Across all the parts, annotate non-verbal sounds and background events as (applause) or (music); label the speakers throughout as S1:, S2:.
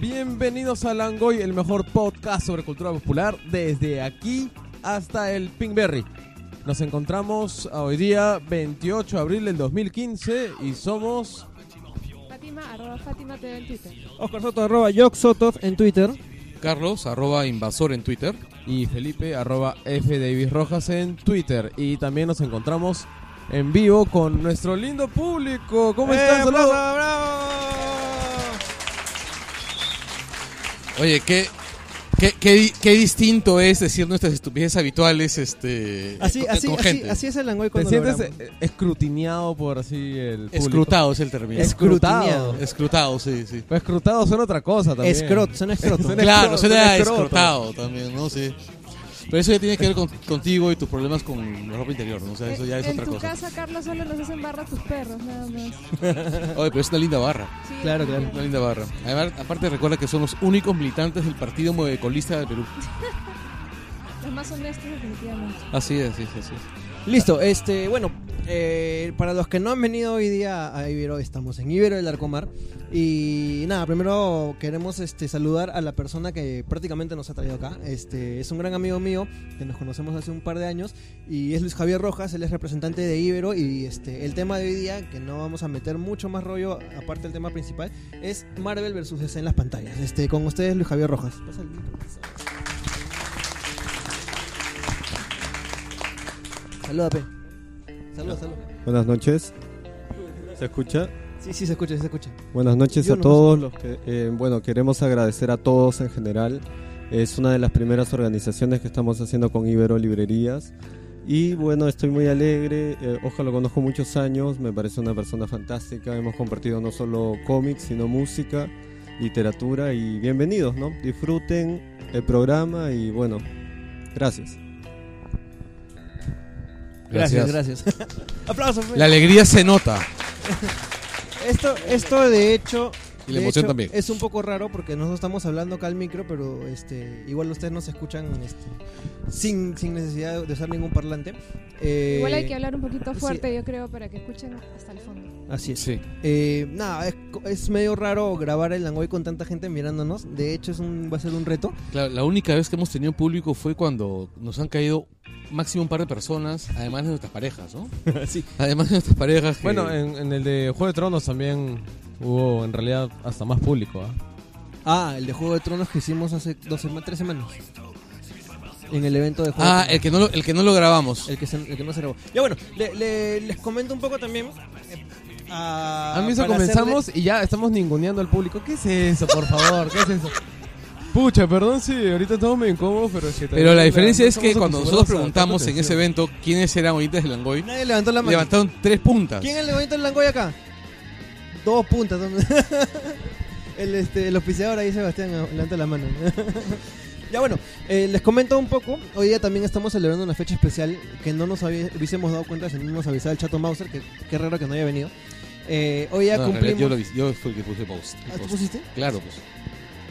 S1: Bienvenidos a Langoy, el mejor podcast sobre cultura popular desde aquí hasta el Pinkberry. Nos encontramos a hoy día 28 de abril del 2015 y somos
S2: Fátima, arroba Fátima TV en Twitter.
S3: Oscar Soto, arroba Jock Sotov en Twitter.
S4: Carlos, arroba invasor en Twitter.
S1: y Felipe arroba F Davis Rojas en Twitter y también nos encontramos en vivo con nuestro lindo público.
S3: Eh,
S1: ¿Cómo están? Saludos.
S4: Oye, qué, qué, qué, di- qué distinto es decir nuestras estupideces habituales este,
S3: Así,
S4: con,
S3: así,
S4: con
S3: así,
S4: gente.
S3: así es el Langoy
S1: ¿Te
S3: cuando lo
S1: sientes
S3: grabamos.
S1: eh, escrutineado por así el público?
S4: Escrutado es el término.
S3: Es-
S1: Escrutado.
S3: Escrutineado.
S4: Escrutado, sí, sí.
S1: Pero escrutado son otra cosa también. (laughs)
S3: Escrot, son escroto.
S1: Son
S4: Claro,
S1: escroto,
S4: suena
S1: son escroto.
S4: escrutado también, ¿no? Sí. Pero eso ya tiene que ver con- contigo y tus problemas con la ropa interior, ¿no? O sea, eso ya
S2: en
S4: es
S2: en
S4: otra
S2: tu
S4: cosa.
S2: casa, Carlos, solo nos hacen barra tus perros, nada más.
S4: (laughs) Oye, pero es una linda barra.
S2: Sí,
S3: Claro, claro.
S4: Una linda barra. Además, aparte recuerda que son los únicos militantes del Partido Muevecolista del Perú.
S2: Los más honestos, definitivamente.
S4: Así es, sí, sí, sí.
S3: Listo, este, bueno, eh, para los que no han venido hoy día a Ibero, estamos en Ibero del Arcomar. Y nada, primero queremos este, saludar a la persona que prácticamente nos ha traído acá. Este, es un gran amigo mío, que nos conocemos hace un par de años, y es Luis Javier Rojas, él es representante de Ibero. Y este, el tema de hoy día, que no vamos a meter mucho más rollo, aparte del tema principal, es Marvel versus DC en las pantallas. Este, con ustedes, Luis Javier Rojas. Pasa Pues el micro. eh. Saluda, Pe. Saluda, saluda.
S5: Buenas noches. ¿Se escucha?
S3: Sí, sí, se escucha, sí, se escucha.
S5: Buenas noches
S3: Yo
S5: a
S3: no
S5: todos los que, eh, bueno, queremos agradecer a todos en general. Es una de las primeras organizaciones que estamos haciendo con Ibero Librerías. Y bueno, estoy muy alegre. Eh, Oscar lo conozco muchos años, me parece una persona fantástica. Hemos compartido no solo cómics, sino música, literatura y bienvenidos, ¿no? Disfruten el programa y bueno, gracias.
S3: Gracias, gracias. (laughs) Aplausos.
S4: La alegría se nota.
S3: Esto, esto de hecho.
S4: Y la
S3: de
S4: emoción
S3: hecho,
S4: también.
S3: Es un poco raro porque nosotros estamos hablando acá al micro, pero este, igual ustedes nos escuchan este, sin, sin necesidad de usar ningún parlante. Eh,
S2: Igual hay que hablar un poquito
S3: sí.
S2: fuerte, yo creo, para que escuchen hasta el fondo.
S3: Así es.
S4: Sí.
S3: Eh, nada, es, co- es medio raro grabar el Langoy con tanta gente mirándonos. De hecho, es un, va a ser un reto.
S4: Claro, la única vez que hemos tenido público fue cuando nos han caído máximo un par de personas, además de nuestras parejas, ¿no?
S1: (laughs)
S3: (laughs) sí. eh,
S4: Además de nuestras parejas. que-
S1: Bueno, en, en el de Juego de Tronos también hubo en realidad hasta más público. ¿ah?
S3: Ah, el de Juego de Tronos que hicimos hace dos semanas, tres semanas. En el evento de Juego de
S4: Ah,
S3: Tronos.
S4: el que no lo, el que no lo grabamos.
S3: El que, se- el que no se grabó. Ya bueno, le- le- les comento un poco también. eh, a-
S1: A mí eso
S3: Ah, para
S1: Ah, comenzamos y ya estamos ninguneando al público. ¿Qué es eso, por favor? ¿Qué es eso? Pucha, perdón si ahorita estamos medio incómodos, pero es que
S4: Pero
S1: también
S4: la diferencia es
S1: estamos
S4: que cuando nosotros
S1: acostumbrados a tanta
S4: preguntamos en ese
S1: atención.
S4: evento quiénes eran oyentes de Langoy,
S3: hacerle- Nadie levantó la mano.
S4: levantaron tres puntas.
S3: ¿Quién levantó el langoy acá? Dos puntas. dos- (laughs) el, este, el auspiciador ahí, Sebastián, levanta la mano. (laughs) ya bueno, eh, les comento un poco. Hoy día también estamos celebrando una fecha especial que no nos habí- hubiésemos dado cuenta si no nos avisaba el Chato Mauser, que qué raro que no haya venido. Eh, hoy ya
S4: No, en realidad
S3: cumplimos...
S4: yo, lo vi- yo fui el que puse post.
S3: Ah, ¿Tú
S4: Post.
S3: pusiste?
S4: Claro, pues.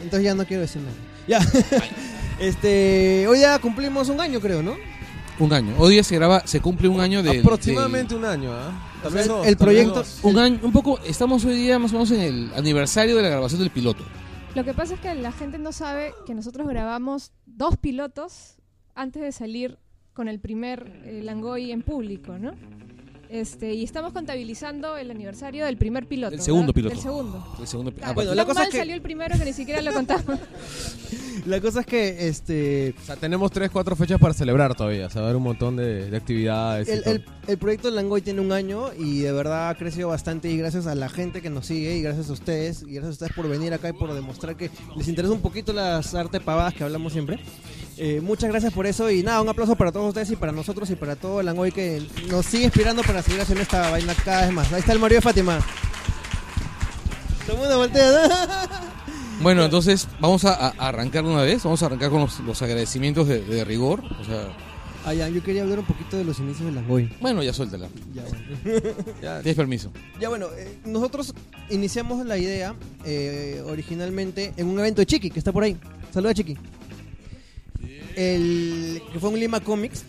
S3: Entonces ya no quiero decir nada. Ya. (laughs) este, hoy ya cumplimos un año, creo, ¿no?
S4: Un año. Hoy día se graba, se cumple un año de.
S1: Aproximadamente un año, ¿ah? Tal vez
S3: El-
S1: dos,
S3: el
S1: tal vez
S3: proyecto-
S1: dos.
S4: un año, un poco, estamos hoy día más o menos en el aniversario de la grabación del piloto.
S2: Lo que pasa es que la gente no sabe que nosotros grabamos dos pilotos antes de salir con el primer eh, Langoy en público, ¿no? Este, y estamos contabilizando el aniversario del primer piloto.
S4: Del segundo
S2: ¿verdad?
S4: piloto.
S2: Del segundo.
S4: El segundo pi- ah,
S3: bueno,
S2: Tan
S3: la cosa
S2: mal
S3: es que-
S2: salió el primero que ni siquiera lo contamos.
S3: La cosa es que este
S1: O sea, tenemos tres, cuatro fechas para celebrar todavía. O sea, va a haber un montón de, de actividades. y
S3: el,
S1: todo.
S3: el- el proyecto Langoy tiene un año y de verdad ha crecido bastante y gracias a la gente que nos sigue y gracias a ustedes y gracias a ustedes por venir acá y por demostrar que les interesa un poquito las arte pavadas que hablamos siempre. Eh, muchas gracias por eso y nada, un aplauso para todos ustedes y para nosotros y para todo Langoy que nos sigue inspirando para seguir haciendo esta vaina cada vez más. Ahí está el Mario de Fátima. Todo el mundo voltea.
S4: Bueno, entonces vamos a, a arrancar una vez, vamos a arrancar con los, los agradecimientos de, de rigor. O sea,
S3: Ah, ya, yo quería hablar un poquito de los inicios de Langoy.
S4: bueno, ya suéltala.
S3: Ya, bueno.
S1: Ya,
S4: Tienes permiso.
S3: Ya, bueno, eh, nosotros iniciamos la idea eh, originalmente en un evento de Chiqui, que está por ahí. Saluda, Chiqui. El, que fue un Lima Comics.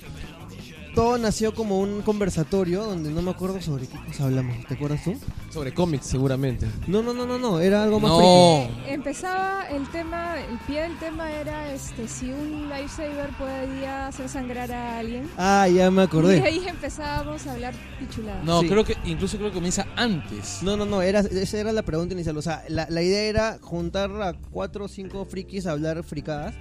S3: todo nació como un conversatorio donde no me acuerdo sobre qué cosa hablamos. ¿Te acuerdas tú?
S1: Sobre cómics, seguramente.
S3: No, no, no, no, no. Era algo más
S4: No.
S2: Empezaba el tema, el pie del tema era este si un lifesaver podía hacer sangrar a alguien.
S3: friki. Ah, ya me
S2: Y
S3: acordé.
S2: ahí empezábamos a hablar pichuladas.
S4: No,
S3: Sí.
S4: creo que incluso creo que comienza antes.
S3: No, no, no. Era, esa era la pregunta inicial. O sea, la, la idea era juntar a cuatro o cinco frikis a hablar fricadas.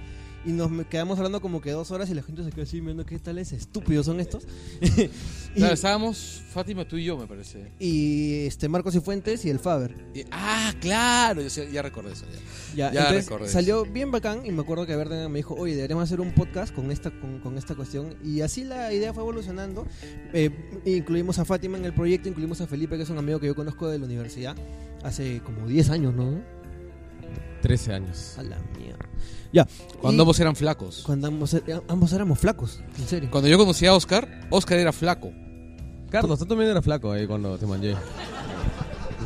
S3: Y nos me- quedamos hablando como que dos horas y la gente se quedó así viendo qué tales estúpidos son estos. (laughs) y,
S4: Claro, estábamos Fátima, tú y yo, me parece.
S3: y, este Marcos y Fuentes y el Faber.
S4: Y- ah, claro, yo sé- ya recordé eso. ya.
S3: Ya,
S4: Ya
S3: entonces,
S4: recordé.
S3: salió bien bacán y me acuerdo que Verde me dijo, oye, deberíamos hacer un podcast con esta, con, con esta cuestión. Y así la idea fue evolucionando. Eh, incluimos a Fátima en el proyecto, incluimos a Felipe, que es un amigo que yo conozco de la universidad, hace como 10 años, ¿no?
S1: 13 años.
S3: A la mierda. Ya.
S4: Cuando
S3: y-
S4: ambos eran flacos.
S3: cuando ambos, eh, ambos éramos flacos,
S1: (laughs)
S3: en serio.
S4: Cuando yo conocí a Oscar, Oscar era flaco.
S1: Carlos, tú también eras flaco ahí cuando te manché. O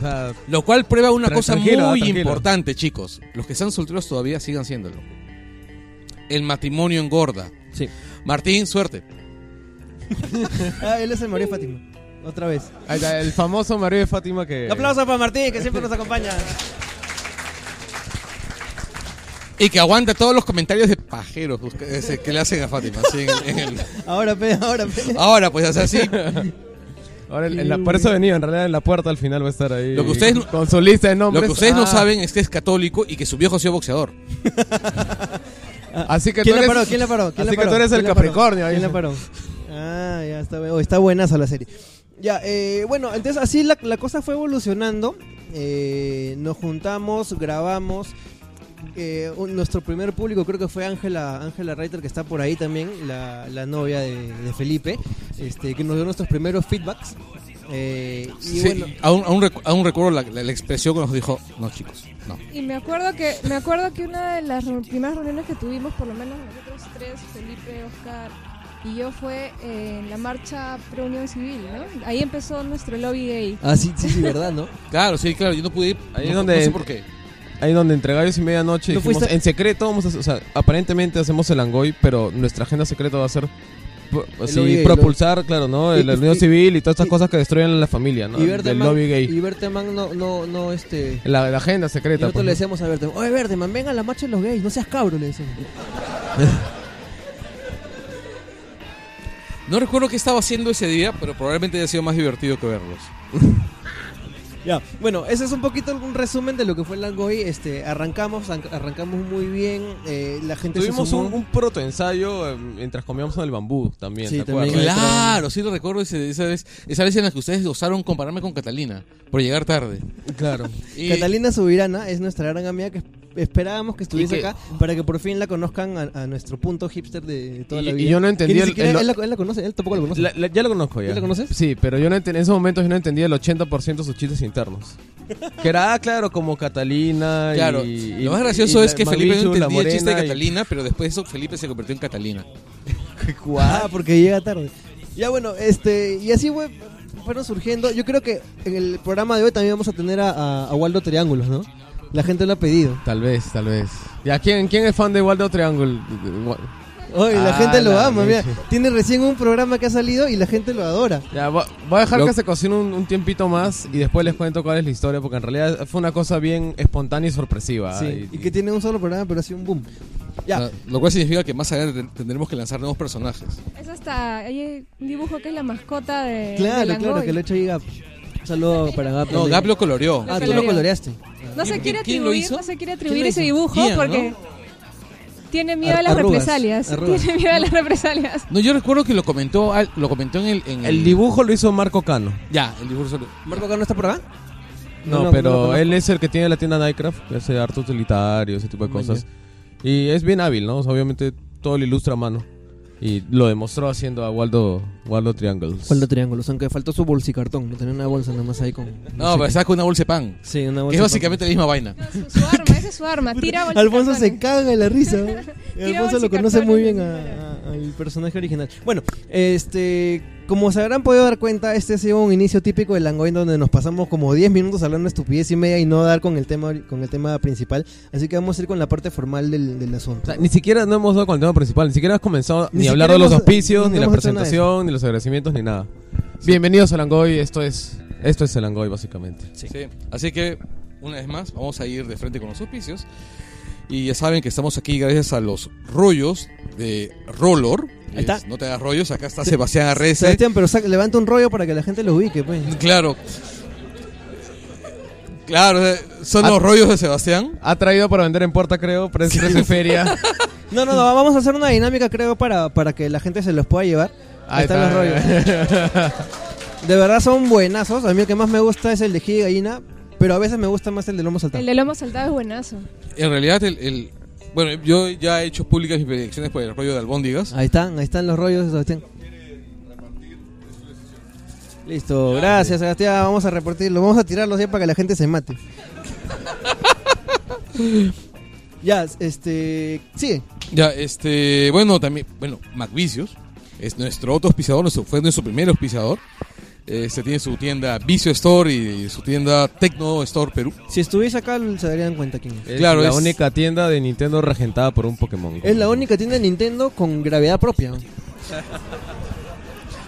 S1: sea,
S4: Lo cual prueba una
S1: Tra-
S4: cosa
S1: tranquilo, ah,
S4: muy
S1: tranquilo.
S4: importante, chicos. Los que están solteros todavía sigan siéndolo. El matrimonio engorda.
S3: Sí.
S4: Martín, suerte.
S3: Ah, él es el María Fátima. Otra vez.
S1: ahí está, el famoso marido de Fátima que...
S3: Un aplauso para Martín, que siempre nos acompaña.
S4: Y que aguanta todos los comentarios de pajeros que ustedes- eh, que le hacen a Fátima. sí, en el- en el-
S3: Ahora, pe, ahora, pe.
S4: Ahora, pues, o sea, sí.
S1: Ahora, en la- por eso venía, en realidad en la puerta al final va a estar ahí.
S4: Lo que ustedes no-
S1: Con su lista de
S4: Lo
S1: nombres.
S4: que ustedes
S1: Ah,
S4: no saben es que es católico y que su viejo ha sido boxeador.
S1: Así que
S3: ¿Quién
S1: tú
S3: la
S1: eres-
S3: paró? ¿Quién la paró? ¿Quién la
S1: así que
S3: paró?
S1: tú eres el
S3: ¿Quién la paró?
S1: Capricornio. ahí.
S3: ¿Quién la paró? Ah, ya está, bu- oh, está buenaza la serie. Ya, eh, bueno, entonces así la, la cosa fue evolucionando. Eh, nos juntamos, grabamos. Eh, un- nuestro primer público creo que fue Ángela Ángela Reiter, que está por ahí también, la, la novia de, de Felipe, este, que nos dio nuestros primeros feedbacks. Eh, y
S4: Sí,
S3: bueno,
S4: aún, aún recu- aún recuerdo la, la- la expresión que nos dijo, no chicos, no.
S2: Y me acuerdo que me acuerdo que una de las reu- primeras reuniones que tuvimos, por lo menos nosotros tres, Felipe, Oscar y yo, fue eh, en la marcha pro-Unión Civil, ¿no? Ahí empezó nuestro lobby gay.
S3: ah, sí, sí, sí, ¿verdad? ¿No?
S4: Claro, sí, claro, yo no pude ir.
S1: Ahí
S4: no-
S1: es donde-
S4: no sé por qué.
S1: Ahí donde entre gallos y medianoche
S3: ¿Tú
S1: dijimos,
S3: fuiste?
S1: en secreto vamos a hacer- o sea, aparentemente hacemos el Angoy, pero nuestra agenda secreta va a ser pro- así,
S3: lobby gay,
S1: propulsar, claro, ¿no? El-
S3: Y-
S1: La
S3: y-
S1: unión
S3: y-
S1: civil y todas estas
S3: y-
S1: cosas que destruyen a la familia, ¿no?
S3: y
S1: El
S3: Verteman,
S1: lobby gay.
S3: y Verteman no, no, no, este...
S1: La, la agenda
S3: Y
S1: secreta.
S3: nosotros
S1: pues,
S3: le
S1: ¿no?
S3: decíamos a Verdeman, oye Verdeman, venga a la marcha de los gays, no seas cabro, le decíamos.
S4: No recuerdo qué estaba haciendo ese día, pero probablemente haya sido más divertido que verlos.
S3: (laughs) Ya, bueno, ese es un poquito un resumen de lo que fue el Langoy. Este, arrancamos, an- arrancamos muy bien, eh, la gente se
S1: Tuvimos
S3: sumó.
S1: un, un protoensayo eh, mientras comíamos en el bambú también,
S3: Sí,
S1: ¿te
S3: también.
S1: acuerdas?
S4: Claro, sí lo recuerdo ese- esa vez, esa vez en la que ustedes osaron compararme con Catalina por llegar tarde.
S1: Claro.
S4: Y-
S3: Catalina Subirana es nuestra gran amiga que esperábamos que estuviese
S1: Y que-
S3: acá para que por fin la conozcan a, a nuestro punto hipster de toda
S1: Y-
S3: la
S1: y
S3: vida.
S1: yo no entendí
S3: Que ni
S1: el-
S3: siquiera
S1: el-
S3: él, la, él la conoce, él tampoco la conoce.
S1: La- la- ya lo conozco ya.
S3: ¿Ya lo conoces?
S1: Sí, pero yo no enten- en esos momentos yo no entendía el 80% de sus chistes internos. (laughs) Que era, ah, claro, como Catalina. y-
S4: (laughs) Claro,
S1: y,
S4: lo más gracioso
S1: y
S4: es que
S1: la-
S4: Felipe
S1: Mabichu,
S4: no
S1: la
S4: entendía el chiste de
S1: morena y-
S4: Catalina, pero después de eso Felipe se convirtió en Catalina.
S3: (laughs) Ah, porque llega tarde. Ya bueno, este, y así fue- fueron surgiendo. Yo creo que en el programa de hoy también vamos a tener a, a- a Waldo Triángulos, ¿no? La gente lo ha pedido.
S1: Tal vez, tal vez. ¿Ya quién, quién es fan de Waldo Triangle? Wa-
S3: Oye, la
S1: Ah,
S3: gente lo
S1: la
S3: ama,
S1: leche.
S3: mira. Tiene recién un programa que ha salido y la gente lo adora.
S1: Ya, va- voy a dejar
S4: Lo-
S1: que se cocine un, un tiempito más y después les cuento cuál es la historia, porque en realidad fue una cosa bien espontánea y sorpresiva.
S3: Sí, y que tiene un solo programa, pero ha sido un boom. Ya.
S4: Ah, Lo cual significa que más adelante ten- tendremos que lanzar nuevos personajes.
S2: (laughs) Es hasta hay un dibujo que es la mascota de de
S3: claro,
S2: Langoy.
S3: claro, que lo ha hecho ahí Gap. Un saludo para Gap.
S4: No, Gab lo coloreó.
S3: Ah, tú lo
S2: coloreó.
S3: coloreaste.
S2: No se
S4: ¿Quién-
S2: quiere
S4: quién lo
S2: atribuir,
S4: hizo?
S2: no se quiere
S4: ¿Quién
S2: atribuir
S4: lo
S2: ese
S4: hizo?
S2: dibujo
S4: Ian,
S2: porque tiene miedo a las
S3: Arrugas,
S2: represalias.
S3: arrugas.
S2: Tiene miedo a las represalias.
S4: No, yo recuerdo que lo comentó, al- lo comentó en el... En
S1: El dibujo lo hizo Marco Cano.
S4: Ya, el dibujo solo.
S3: ¿Marco acá no está por acá?
S1: No,
S3: No, no,
S1: pero
S3: no lo conozco.
S1: él es el que tiene la tienda Nightcraft, que hace arte utilitario, ese tipo de
S3: Maña.
S1: cosas. Y es bien hábil, ¿no? O sea, obviamente todo lo ilustra a mano. Y lo demostró haciendo a Waldo, Waldo Triangles.
S3: Waldo Triángulos, aunque faltó su bolsicartón. No tenía una bolsa nada más ahí con.
S4: No, pues, pero saca una bolsa de pan.
S3: Sí, una
S4: Que
S3: bolsa.
S4: es
S3: con-
S4: básicamente la misma vaina.
S2: No, su, su arma, esa es su arma. Tira
S3: Alfonso
S2: bolsicartones.
S3: se caga de la risa. ¿eh?
S2: (laughs) Tira
S3: Alfonso lo conoce
S2: bolsicartones
S3: muy bien
S2: en la
S3: a- a- al personaje original. Bueno, este Como se habrán podido dar cuenta, este ha sido un inicio típico de Langoy donde nos pasamos como 10 minutos hablando de estupidez y media y no dar con el tema con el tema principal. Así que vamos a ir con la parte formal del, del
S1: O
S3: asunto.
S1: sea, ni siquiera no hemos dado con el tema principal, ni siquiera has comenzado ni,
S3: Ni
S1: hablar
S3: siquiera
S1: de los
S3: hemos-
S1: auspicios,
S3: no
S1: ni la
S3: hemos hecho nada de
S1: presentación, ni los agradecimientos, ni nada. Bienvenidos a Langoy, esto es, esto es el Langoy básicamente.
S4: Sí. Así que, una vez más, vamos a ir de frente con los auspicios. Y ya saben que estamos aquí gracias a los rollos de Rollor.
S3: Ahí está.
S4: Es- no te das rollos, acá está Sebastián Arrece.
S3: Sebastián, pero saca- levanta un rollo para que la gente lo ubique, pues.
S4: Claro. Claro, eh, son
S1: Ah.
S4: los rollos de Sebastián.
S1: Ha traído para vender en puerta, creo, precio de feria.
S3: No, no, no, vamos a hacer una dinámica, creo, para, para que la gente se los pueda llevar. Ahí están los rollos.
S4: (laughs)
S3: De verdad son buenazos. A mí el que más me gusta es el de ají de gallina, pero a veces me gusta más el de lomo saltado.
S2: El de lomo saltado es buenazo.
S4: En realidad, el, el- bueno, yo ya he hecho públicas mis predicciones por el rollo de albóndigas.
S3: Ahí están, ahí están los rollos, Sebastián. Listo, gracias Sebastián, vamos a repartirlo, vamos a tirarlos ya para que la gente se mate. ya, este, sigue.
S4: Ya, este, bueno, también, bueno, Macvicios es nuestro otro auspiciador, nuestro, fue nuestro primer auspiciador. Este tiene su tienda Vicio Store y su tienda Tecno Store Perú.
S3: Si estuviese acá se darían cuenta quién es.
S4: (laughs)
S1: Es
S4: Claro,
S1: la
S4: es-
S1: única tienda de Nintendo regentada por un Pokémon.
S3: Es la única tienda de Nintendo con gravedad propia.
S4: Eh,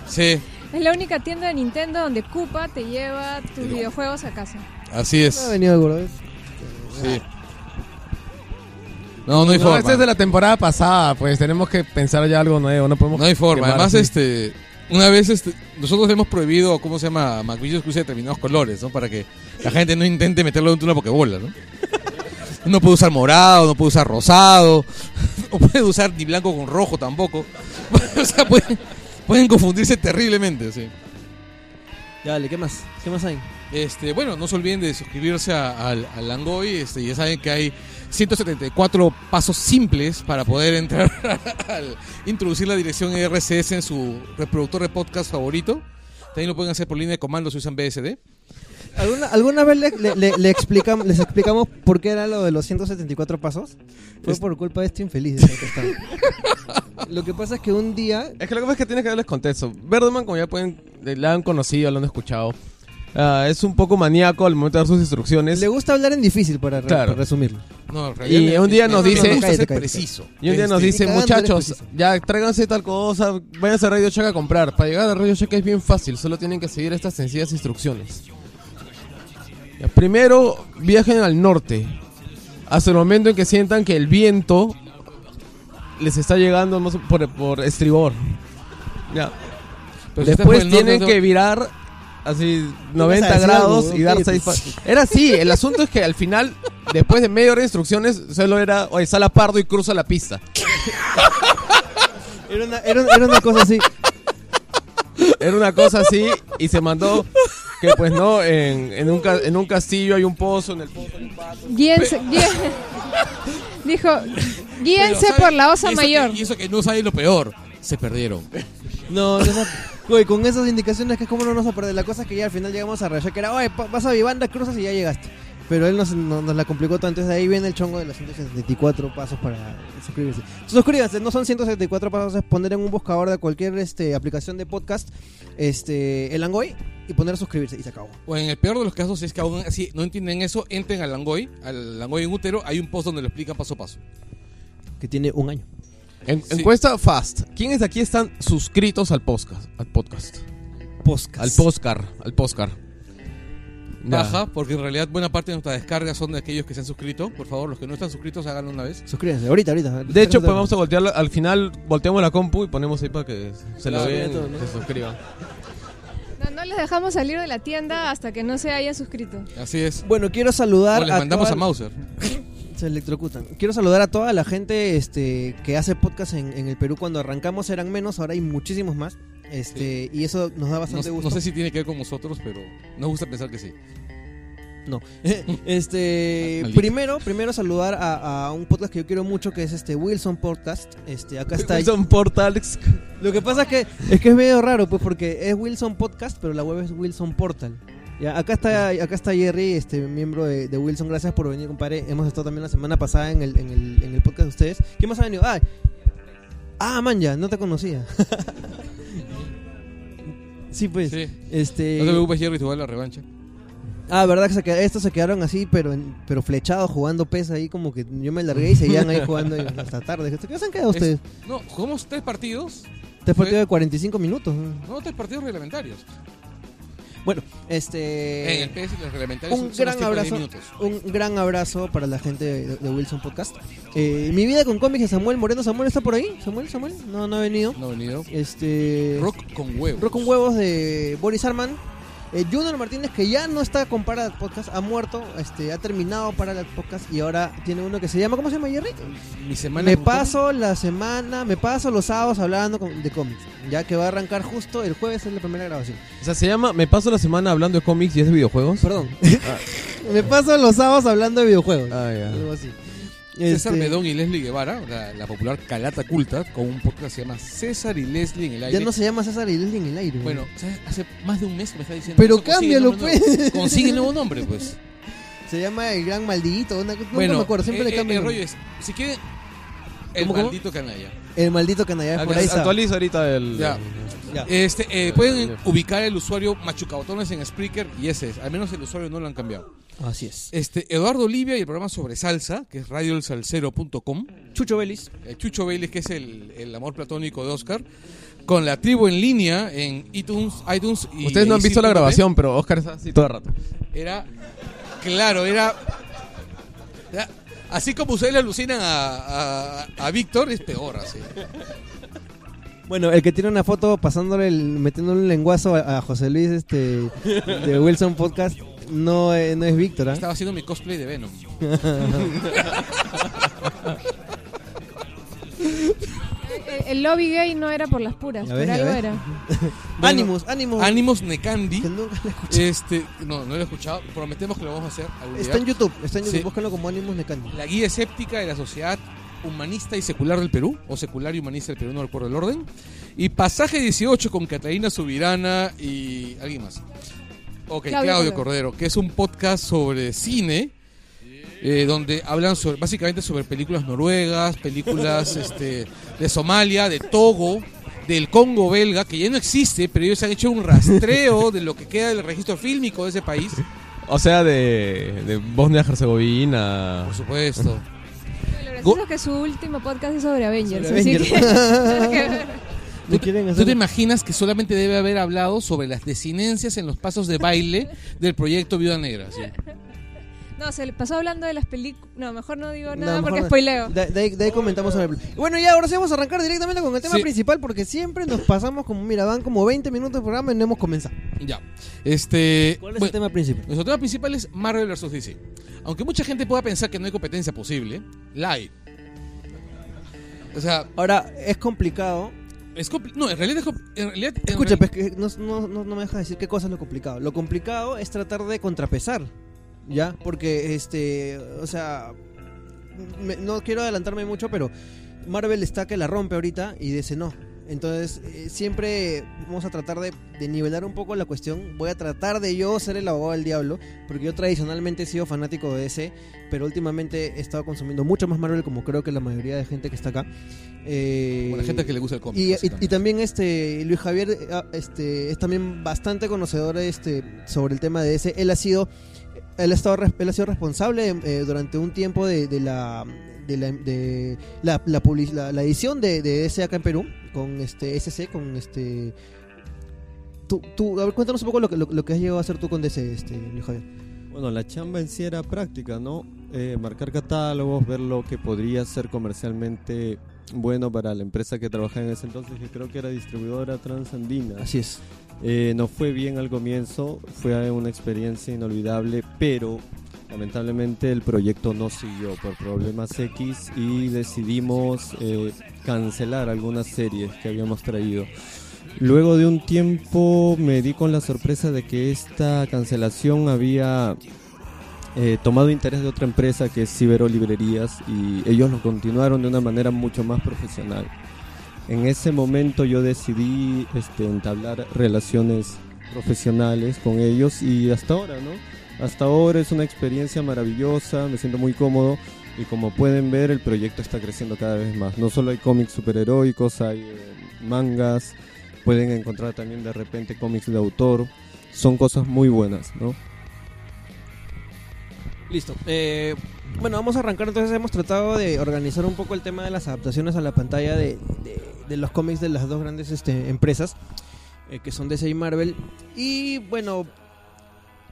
S4: Sí,
S2: Es la única tienda de Nintendo donde Koopa te lleva tus videojuegos a casa.
S4: así
S3: No
S4: es.
S3: ha venido alguna vez.
S4: Sí. No, no hay
S1: No,
S4: forma.
S1: este es de la temporada pasada, pues tenemos que pensar ya algo nuevo, no podemos
S4: No hay forma.
S1: quemar
S4: Además,
S1: así.
S4: este, una vez este, nosotros hemos prohibido, ¿cómo se llama? A Macmillan que use determinados colores, ¿no? Para que la gente no intente meterlo dentro de una pokebola, ¿no? No puede usar morado, no puede usar rosado, (laughs) no puede usar ni blanco con rojo tampoco. (laughs) O sea, pueden, pueden este, (laughs) confundirse terriblemente, sí.
S3: Dale, ¿qué más? ¿Qué más hay?
S4: Este, bueno, no se olviden de suscribirse a- al, al Langoy. Este, ya saben que hay 174 pasos simples para poder entrar (laughs) al introducir la dirección E RSS en su reproductor de podcast favorito. También lo pueden hacer por línea de comando si usan BSD.
S3: ¿Alguna, alguna vez le, le- le- le explicam- les explicamos por qué era lo de los 174 pasos? Fue
S4: Es-
S3: por culpa de este infeliz. de que estaba. Lo que pasa es que un día...
S1: Es que lo que pasa es que tienes que darles contexto. Verdeman, como ya pueden, eh, la han conocido, lo han escuchado. Ah, es un poco maníaco al momento de dar sus instrucciones.
S3: Le gusta hablar en difícil para, re-
S1: Claro.
S3: para resumirlo.
S4: No, en
S1: Y
S4: le-
S1: un día
S4: le-
S1: nos
S4: le
S1: dice-
S4: gusta
S3: Cállate,
S4: ser
S3: cállate.
S4: preciso.
S1: Y un día nos
S4: Este,
S1: dice,
S3: ni cagando
S1: muchachos,
S3: eres preciso".
S1: ya tráiganse tal cosa, váyanse a Radio Shack a comprar. Para llegar a Radio Shack es bien fácil, solo tienen que seguir estas sencillas instrucciones. Ya, Primero, viajen al norte. Hasta el momento en que sientan que el viento les está llegando no sé, por, por estribor. Ya.
S4: Pero si estás por
S1: Después
S4: el norte,
S1: tienen
S4: no-
S1: que virar así
S3: vas a
S1: 90
S3: decir
S1: grados
S3: algo,
S1: y dar
S3: cállate.
S1: seis pa- Era así, el asunto es que al final, después de media hora de instrucciones, solo era, oye, sal a pardo y cruza la pista.
S3: Era una, era, un- era una cosa así.
S1: Era una cosa así y se mandó que pues no, en, en, un, ca- en un castillo hay un pozo, en el pozo.
S2: Guíense, guíen- (laughs) dijo,
S4: Pero,
S2: guíense
S4: ¿sabes?
S2: por la osa
S4: Y eso
S2: mayor.
S4: que- y eso que no saben lo peor, se perdieron.
S3: No, no sa- Güey, con esas indicaciones que es como no nos perder. La cosa es que ya al final llegamos a rayar, que era, oye, pa- vas a Vivanda, cruzas y ya llegaste. Pero él nos, no- nos la complicó tanto. Entonces ahí viene el chongo de los 174 pasos para suscribirse. Suscríbanse, no son 174 pasos, es poner en un buscador de cualquier este, aplicación de podcast este, el Angoy y poner suscribirse y se acabó.
S4: O en el peor de los casos, si es que aún así no entienden eso, entren al Langoy, al Langoy en útero, hay un post donde lo explican paso a paso.
S3: Que tiene un año.
S1: En-
S4: Sí.
S1: Encuesta fast. ¿Quiénes de aquí están suscritos al podcast? Al podcast.
S3: Podcast.
S1: Al postcar, al postcar. Ya.
S4: baja, porque en realidad buena parte de nuestras descargas son de aquellos que se han suscrito. Por favor, los que no están suscritos, háganlo una vez.
S3: Suscríbanse, ahorita, ahorita.
S1: De hecho, pues vamos a voltearlo, al final volteamos la compu y ponemos ahí para que se lo
S4: Claro,
S1: vean,
S4: ya todo, ¿no?
S1: se suscriban.
S2: No, no les dejamos salir de la tienda hasta que no se hayan suscrito.
S4: Así es.
S3: Bueno, quiero saludar
S4: O les
S3: a
S4: mandamos
S3: toda-
S4: a Mauser.
S3: (laughs) Se electrocutan. Quiero saludar a toda la gente este, que hace podcast en, en el Perú. Cuando arrancamos eran menos, ahora hay muchísimos más. Este, Y eso nos da
S4: No,
S3: bastante
S4: no
S3: gusto.
S4: sé si tiene que ver con nosotros, pero nos gusta pensar que sí.
S3: No. (laughs) este,
S4: Maldito.
S3: primero, primero saludar a, a un podcast que yo quiero mucho, que es este Wilson Podcast. Este, acá está.
S1: Wilson Portals.
S3: Lo que pasa es que es que es medio raro, pues, porque es Wilson Podcast, pero la web es Wilson Portal. Ya, acá está, acá está Jerry, este miembro de, de Wilson. Gracias por venir, compadre. Hemos estado también la semana pasada en el, en el, en el podcast de ustedes. ¿Quién más ha venido? Ah, ah, man, ya, no te conocía. Sí, pues.
S4: Sí.
S3: Este.
S4: No te preocupes, Jerry, te voy a la revancha.
S3: (laughs) Ah, verdad que se qued- estos se quedaron así, pero en- pero flechados jugando PES ahí, como que yo me largué y seguían ahí jugando y hasta tarde. ¿Qué se han quedado ustedes?
S4: No, jugamos tres partidos.
S3: Tres partidos de 45 minutos.
S4: No, tres partidos reglamentarios.
S3: Bueno,
S4: en
S3: este.
S4: el PS los reglamentarios
S3: un
S4: son- son los tiempos
S3: gran
S4: de diez
S3: abrazo.
S4: minutos.
S3: Un gran abrazo para la gente de, de Wilson Podcast. Eh, Mi vida con cómics de Samuel Moreno. ¿Samuel está por ahí? ¿Samuel? ¿Samuel? No, no ha venido.
S4: No ha venido.
S3: Este.
S4: Rock con huevos.
S3: Rock con huevos de Boris Arman. Eh, Junior Martínez, que ya no está con Para Podcast, ha muerto, este, ha terminado Para Podcast y ahora tiene uno que se llama, ¿cómo se llama Jerry?
S4: Mi semana.
S3: Me
S4: con-
S3: paso la semana, me paso los sábados hablando con- de cómics, ya que va a arrancar justo el jueves es la primera grabación.
S1: O sea, se llama Me paso la semana hablando de cómics y es de videojuegos.
S3: Perdón. (laughs) me paso los sábados hablando de videojuegos.
S1: Ah, ya.
S3: Algo así.
S4: César
S3: Este,
S4: Medón y Leslie Guevara, la, la popular Calata Culta, con un podcast que se llama César y Leslie en el aire.
S3: Ya no se llama César y Leslie en el aire.
S4: Bueno, ¿sabes? hace más de un mes que me está diciendo.
S3: Pero
S4: eso, consigue
S3: cámbialo, pues.
S4: nombre nuevo. Consigue nuevo nombre,
S3: (laughs)
S4: pues.
S3: Se llama el gran maldito, una, nunca
S4: bueno,
S3: me acuerdo, siempre
S4: eh,
S3: le
S4: eh,
S3: cambian.
S4: El rollo es: si quieren, el
S3: ¿Cómo, Ah, cómo?
S4: maldito canalla.
S3: El maldito canalla, por
S1: Actualiza,
S3: ahí está.
S1: actualiza ahorita el.
S4: Ya.
S3: Ya.
S4: Este, eh, pueden ubicar el usuario Machucabotones en Spreaker y ese es. Al menos el usuario no lo han cambiado.
S3: Así es.
S4: Este, Eduardo Olivia y el programa sobre salsa, que es radioelsalcero.com.
S3: Chucho Vélez.
S4: Eh, Chucho Vélez, que es el, el amor platónico de Oscar. Con la tribu en línea en iTunes. iTunes y,
S1: Ustedes no han
S4: y
S1: visto la
S4: 5P.
S1: grabación, pero Oscar está así todo el rato.
S4: Era. Claro, era. era- así como ustedes le alucinan a, a, a Víctor, es peor así.
S3: Bueno, el que tiene una foto pasándole, el, metiéndole un lenguazo a, a José Luis este, de Wilson Podcast, no, eh, no es Víctor, ¿ah?
S4: Estaba haciendo mi cosplay de Venom.
S2: El, el lobby gay no era por las puras,
S3: Ya
S2: por
S3: ves, ya
S2: algo
S3: ves.
S2: era.
S4: Bueno,
S3: ánimos, ánimos.
S4: Ánimos Necandi.
S3: Que nunca le escuché.
S4: Este, no, no lo he escuchado. Prometemos que lo vamos a hacer algún día.
S3: Está en YouTube, está en YouTube,
S4: Sí.
S3: búscalo como Ánimos Necandi.
S4: La guía escéptica de la sociedad humanista y secular del Perú, o secular y humanista del Perú, no recuerdo el orden. Y pasaje 18 con Catalina Subirana y alguien más. Ok,
S2: Claudio
S4: Claudio,
S2: Cordero.
S4: Cordero, que es un podcast sobre cine. eh, donde hablan sobre, básicamente sobre películas noruegas,
S2: (laughs)
S4: películas este, de Somalia, de Togo, del Congo belga, que ya no existe, pero ellos han hecho un rastreo de lo que queda del registro fílmico de ese país.
S1: O sea, de, de Bosnia-Herzegovina.
S4: Por supuesto.
S2: Lo
S4: Go-
S2: gracioso es que su último podcast es sobre Avengers.
S3: Sobre
S2: así
S3: Avengers.
S2: que- nada que ver.
S3: ¿Me quieren
S4: ¿Tú
S3: hacer?
S4: te imaginas que solamente debe haber hablado sobre las desinencias en los pasos de baile del proyecto Viuda Negra? sí?
S2: no, se le pasó hablando de las películas. No, mejor no digo
S3: No,
S2: nada
S3: mejor
S2: porque
S3: no.
S2: spoileo.
S3: De, de ahí, de ahí comentamos sobre el... Bueno, ya ahora sí vamos a arrancar directamente con el tema
S4: Sí.
S3: principal porque siempre nos pasamos como, mira, van como 20 minutos de programa y no hemos comenzado.
S4: Ya. Este,
S3: ¿Cuál es el
S4: bueno,
S3: tema principal?
S4: nuestro tema principal es Marvel vs. DC. Aunque mucha gente pueda pensar que no hay competencia posible, la hay. O sea,
S3: Ahora, es complicado
S4: es compli- no, en realidad es compli- en realidad- en
S3: Escucha,
S4: real-
S3: pues que no, no- no- no me dejas decir qué cosa es lo complicado. Lo complicado es tratar de contrapesar, ¿ya? Porque, este, o sea, me- no quiero adelantarme mucho, pero Marvel está que la rompe ahorita y DC no. Entonces, eh, siempre vamos a tratar de, de nivelar un poco la cuestión. Voy a tratar de yo ser el abogado del diablo, porque yo tradicionalmente he sido fanático de DC, pero últimamente he estado consumiendo mucho más Marvel, como creo que la mayoría de gente que está acá. Eh,
S4: como la gente que le gusta el cómic.
S3: y, y-
S4: básicamente.
S3: y también este Luis Javier eh, ah, este es también bastante conocedor este sobre el tema de ese él ha sido él ha estado res- él ha sido responsable eh, durante un tiempo de, de la de la, de la, la public- la- la edición de, de ese acá en Perú con este SC con este tú, tú a ver cuéntanos un poco lo que lo, lo que has llegado a hacer tú con DC este Luis Javier
S5: Bueno, la chamba en sí era práctica, ¿no? Eh, marcar catálogos, ver lo que podría ser comercialmente bueno para la empresa que trabajaba en ese entonces, que creo que era distribuidora transandina.
S3: así es
S5: Eh, no fue bien al comienzo, fue una experiencia inolvidable, pero lamentablemente el proyecto no siguió por problemas X y decidimos eh, cancelar algunas series que habíamos traído. Luego de un tiempo me di con la sorpresa de que esta cancelación había eh, tomado interés de otra empresa que es Cibero Librerías y ellos lo continuaron de una manera mucho más profesional. En ese momento yo decidí este, entablar relaciones profesionales con ellos y hasta ahora, ¿no? Hasta ahora es una experiencia maravillosa, me siento muy cómodo y como pueden ver el proyecto está creciendo cada vez más. No solo hay cómics superheroicos, hay eh, mangas, Pueden encontrar también de repente cómics de autor. Son cosas muy buenas, ¿no?
S3: Listo. Eh, bueno, vamos a arrancar. Entonces hemos tratado de organizar un poco el tema de las adaptaciones a la pantalla de, de- de los cómics de las dos grandes este, empresas, eh, que son DC y Marvel. Y bueno,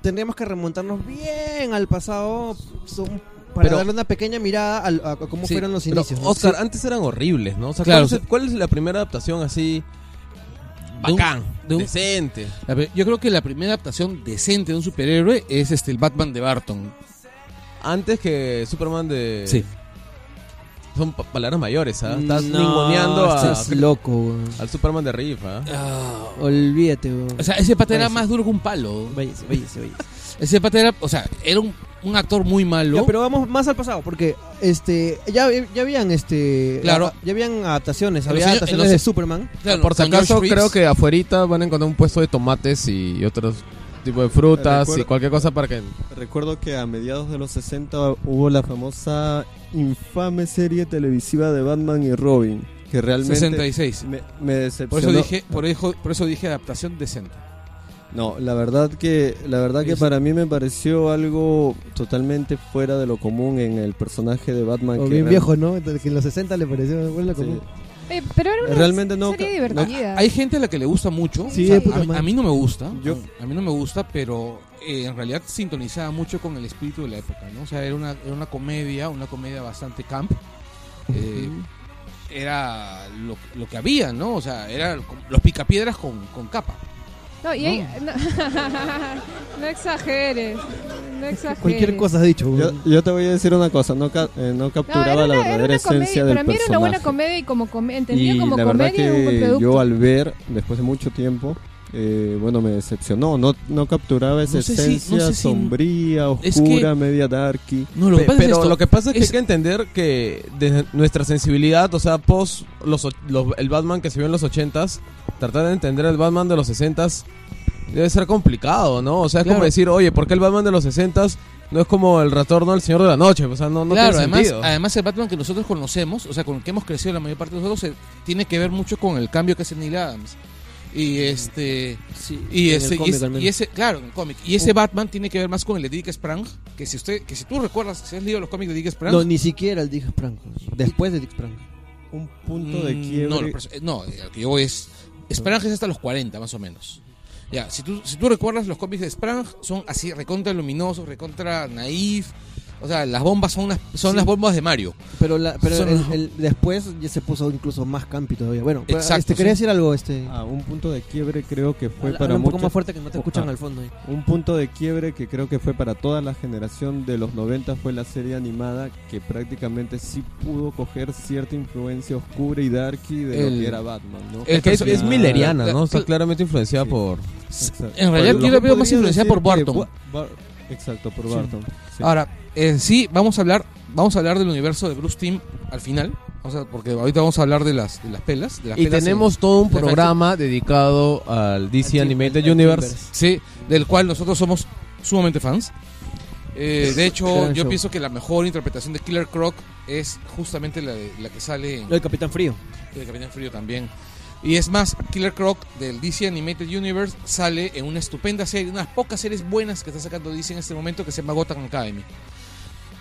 S3: tendríamos que remontarnos bien al pasado son- para
S1: Pero-
S3: darle una pequeña mirada al- a, a cómo
S1: Sí,
S3: fueron los
S1: pero,
S3: inicios. ¿no?
S1: Oscar,
S3: Sí.
S1: antes eran horribles, ¿no? O sea,
S4: Claro,
S1: ¿cuál, es, el- cuál es la primera adaptación así
S4: De un-
S1: bacán,
S4: de un-
S1: decente?
S4: A ver, yo creo que la primera adaptación decente de un superhéroe es este el Batman de Barton.
S1: Antes que Superman de... Son pa- palabras mayores, ¿ah? Estás
S3: No,
S1: ninguneando a-
S3: estás loco, weón.
S1: al Superman de Riff, ¿ah?
S4: Ah,
S3: Olvídate, weón.
S4: o sea, ese pata era
S3: Váyase.
S4: más duro que un palo.
S3: Váyase, váyase, váyase.
S4: (laughs) Ese pata era, o sea, era un, un actor muy malo.
S3: Ya, pero vamos más al pasado, porque este ya, ya habían este
S4: Claro.
S3: ya habían adaptaciones,
S4: En los
S3: había
S4: años- en
S3: adaptaciones
S4: los-
S3: de Superman.
S4: Claro,
S6: Por si
S4: con George
S6: acaso,
S4: Reeves.
S6: creo que afuerita van a encontrar un puesto de tomates y otros tipos de frutas y
S5: Recuerdo-
S6: cualquier cosa para que...
S5: Recuerdo que a mediados de los 60 hubo la famosa infame serie televisiva de Batman y Robin, que realmente
S4: 66.
S5: me, me decepcionó.
S4: Por eso dije, por eso, por eso dije adaptación decente.
S5: No, la verdad que la verdad que
S4: Es-
S5: para mí me pareció algo totalmente fuera de lo común en el personaje de Batman.
S3: O
S5: que
S3: bien
S5: real-
S3: viejo, ¿no? Entonces, Que en los 60 le pareció bueno,
S5: Sí.
S3: como-
S2: Eh, pero era una
S5: Realmente no
S2: serie
S5: ca-
S2: divertida.
S4: Hay gente a la que le gusta mucho.
S3: Sí,
S4: O sea,
S3: de puta
S4: a, mí-
S3: madre.
S4: a mí no me gusta.
S5: Yo-
S4: A mí no me gusta, pero eh, en realidad sintonizaba mucho con el espíritu de la época, ¿no? O sea, era una, era una comedia, una comedia bastante camp. Eh, Era lo, lo que había, ¿no? O sea, eran los picapiedras con, con capa.
S2: No, y hay- no. (laughs) No exageres. No exageres.
S3: Cualquier cosa has dicho.
S5: Yo,
S3: weón.
S5: yo te voy a decir una cosa, no, ca- eh, no
S2: No, era
S5: capturaba
S2: una,
S5: la
S2: era
S5: verdadera
S2: una
S5: esencia
S2: comedia.
S5: del
S2: Para mí era una buena
S5: personaje.
S2: comedia y como comedia, entendido
S5: Y
S2: como
S5: la verdad
S2: comedia y un buen
S5: que
S2: producto.
S5: yo al ver, después de mucho tiempo, eh, bueno, me decepcionó. No, no capturaba esa
S4: No sé si-
S5: esencia
S4: no sé si-
S5: sombría,
S4: es que-
S5: oscura, media darky.
S4: No, lo que
S1: Pe-
S4: pasa es
S1: pero
S4: esto.
S1: lo que pasa es que
S4: Es-
S1: hay que entender que desde nuestra sensibilidad, o sea, post los, och- los- el Batman que se vio en los 80s, tratar de entender el Batman de los 60s debe ser complicado, ¿no? O sea, es como
S4: Claro.
S1: decir, oye, ¿por qué el Batman de los 60s no es como el retorno del Señor de la Noche? O sea, no, no
S4: claro,
S1: tiene
S4: además, ah,
S1: sentido.
S4: además el Batman que nosotros conocemos, o sea, con el que hemos crecido la mayor parte de nosotros, eh, tiene que ver mucho con el cambio que hace Neil Adams. Y este. Y
S3: en el
S4: ese, y
S3: cómic
S4: ese-
S3: al menos. Uh.
S4: y ese- claro, en el cómic. Y ese Batman tiene que ver más con el de Dick Sprang, que si usted, que si tú recuerdas, si has leído los cómics de Dick Sprang,
S3: No, ni siquiera el Dick Franco. Después de Dick Franco.
S5: Un
S4: mm,
S5: punto de
S4: No,
S5: quiebre.
S4: lo
S3: Ah,
S4: pers- eh, no, eh, lo que yo voy es Sprang es hasta los 40 más o menos. Ya, si tú, si tú recuerdas los cómics de Sprang son así recontra luminosos, recontra naif. O sea, las bombas son unas, son
S3: Sí.
S4: las bombas de Mario.
S3: Pero, la, pero
S4: Son-
S3: el- el- después ya se puso incluso más campi todavía. Bueno, pero,
S4: Exacto,
S3: este,
S4: sí.
S3: quería decir algo. este
S5: Ah, un punto de quiebre creo que fue
S3: Habla-
S5: para
S3: habla un poco
S5: muchos
S3: más fuerte que no te escuchan
S5: Ah.
S3: al fondo. ahí.
S5: Un punto de quiebre que creo que fue para toda la generación de los 90 fue la serie animada que prácticamente sí pudo coger cierta influencia oscura y darky de
S4: El-
S5: lo que era Batman, ¿no?
S4: el
S1: Es que es, es
S5: Ah.
S1: milleriana, ¿no? Está
S4: Sí.
S1: claramente influenciada
S5: Sí.
S1: por...
S5: Exacto.
S4: En realidad
S5: Pero
S4: yo
S5: no
S4: la veo más
S5: podría
S4: influenciada
S5: decir
S4: por
S5: que
S4: Barton.
S5: Wa- Bar- Exacto, por
S4: Sí.
S5: Barton. Sí.
S4: Ahora, en sí, vamos a hablar, vamos a hablar del universo de Bruce Timm al final. O sea, porque Eh, ahorita vamos a hablar de las, de las pelas. de las
S1: Y
S4: pelas en-
S1: tenemos todo un
S4: de Frank-
S1: programa dedicado al DC
S3: Al Tim-
S1: Animated
S3: al- al
S1: Universe.
S3: Timbers.
S4: Sí, del cual nosotros somos sumamente fans. Eh, de hecho,
S3: Gran
S4: yo
S3: show.
S4: pienso que la mejor interpretación de Killer Croc es justamente la, de- la que sale en
S3: Lo del Capitán Frío.
S4: El Capitán Frío también. Y es más, Killer Croc del DC Animated Universe sale en una estupenda serie, unas pocas series buenas que está sacando DC en este momento que se llama Gotham Academy.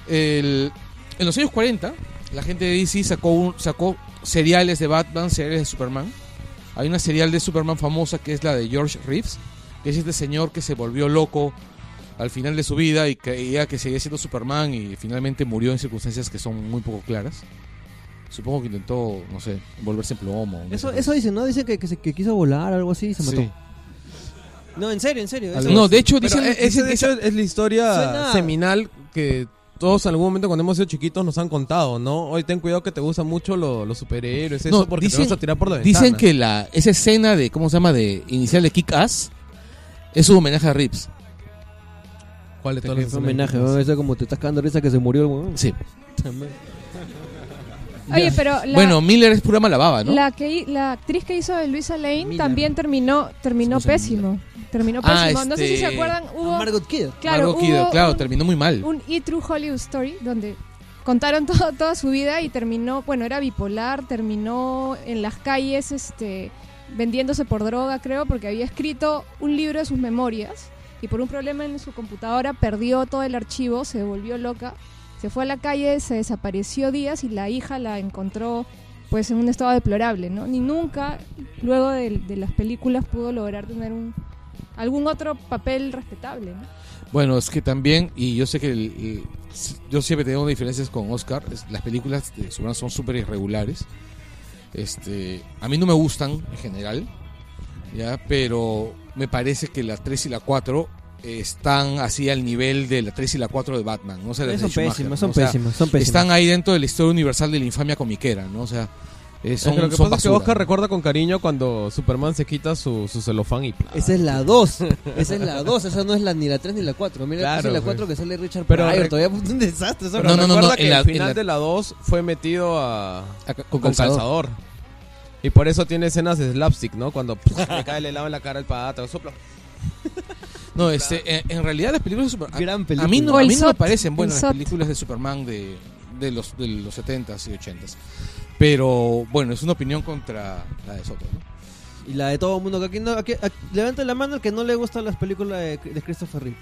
S4: El- en los años 40, la gente de DC sacó, un- sacó seriales de Batman, seriales de Superman. Hay una serial de Superman famosa que es la de George Reeves, que es este señor que se volvió loco al final de su vida y creía que seguía siendo Superman y finalmente murió en circunstancias que son muy poco claras. Supongo que intentó, no sé, volverse en plomo.
S3: Eso, eso dicen, ¿no? Dicen que, que, se- que quiso volar algo así y se
S4: Sí.
S3: mató. No, en serio, en serio. eso-
S4: No, de hecho,
S1: Pero
S4: dicen,
S1: e- ese, de hecho, es la historia
S3: Suena-
S1: seminal que todos en algún momento cuando hemos sido chiquitos nos han contado, ¿no? Hoy ten cuidado que te gustan mucho lo- los superhéroes, eso,
S4: No,
S1: porque
S4: dicen-
S1: te vas a tirar por la ventana.
S4: dicen que la, esa escena de, ¿cómo se llama? de Inicial de Kick Ass es un homenaje a Rips.
S1: ¿Cuál de todos
S3: Es
S1: los
S3: un homenaje, ¿no? Eso como te estás cagando de risa que se murió el weón.
S4: Sí.
S2: Oye, pero la,
S4: Bueno, Miller es pura malababa, ¿no?
S2: la, que, hi- la actriz que hizo de Luisa Lane
S3: Miller.
S2: también terminó, terminó
S4: Se llama
S2: pésimo. Terminó
S4: Ah,
S2: pésimo. No sé si se
S4: este-
S2: acuerdan, hubo,
S3: Margot Kidder.
S2: claro,
S4: Margot Kidder,
S2: hubo
S4: claro,
S2: un-
S4: terminó muy mal.
S2: un E True Hollywood Story donde contaron (laughs) todo, toda su vida y terminó, bueno, era bipolar, terminó en las calles este vendiéndose por droga, creo, porque había escrito un libro de sus memorias y por un problema en su computadora perdió todo el archivo, se volvió loca, se fue a la calle, se desapareció días y la hija la encontró pues en un estado deplorable, ¿no? Ni nunca, luego de, de las películas, pudo lograr tener un, algún otro papel respetable, ¿no?
S4: Bueno, es que también, y yo sé que el- el- si- yo siempre tengo diferencias con Oscar, es- las películas de Soprano son súper irregulares. Este, a mí no me gustan en general, ya, pero me parece que la 3 y la 4 están así al nivel de la 3 y la 4 de Batman, no O sea, las de
S3: son
S4: Schumacher,
S3: pésimas,
S4: ¿no?
S3: son
S4: O sea,
S3: pésimas, son pésimas.
S4: Están ahí dentro de la historia universal de la infamia comiquera, ¿no? O sea, eh, son,
S6: Es que lo que
S4: son
S6: pasa es que
S4: basura.
S6: Oscar recuerda con cariño cuando Superman se quita su, su celofán y... pla.
S3: Esa es la 2. Esa es la 2. Esa no es la, ni la 3 ni la 4. Mira,
S6: Claro,
S3: esa es la
S6: pues.
S3: 4 que sale Richard
S6: Pero
S3: Pryor.
S6: rec-
S3: Todavía es un desastre. eso
S6: Pero
S4: No, no, no,
S6: recuerda
S4: no, en
S6: que
S4: la-
S6: al final
S4: en la-
S6: de la 2 fue metido a...
S4: Acá-
S6: con, calzador. Y por eso tiene escenas de slapstick, ¿no? Cuando (laughs) pf, le cae el helado en la cara al pata, sopla.
S4: (laughs) No, este, en, en realidad las películas de Superman.
S3: Gran
S4: A mí
S3: película.
S4: no,
S2: O
S4: a
S2: el
S4: mí no me
S2: SOT,
S4: parecen
S2: el
S4: buenas las
S2: SOT.
S4: películas de Superman de, de los, de los 70s y 80s. Pero bueno, es una opinión contra la de Soto. ¿no?
S3: Y la de todo el mundo. que Aquí no, aquí- aquí- levanta la mano el que no le gustan las películas de, de Christopher Reeve.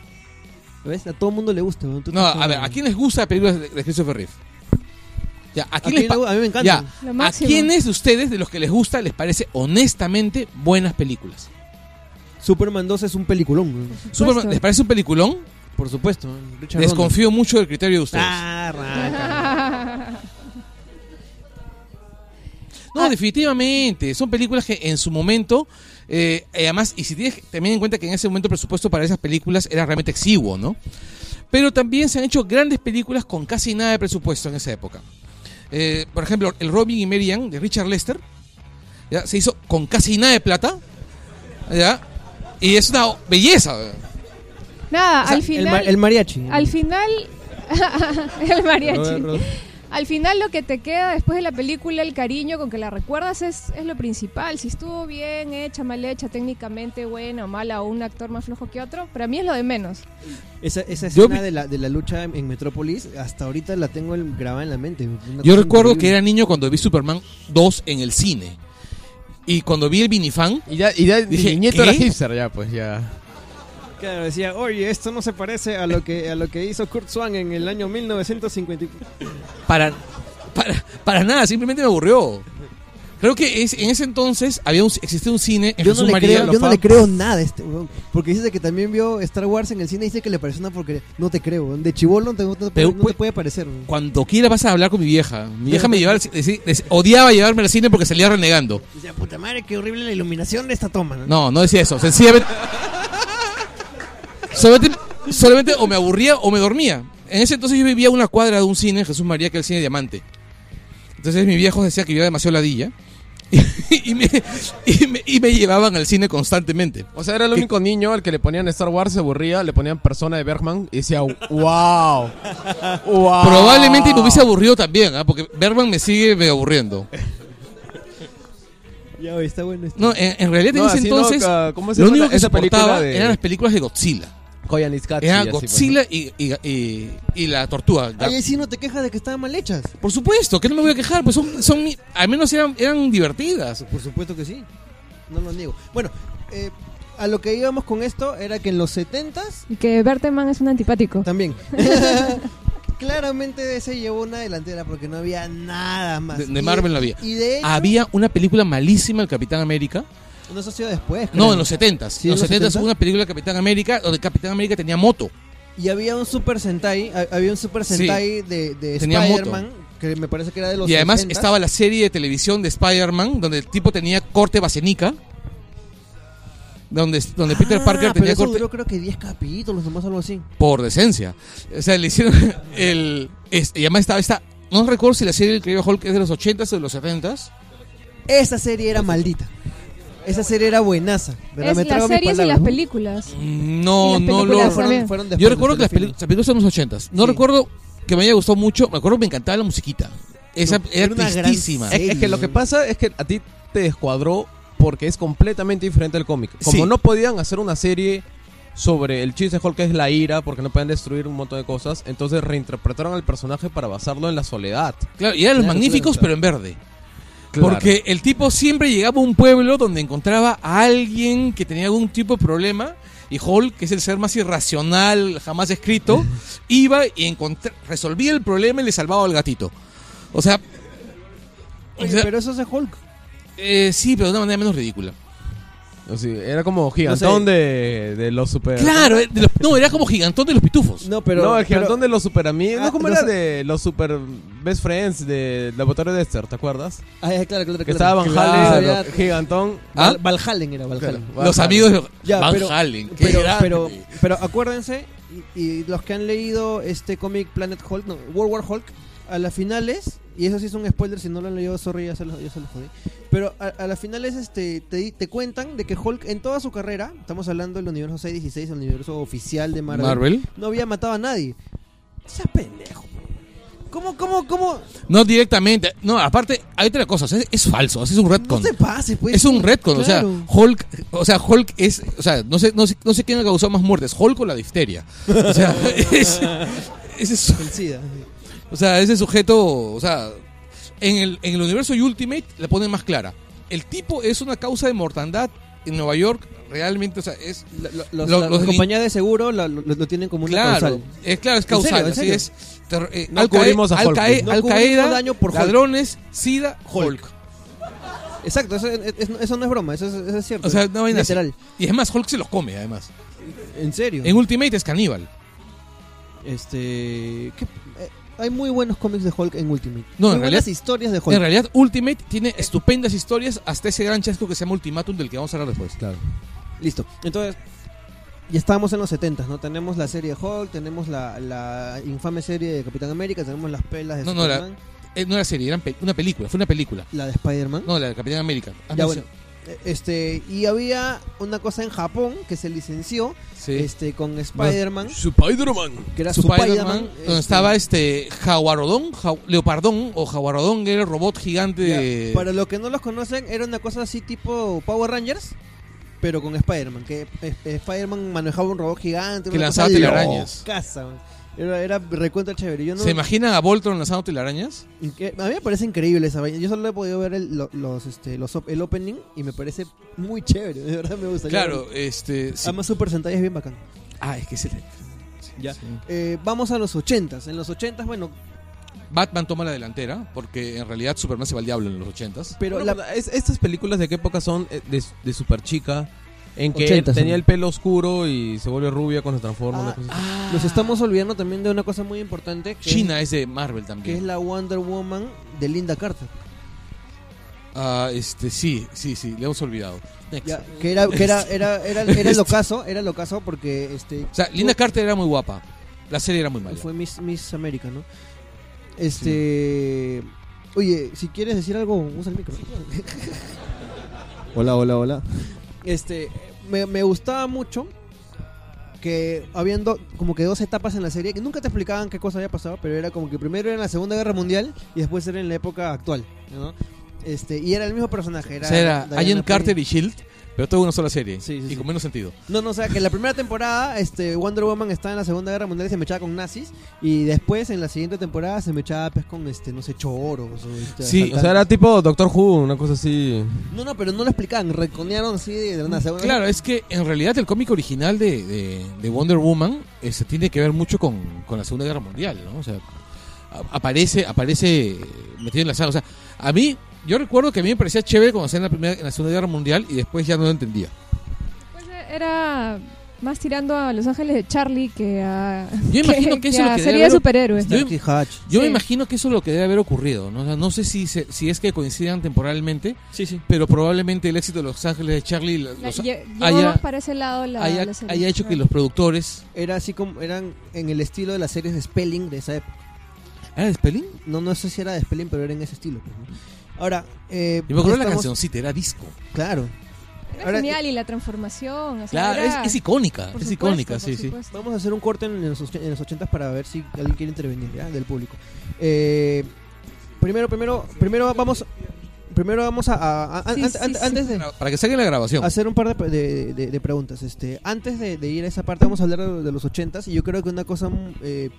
S3: ¿Ves? A todo el mundo le gusta. No, Tú-
S4: No,
S3: tú-
S4: a ver, ¿a quién les gusta las películas de de Christopher Reeve? Ya, ¿a,
S3: ¿A,
S4: quién
S3: quién
S4: les pa-
S3: le gu- a mí me encanta.
S4: ya,
S2: Lo
S4: ¿A
S2: máximo.
S4: quiénes de ustedes, de los que les gusta, les parece honestamente buenas películas?
S3: Superman 2 es un peliculón. ¿no?
S2: Por
S4: Superman,
S2: supuesto.
S4: ¿Les parece un peliculón?
S3: Por supuesto. ¿no? Richard
S4: Desconfío mucho del criterio de ustedes.
S3: Ah, arranca.
S2: (laughs)
S4: No, definitivamente. Son películas que en su momento, eh, eh, además, y si tienes que- también en cuenta que en ese momento el presupuesto para esas películas era realmente exiguo, ¿no? Pero también se han hecho grandes películas con casi nada de presupuesto en esa época. Eh, por ejemplo, el Robin y Mary Ann de Richard Lester ¿ya? se hizo con casi nada de plata. ¿ya? Y es una belleza.
S2: Nada,
S4: O sea,
S2: al
S3: El, ma-
S2: final...
S3: el mariachi.
S2: Al final... (laughs) el mariachi.
S5: Robert Ro-
S2: Al final lo que te queda después de la película, el cariño con que la recuerdas es, es lo principal. Si estuvo bien hecha, mal hecha, técnicamente buena o mala, o un actor más flojo que otro, para mí es lo de menos.
S3: Esa, esa
S4: Yo
S3: escena
S4: vi-
S3: de, la, de la lucha en, en Metrópolis, hasta ahorita la tengo el- grabada en la mente. Una
S4: Yo
S3: cosa
S4: recuerdo que
S3: increíble.
S4: era niño cuando vi Superman 2 en el cine. Y cuando vi el Vinifan,
S6: Y ya, y ya
S4: Dije,
S6: mi nieto era
S4: ¿qué?
S6: hipster, ya, pues, ya.
S3: Claro, decía, oye, esto no se parece a lo que, a lo que hizo Kurt Swan en el año 1950.
S4: para, para, para nada, simplemente me aburrió. Creo que es, en ese entonces había un, existía un cine en
S3: Yo, no
S4: Jesús
S3: le,
S4: María.
S3: creo, yo no le creo nada a este weón. Porque dice que también vio Star Wars en el cine y dice que le pareció una porquería. No te creo, weón. De chivolo no te, no te puede-
S4: Pero,
S3: no te
S4: pues-
S3: puede parecer. weón.
S4: Cuando quiera vas a hablar con mi vieja. Mi vieja me llevaba al ci- deci- dec- odiaba llevarme al cine porque salía renegando.
S3: Decía, puta madre, qué horrible la iluminación de esta toma. ¿no?
S4: No, no decía eso. Sencillamente. Solamente, solamente o me aburría o me dormía. En ese entonces yo vivía a una cuadra de un cine en Jesús María, que era el cine Diamante. Entonces mis viejos decían que vivía demasiado ladilla. (laughs) Y, me, y, me, y me llevaban al cine constantemente.
S6: O sea, era el
S4: ¿Qué?
S6: único niño al que le ponían Star Wars, se aburría, le ponían persona de Bergman y decía, wow. wow.
S4: Probablemente me hubiese aburrido también, ¿ah? porque Berman me sigue medio aburriendo.
S3: Ya, oye, está bueno. esto.
S4: No, en, en realidad en
S6: No,
S4: ese
S6: así no,
S4: entonces
S6: ca- ¿cómo se
S4: lo
S6: llama
S4: único
S6: la-
S4: que
S6: esa
S4: soportaba
S6: película de-
S4: eran las películas de Godzilla.
S6: Koyaanisqatsi,
S4: Era
S6: así, pues, ¿no?
S4: Godzilla y, y- y- y la tortuga.
S3: Ay, ahí sí no te quejas de que estaban mal hechas.
S4: Por supuesto, que no me voy a quejar, pues son, son mi- al menos eran, eran divertidas.
S3: Por supuesto que sí. No lo niego. Bueno, eh, a lo que íbamos con esto era que en los 70s
S2: Y que Berteman es un antipático. (laughs)
S3: también. (laughs) Claramente ese llevó una delantera porque no había nada más.
S4: De- de
S3: Y-
S4: Marvel no había.
S3: Y de hecho,
S4: Había una película malísima, el Capitán América.
S3: No, eso ha sido después.
S4: No,
S3: creo.
S4: en los 70s.
S3: Sí,
S4: en los
S3: en
S4: 70s
S3: los 70s.
S4: hubo una película de Capitán América donde Capitán América tenía moto.
S3: Y había un Super Sentai. ha- Había un Super
S4: Sí.
S3: Sentai de, de
S4: Tenía
S3: Spider-Man. Que me parece que era de los
S4: Y además
S3: 60s.
S4: estaba la serie de televisión de Spider-Man, donde el tipo tenía corte basenica. Donde, donde Peter
S3: Ah,
S4: Parker
S3: pero
S4: tenía
S3: eso
S4: corte
S3: duró creo que 10 capítulos, nomás algo así.
S4: por decencia. O sea, le hicieron (laughs) el. es- y además estaba esta. No recuerdo si la serie del Increíble Hulk es de los 80s o de los 70s.
S3: Esa serie era maldita. Esa serie era buenaza. ¿verdad?
S2: Es
S3: Me trago
S2: las
S3: mis
S2: series y
S3: palabras,
S2: las
S3: ¿no?
S2: películas.
S4: No,
S2: Y las
S4: no
S2: películas
S4: lo.
S2: también.
S3: Fueron- fueron después
S4: Yo
S3: de
S4: recuerdo que las,
S3: Telefilm.
S4: peli- las películas son los 80s. No
S3: Sí.
S4: recuerdo que me haya gustado mucho. Me acuerdo que me encantaba la musiquita. Esa
S3: No,
S4: era,
S3: era una gran
S4: tristísima.
S3: serie.
S6: Es, es que lo que pasa es que a ti te descuadró porque es completamente diferente al cómic. Como
S4: Sí.
S6: no podían hacer una serie sobre el chiste de Hulk que es la ira, porque no pueden destruir un montón de cosas, entonces reinterpretaron al personaje para basarlo en la soledad.
S4: Claro, y eran los
S3: Claro,
S4: magníficos,
S3: claro,
S4: pero en verde.
S1: Claro.
S4: Porque el tipo siempre llegaba a un pueblo donde encontraba a alguien que tenía algún tipo de problema. Y Hulk, que es el ser más irracional jamás
S3: (laughs)
S4: escrito, iba y encontra- resolvía el problema y le salvaba al gatito. O sea. o sea,
S3: pero eso es Hulk.
S4: eh, sí, pero de una manera menos ridícula.
S1: O sea, era como gigantón de, de los super.
S4: Claro, eh, de los- no, era como gigantón de los pitufos.
S3: No, pero.
S1: no, el
S3: pero-
S1: gigantón de los super amigos.
S3: Ah,
S1: no, como
S3: los-
S1: era de los super best friends del laboratorio de Dexter, ¿te acuerdas?
S3: Ah, ya, claro, claro, claro.
S1: Que estaba Van Halen,
S3: Claro.
S1: gigantón.
S4: ¿Ah?
S3: Val- Valhallen era Valhallen.
S1: Claro.
S4: Los amigos de
S3: Ya,
S4: Van
S3: pero-
S4: Halen. qué
S3: Pero,
S4: grande.
S3: pero, pero acuérdense, y, y los que han leído este cómic Planet Hulk, no, World War Hulk, a las finales, y eso sí es un spoiler, si no lo han leído, sorry, ya se los, ya se los jodí. Pero a, a las finales este, te, di- te cuentan de que Hulk en toda su carrera, estamos hablando del universo 616, el universo oficial de Marvel,
S4: Marvel.
S3: no había matado a nadie. Ese pendejo. ¿Cómo, cómo, cómo?
S4: No directamente. No, aparte, hay otra cosa. o sea, es, es falso. o sea, Es un
S3: No
S4: retcon.
S3: se pase, pues.
S4: es un retcon. O
S3: Claro.
S4: sea, Hulk. O sea, Hulk es. O sea, no sé, no sé, no sé quién ha causado más muertes. Hulk o la difteria. O sea, (laughs) es- ese, su-
S3: El SIDA.
S4: o sea, ese sujeto. O sea, en el, en el universo Ultimate la ponen más clara. El tipo es una causa de mortandad en Nueva York. Realmente, o sea, es.
S3: Lo- lo- Los,
S4: Lo-
S3: la-
S4: (laughs) los-
S3: la compañía de seguro la- lo, lo tienen como una
S4: Claro,
S3: causal.
S4: es claro, es
S3: ¿En serio?
S4: causal,
S3: ¿En
S4: así
S3: serio?
S4: es. Ter- eh,
S1: No
S4: Al Qae-
S1: cubrimos a
S4: Al
S1: Hulk.
S4: Qae-
S3: No
S4: Al
S3: cubrimos
S4: Qaeda,
S3: daño por Hulk.
S4: ladrones, SIDA, Hulk.
S3: Exacto, eso, es- es- eso no es broma, eso es, eso es cierto.
S4: O sea, no vaina así.
S3: Literal.
S4: Y además Hulk se los come, además.
S3: En serio.
S4: En Ultimate es caníbal.
S3: Este. ¿qué- eh, hay muy buenos cómics de Hulk en Ultimate.
S4: No,
S3: muy
S4: en
S3: buenas
S4: realidad-
S3: historias de Hulk.
S4: En realidad, Ultimate tiene estupendas historias hasta ese gran chasco que se llama Ultimatum del que vamos a hablar después. Claro.
S3: Listo. Entonces. Ya estábamos en los 70, ¿no? Tenemos la serie de Hulk, tenemos la, la infame serie de Capitán América, tenemos las pelas de
S4: No, no, la-
S3: Superman,
S4: no era serie, era pe- una película, fue una película.
S3: la, de Spider-Man.
S4: No, la de Capitán América. Ah,
S3: ya
S4: no,
S3: bueno. Eh, Este, y había una cosa en Japón que se licenció
S4: Sí.
S3: este con Spider-Man,
S1: Spider-Man.
S3: que era
S4: Spider-Man,
S3: Spider-Man.
S4: donde estaba este Jaguarodón, Jau- Leopardón o Jaguarodón, que era el robot gigante de...
S3: Ya, Para los que no los conocen, era una cosa así tipo Power Rangers, pero con Spider-Man. Que eh, eh, Spider-Man manejaba un robot gigante.
S4: Que
S3: una
S4: lanzaba
S3: cosa
S4: telarañas.
S3: locaza, man. Era, era recuento chévere. Yo no,
S4: ¿Se imaginan a Voltron lanzando telarañas?
S3: que- a mí me parece increíble esa vaina. Yo solo he podido ver el, lo- los, este, los, op- el opening y me parece muy chévere. De verdad me gusta.
S4: Claro, este... sí.
S3: Además, Super Sentai es bien bacán.
S4: Ah, es que es el...
S3: Ya. Eh, vamos a los 80s. En los 80s, bueno,
S4: Batman toma la delantera, porque en realidad Superman se va al diablo en los ochentas.
S3: pero
S1: Bueno,
S3: la-
S1: pues, es- estas películas de qué época son Eh, de, de super chica en que
S3: Ochentas,
S1: tenía
S3: ¿no?
S1: el pelo oscuro y se vuelve rubia cuando se transforma.
S3: Ah,
S1: una cosa así.
S3: nos estamos olvidando también de una cosa muy importante. Que
S4: China es de Marvel
S3: Es, que es
S4: también.
S3: la Wonder Woman de Linda Carter.
S4: Ah, este, sí, sí, sí, le hemos olvidado. Next.
S3: Ya, que era,
S4: (laughs)
S3: que era, era, era, era el ocaso, era el ocaso porque este
S4: Este. O sea, Linda Carter era muy guapa. La serie era muy mala.
S3: fue Miss, Miss América, ¿no? Este oye, si quieres decir algo, usa el micro. (laughs)
S5: Hola, hola, hola.
S3: Este me, me gustaba mucho que habiendo como que dos etapas en la serie que nunca te explicaban qué cosa había pasado, pero era como que primero era en la Segunda Guerra Mundial y después era en la época actual, ¿no? Este, y era el mismo personaje,
S4: O
S3: era,
S4: sea, era
S3: Diana
S4: Agent
S3: Prince.
S4: Carter y Shield, pero toda una sola serie.
S3: Sí, sí,
S4: y
S3: sí.
S4: con menos sentido.
S3: No, no, o sea, que en la primera temporada este, Wonder Woman estaba en la Segunda Guerra Mundial y se me echaba con nazis. Y después, en la siguiente temporada, se me echaba pues, con, este, no sé, choros. O, este,
S1: Sí, o sea, era tipo Doctor Who, una cosa así.
S3: No, no, pero no lo explicaban. Reconearon así de de la Segunda
S4: Claro, es que en realidad el cómic original de, de- de Wonder Woman eh, se tiene que ver mucho con, con la Segunda Guerra Mundial, ¿no? O sea, a- aparece, aparece metido en la sala. O sea, a mí, yo recuerdo que a mí me parecía chévere cuando hacía en la, primera, en la Segunda Guerra Mundial y después ya no lo entendía.
S2: Pues eh, era más tirando a Los Ángeles de Charlie que a.
S4: Yo imagino
S2: (laughs)
S4: que eso
S2: a
S4: lo que debe
S2: serie de
S4: haber-
S2: superhéroes.
S4: Yo-
S3: Guerra. Hatch.
S4: Yo me
S2: Sí.
S4: imagino que eso es lo que debe haber ocurrido, ¿no? O sea, no sé si, se- si es que coincidan temporalmente,
S3: Sí, sí.
S4: pero probablemente el éxito de Los Ángeles de Charlie la-
S2: La-
S4: los-
S2: lle- llevó
S4: haya-
S2: más para ese lado la,
S4: haya,
S2: la serie.
S4: haya hecho que
S2: Ah.
S4: los productores...
S3: Era así como, eran en el estilo de las series de Spelling de esa época.
S4: ¿Era de Spelling?
S3: No, no sé si era de Spelling, pero era en ese estilo. pues, ¿no? Ahora, eh,
S4: Yo me acuerdo de la
S3: ya estamos-
S4: cancioncita, era disco.
S3: Claro.
S2: Era
S3: Ahora-
S2: genial y la transformación. o sea,
S4: Claro,
S2: era-
S4: es, es icónica, Ah, es
S2: por supuesto,
S4: icónica,
S2: por
S4: sí, sí.
S2: supuesto.
S3: Vamos a hacer un corte en los, och- en los 80 para ver si alguien quiere intervenir ¿ya? del público. Eh, primero, primero, primero vamos, primero vamos a, a- a-
S2: Sí,
S3: an-
S2: sí,
S3: an-
S2: sí.
S3: antes de
S4: Para- Para que saquen la grabación.
S3: hacer un par de, de- de- de preguntas. Este, antes de, de ir a esa parte vamos a hablar de, de los 80 y yo creo que una cosa mm, eh,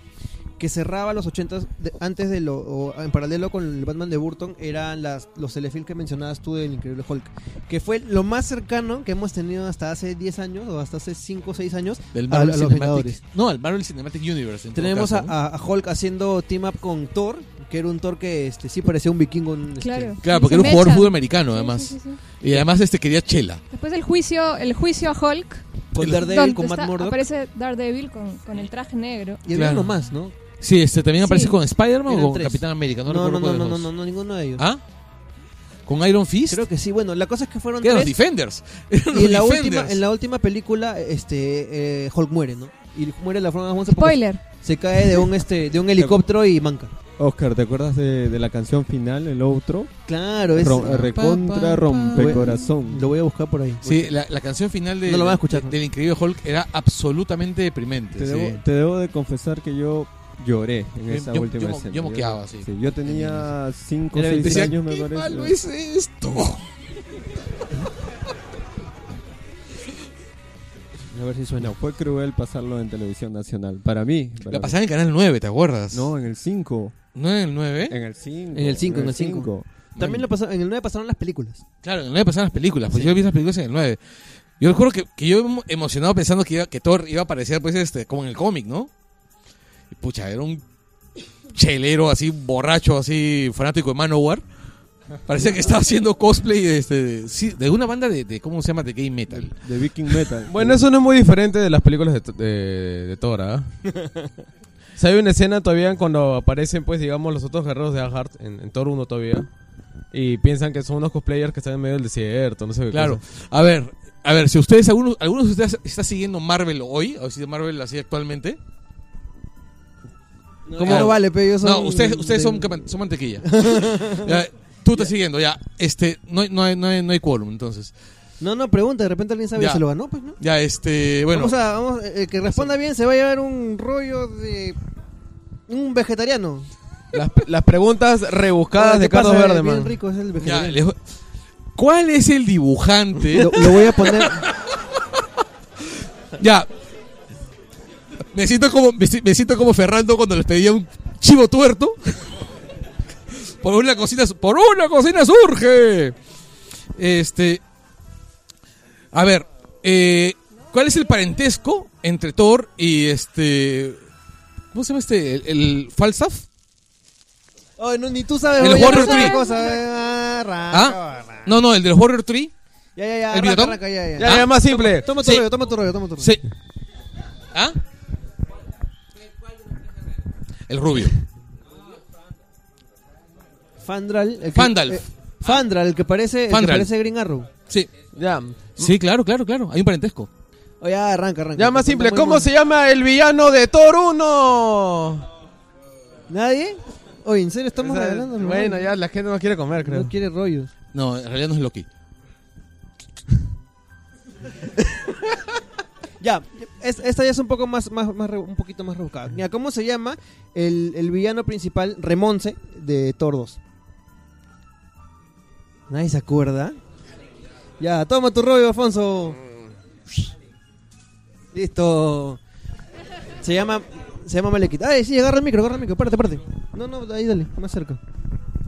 S3: que cerraba los 80 antes de lo o en paralelo con el Batman de Burton eran las los telefilms que mencionabas tú del Increíble Hulk, que fue lo más cercano que hemos tenido hasta hace 10 años o hasta hace 5 o 6 años
S4: Del
S3: a, a
S4: Marvel
S3: los
S4: Cinematic.
S3: Vengadores.
S4: No, al Marvel Cinematic Universe. en todo
S3: Tenemos a,
S4: caso, ¿no?
S3: a- a Hulk haciendo team up con Thor, que era un Thor que este sí parecía un vikingo en este,
S2: Claro.
S4: Claro, porque era un
S2: Se
S4: jugador de
S2: mecha.
S4: fútbol americano,
S2: Sí,
S4: además.
S2: sí, sí, sí.
S4: Y además este quería chela.
S2: Después del juicio, el juicio a Hulk,
S3: con
S4: El-
S3: Daredevil,
S2: donde
S3: con
S2: está-
S3: Matt Murdock
S2: aparece Daredevil con, con el traje negro.
S3: y había
S4: Claro.
S3: uno más, ¿no?
S4: Sí, este también aparece
S2: Sí.
S4: con Spider-Man o
S3: Eran
S4: con
S3: tres.
S4: Capitán América. No,
S3: No, no,
S4: recuerdo
S3: no,
S4: cuál de
S3: no, no,
S4: los dos.
S3: no, ninguno de ellos.
S4: ¿Ah? ¿Con Iron Fist?
S3: Creo que sí. Bueno, la cosa es que fueron
S4: que eran los
S3: tres. (laughs)
S4: Defenders. (laughs) Eran los
S3: Y en la,
S4: Defenders.
S3: última, en la última película, este, eh, Hulk muere, ¿no? Y muere de la forma más monstruosa porque
S2: Spoiler.
S3: se cae de un este,
S4: (laughs)
S3: de un helicóptero y manca.
S5: Oscar, ¿te acuerdas de, de la canción final, el outro?
S3: Claro, es.
S5: Rom- recontra rompecorazón.
S3: Lo voy a buscar por ahí.
S4: Sí, la, la canción final de,
S3: No lo van a escuchar.
S4: de- del Increíble Hulk era absolutamente deprimente.
S5: Te,
S4: sí.
S5: debo, te debo de confesar que yo lloré en
S4: Yo-
S5: esa
S4: yo-
S5: última
S4: yo mo-
S5: escena.
S4: yo moqueaba, sí.
S5: Yo tenía 5 o
S3: Era
S5: 6
S4: Decía,
S5: años, me
S4: "Qué malo
S5: parece.
S4: es esto!
S5: (laughs) A ver si suena. Fue cruel pasarlo en televisión nacional. Para mí. para
S4: La
S5: mí.
S4: pasaba en el Canal 9, ¿te acuerdas?
S5: No, en el 5.
S4: ¿No en el 9?
S5: En el 5.
S3: En el cinco, en el cinco. También lo pasaron, en el 9 pasaron las películas.
S4: Claro, en el 9 pasaban las películas, pues
S3: Sí.
S4: yo vi esas películas en el 9. Yo recuerdo que, que yo emo- emocionado pensando que, iba- que Thor iba a aparecer, pues, este, como en el cómic, ¿no? Y pucha, era un chelero así, borracho, así, fanático de Manowar. Parecía que estaba haciendo cosplay de, este, de- sí, de una banda de, de- ¿cómo se llama? De game metal.
S5: De Viking
S4: (laughs)
S5: Metal.
S1: Bueno, eso no es muy diferente de las películas de, de, de
S4: (laughs)
S1: Thor, ¿ah? O sea, hay una escena todavía cuando aparecen, pues, digamos, los otros guerreros de Asgard en, en Thor 1 todavía. Y piensan que son unos cosplayers que están en medio del desierto, no sé qué
S4: Claro.
S1: cosa.
S4: A ver, a ver, si ustedes, algunos, algunos de ustedes está siguiendo Marvel hoy, o si Marvel así actualmente. ¿Cómo?
S3: Ya No vale, pero yo soy.
S4: No, ustedes, ustedes son, capa- son mantequilla. (laughs) Ya, tú estás siguiendo, ya. Este, no, hay- no, hay, no, hay, no hay quórum, entonces.
S3: No, no, pregunta, de repente alguien sabe y
S4: Ya.
S3: se lo ganó, pues, ¿no?
S4: Ya, este, bueno.
S3: Vamos a, vamos, eh, el que responda bien se va a llevar un rollo de. Un vegetariano.
S1: Las, las preguntas
S4: Ah,
S1: rebuscadas de
S3: ¿Qué pasa? Eh,
S1: Carlos
S3: Bien
S1: Verdeman.
S3: rico es el
S4: ya,
S3: vegetariano.
S4: les- ¿Cuál es el dibujante?
S3: Lo, lo voy a poner.
S4: (laughs) ya. Me siento como, me, si- me siento como Ferrando cuando les pedía un chivo tuerto. (laughs) por una cocina, su- por una cocina surge. Este. A ver, eh, ¿cuál es el parentesco entre Thor y este. ¿Cómo se llama este? El, el Falstaff.
S3: Ay, no, ni tú sabes.
S4: El
S3: oye,
S4: Warrior
S3: no sabes
S4: Tree.
S3: cosa, eh, arranca,
S4: ¿Ah?
S3: arranca.
S4: No, no, el del Horror Tree.
S3: Ya, ya, ya.
S4: ¿El
S3: arranca,
S4: bigotón?
S3: arranca, ya, ya.
S1: Ya,
S4: Ah,
S1: ya, más simple.
S3: Toma tu
S4: Sí.
S3: rollo, toma tu rollo, toma tu rollo.
S4: Se- ¿Ah? El rubio.
S3: Fandral. El que, eh,
S4: Fandral.
S3: Fandral, el que parece, el que
S4: Fandral.
S3: parece Green Arrow.
S4: Sí.
S1: Ya.
S4: Sí, claro, claro, claro. Hay un parentesco.
S3: Oh, ya, arranca, arranca.
S1: Ya, más simple.
S3: Está muy
S1: ¿Cómo
S3: mono.
S1: se llama el villano de Thor 1?
S3: ¿Nadie? Oye, en serio, estamos
S1: O sea,
S3: regalando. mi
S1: Bueno,
S3: rollo.
S1: ya la gente no quiere comer, creo.
S3: No quiere rollos.
S4: No, en realidad no es Loki.
S3: Ya, es- esta ya es un poco más, más, más re- un poquito más rebuscada. Mira, ¿cómo se llama el, el villano principal, Remonce, de Tordos? Nadie se acuerda. Ya, toma tu rollo, Alfonso. Listo. Se llama. Se llama Malekith. Ay, sí, agarra el micro, agarra el micro. Párate, párate. No, no, ahí dale, más cerca.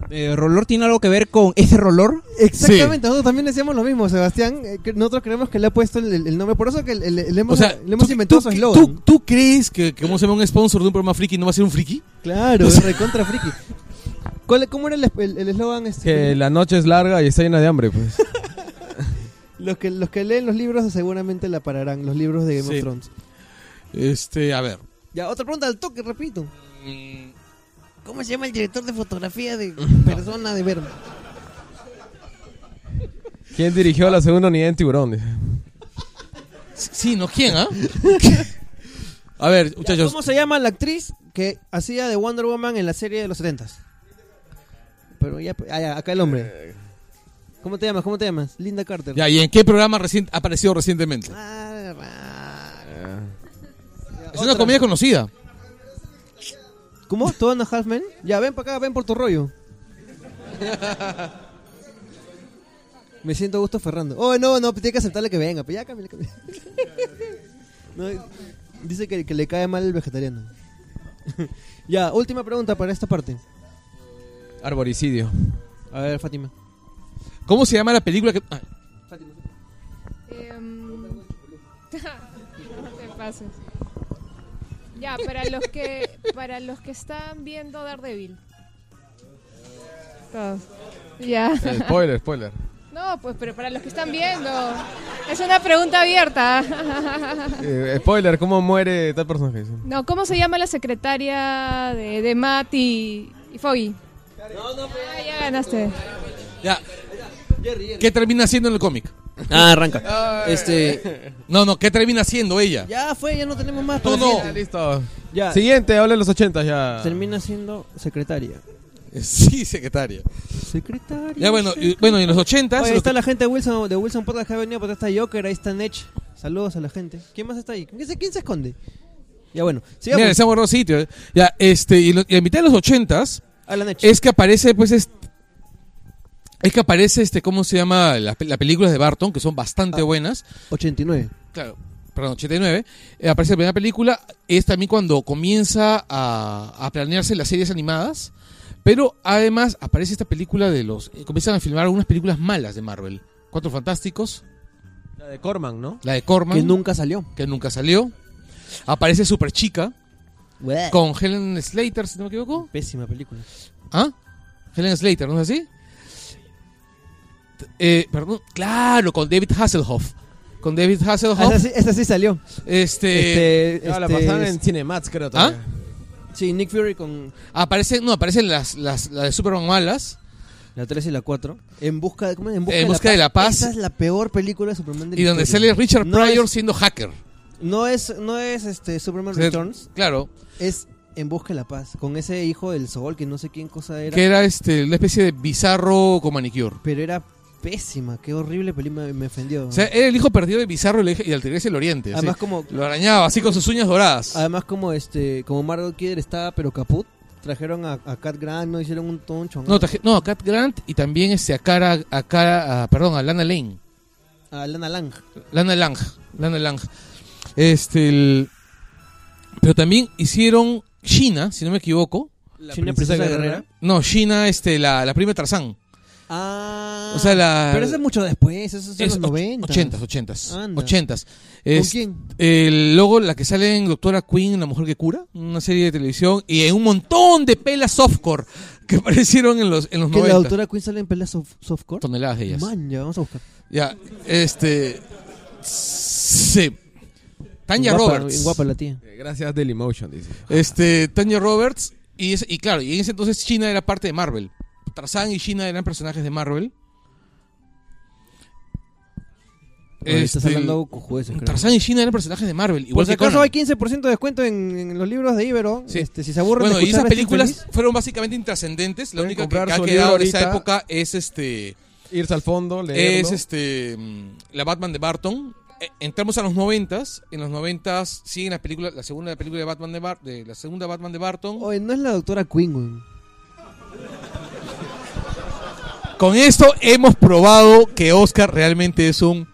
S7: Eh, ¿Rolor tiene algo que ver con ese rolor?
S3: Exactamente, nosotros también decíamos lo mismo, Sebastián. Eh, que Nosotros creemos que le ha puesto el, el- el nombre. Por eso que le, le- le hemos,
S4: O sea,
S3: le hemos
S4: ¿tú-
S3: inventado
S4: tú-
S3: su
S4: ¿tú,
S3: eslogan.
S4: tú crees que, que, ¿cómo se llama un sponsor de un programa friki no va a ser un friki?
S3: Claro, es recontra friki. ¿Cuál- ¿Cómo era el esp- el el eslogan? este?
S1: Que la noche es larga y está llena de hambre, pues.
S3: Los, que, los que leen los libros seguramente la pararán, los libros de Game
S4: Sí.
S3: of Thrones.
S4: Este, a ver.
S3: Ya, otra pregunta al toque, repito.
S4: Mm,
S3: ¿Cómo se llama el director de fotografía
S4: (laughs)
S3: de Persona de Verde?
S1: ¿Quién dirigió la segunda unidad en Tiburón? Dice.
S4: Sí, no, ¿quién,
S3: (laughs)
S4: ah? a (laughs) ver,
S3: Ya,
S4: muchachos.
S3: ¿Cómo se llama la actriz que hacía de Wonder Woman en la serie de los 70s? Pero ya, ah, ya, acá el hombre. ¿Cómo te llamas? ¿Cómo te llamas? Linda Carter.
S4: Eh. Ya, ¿y en qué programa recien- ha aparecido recientemente?
S3: Ah, ah.
S4: es una comedia conocida.
S3: ¿Cómo? ¿Tú Anna Halfman? Ya, ven para acá, ven por tu rollo. Me siento a gusto Ferrando. Oh, no, no, tiene que aceptarle que venga. Pues ya,
S1: (laughs)
S3: cámbiale, cámbiale. No, dice que, que le cae mal el vegetariano. (laughs) ya, última pregunta para esta parte.
S4: Arboricidio.
S3: A ver, Fátima.
S4: ¿Cómo se llama la película que.? ah,
S2: Em, (laughs) no te pases. Ya, para los que para los que están viendo Daredevil. Todos. Ya.
S6: Eh, Spoiler, spoiler.
S3: (laughs)
S2: No, pues pero para los que están viendo. Es una pregunta abierta. (laughs)
S6: Eh, spoiler, ¿cómo muere tal personaje? Sí.
S2: No, ¿cómo se llama la secretaria de, de Matt y, y Foggy? Ah, ya ganaste.
S4: ya. ¿Qué termina siendo en el cómic? (laughs)
S3: Ah, arranca. Este,
S4: No, no, ¿qué termina siendo ella?
S3: ya fue, ya no tenemos más.
S4: Tú
S3: para
S4: no.
S3: la siguiente.
S6: Listo.
S3: Ya,
S6: Siguiente, habla de los 80 ya.
S3: termina siendo secretaria.
S4: (laughs) Sí, secretaria.
S3: Secretaria.
S4: Ya, bueno, y, bueno, y en los 80
S3: Oye, ahí está la gente de Wilson, de Wilson Podcast que ha venido, porque está Joker, ahí está Nech. Saludos a la gente. ¿Quién más está ahí? ¿Quién se, quién se esconde? Ya bueno, sigamos
S4: Mira, estamos en otro sitio. eh. Ya, este, y, lo- y a mitad de los 80s
S3: a Ah, la Nech.
S4: es que aparece, pues, es, es que aparece, este, ¿cómo se llama? Las pe- las películas de Barton, que son bastante
S3: Ah.
S4: buenas.
S3: 89.
S4: Claro, perdón, 89. eh, aparece la primera película. Es también cuando comienza a, a planearse las series animadas. Pero además aparece esta película de los. eh, comienzan a filmar algunas películas malas de Marvel. Cuatro Fantásticos,
S1: La de Corman, ¿no?
S4: la de Corman,
S3: Que nunca salió.
S4: que nunca salió. Aparece Super Chica con Helen Slater, si no me equivoco.
S3: Pésima película.
S4: ¿Ah? Helen Slater, ¿no es así? T- eh, perdón, claro, con David Hasselhoff. Con David
S3: Ah, Esa
S4: Hasselhoff,
S3: sí, esa sí salió.
S4: este,
S3: este,
S1: Ah, la
S3: este, ¿Ah?
S1: pasaban en Cinemats, creo. todavía.
S3: Sí, Nick Fury con
S4: aparecen, no, aparecen las, las, las de Superman malas.
S3: la 3 y la 4. En busca de, ¿cómo es? En busca,
S4: En busca de la paz.
S3: Esa es la peor película de Superman de la
S4: Y donde
S3: historia.
S4: sale Richard
S3: No
S4: Pryor
S3: es-
S4: siendo hacker.
S3: No es, no es este Superman
S4: O sea,
S3: Returns,
S4: Claro,
S3: es En busca de la paz. Con ese hijo del sol que no sé quién cosa era.
S4: que era este, una especie de bizarro con manicure.
S3: Pero era pésima, qué horrible película, me ofendió.
S4: O sea, era el hijo perdido de Bizarro y el- y Altagracia del Oriente. así.
S3: además como
S4: Lo arañaba así con sus uñas doradas.
S3: además como este como Margot Kidder estaba pero caput, trajeron a, a Cat Grant, no hicieron un toncho.
S4: No, traje- no, a Cat Grant y también este, a cara, a cara, a- perdón, a Lana Lane.
S3: a Lana Lang.
S4: Lana Lang, Lana Lang. Este, el- pero también hicieron China, si no me equivoco.
S3: La princesa, guerrera.
S4: No, China, este, la, la prima de Tarzán.
S3: Ah.
S4: O sea, la.
S3: pero eso es mucho después, eso es en
S4: es
S3: los 90.
S4: 80, 80,
S3: Anda.
S4: 80.
S3: ¿Con
S4: Es,
S3: quién?
S4: el- luego la que sale en Doctora Queen, La Mujer que Cura, una serie de televisión, y en un montón de pelas softcore que (laughs) aparecieron en los, en los
S3: Que
S4: 90.
S3: la autora Queen sale en peleas soft- softcore.
S4: Toneladas de ellas.
S3: Man, ya vamos a buscar.
S4: Ya, este. Sí. Tanya
S3: Guapa,
S4: Roberts.
S3: bien Guapa la tía.
S6: Eh, Gracias Dailymotion, dice.
S4: Este, Tanya Roberts. Y, es- y claro, y en ese entonces China era parte de Marvel. Tarzán y China eran personajes de Marvel.
S3: Oye, Estás
S4: Este,
S3: hablando con jueces, creo.
S4: Tarzán y China eran personajes de Marvel.
S3: Por
S4: Igual
S3: si
S4: que
S3: acaso
S4: Conan.
S3: hay 15% de descuento en, en los libros de Ibero.
S4: Sí.
S3: Este, si se aburren
S4: Bueno,
S3: de
S4: y esas
S3: escuchar a este
S4: películas
S3: infeliz,
S4: fueron básicamente intrascendentes. La
S6: Pueden
S4: única que,
S6: comprar
S4: ha
S6: su
S4: quedado
S6: libro
S4: de esa
S6: ahorita.
S4: época es este.
S6: Irse al fondo, leerlo.
S4: Es este. mm, La Batman de Barton. Eh, Entramos a los noventas. En los noventas siguen las películas. La segunda película de Batman de, Bar- de la segunda Batman de Barton.
S3: Oye, no es la doctora Queen, güey.
S4: Con esto hemos probado que Oscar realmente es un.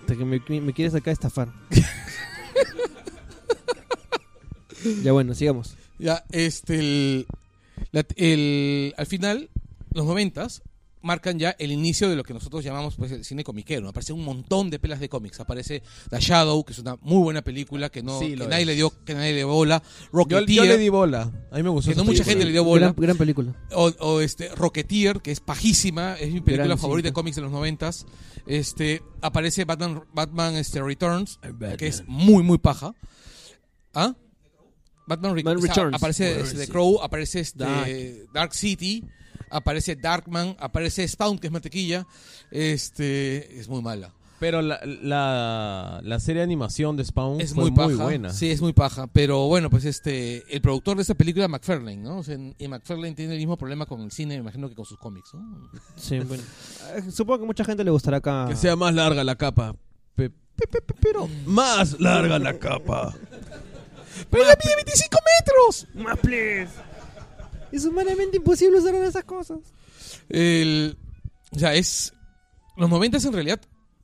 S3: Hasta que me, me- me quieres acá estafar. (laughs) ya bueno, sigamos.
S4: Ya, este. El, la- el- al final, los noventas marcan ya el inicio de lo que nosotros llamamos pues, el cine comiquero. Aparece un montón de pelas de cómics. Aparece The Shadow, que es una muy buena película que, no,
S6: Sí,
S4: que
S6: lo
S4: nadie
S6: es.
S4: le dio que nadie le dio bola.
S6: Yo,
S4: Rocketeer,
S6: yo le di bola. A mí me gustó.
S4: que no
S6: esa película.
S4: mucha gente le dio bola.
S3: Gran, gran película.
S4: O, o, este, Rocketeer, que es pajísima, es mi película
S3: Gran
S4: favorita de
S3: cinta.
S4: cómics de los noventas. Este, aparece Batman, Batman este, Returns, que es muy, muy paja. ¿Ah? Batman Re-
S3: Batman
S4: o sea,
S3: Returns.
S4: aparece este, The Crow, aparece este, Dark.
S3: Dark.
S4: City, aparece Darkman, aparece Spawn, que es mantequilla. Este, es muy mala.
S1: Pero la, la, la serie de animación de Spawn
S4: Es muy
S1: fue
S4: paja.
S1: buena.
S4: Sí, es muy paja. Pero bueno, pues este, el productor de esta película, McFarlane, ¿no? O sea, y McFarlane tiene el mismo problema con el cine, me imagino que con sus cómics, ¿no?
S3: Sí, bueno. Eh, Supongo que mucha gente le gustará acá.
S1: Que sea más larga la capa. Pe- pe- pe- pe- pero más larga la capa.
S4: ¡Pero ella mide 25 metros!
S3: Es humanamente imposible usar una de esas cosas.
S4: El, o sea, es. Los 90 en realidad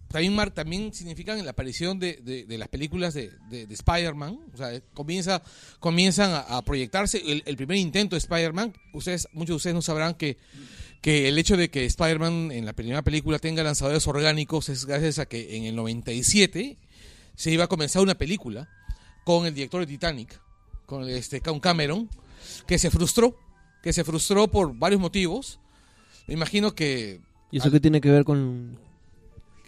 S4: también, mar- también significan la aparición de, de- de las películas de, de- de Spider-Man. O sea, eh, comienza, comienzan a, a proyectarse. El, el primer intento de Spider-Man, ustedes, muchos de ustedes no sabrán que, que el hecho de que Spider-Man en la primera película tenga lanzadores orgánicos es gracias a que en el 97 se iba a comenzar una película con el director de Titanic, con, este, con Cameron, que se frustró, que se frustró por varios motivos. Me imagino que
S3: ¿Y eso qué tiene que ver con...?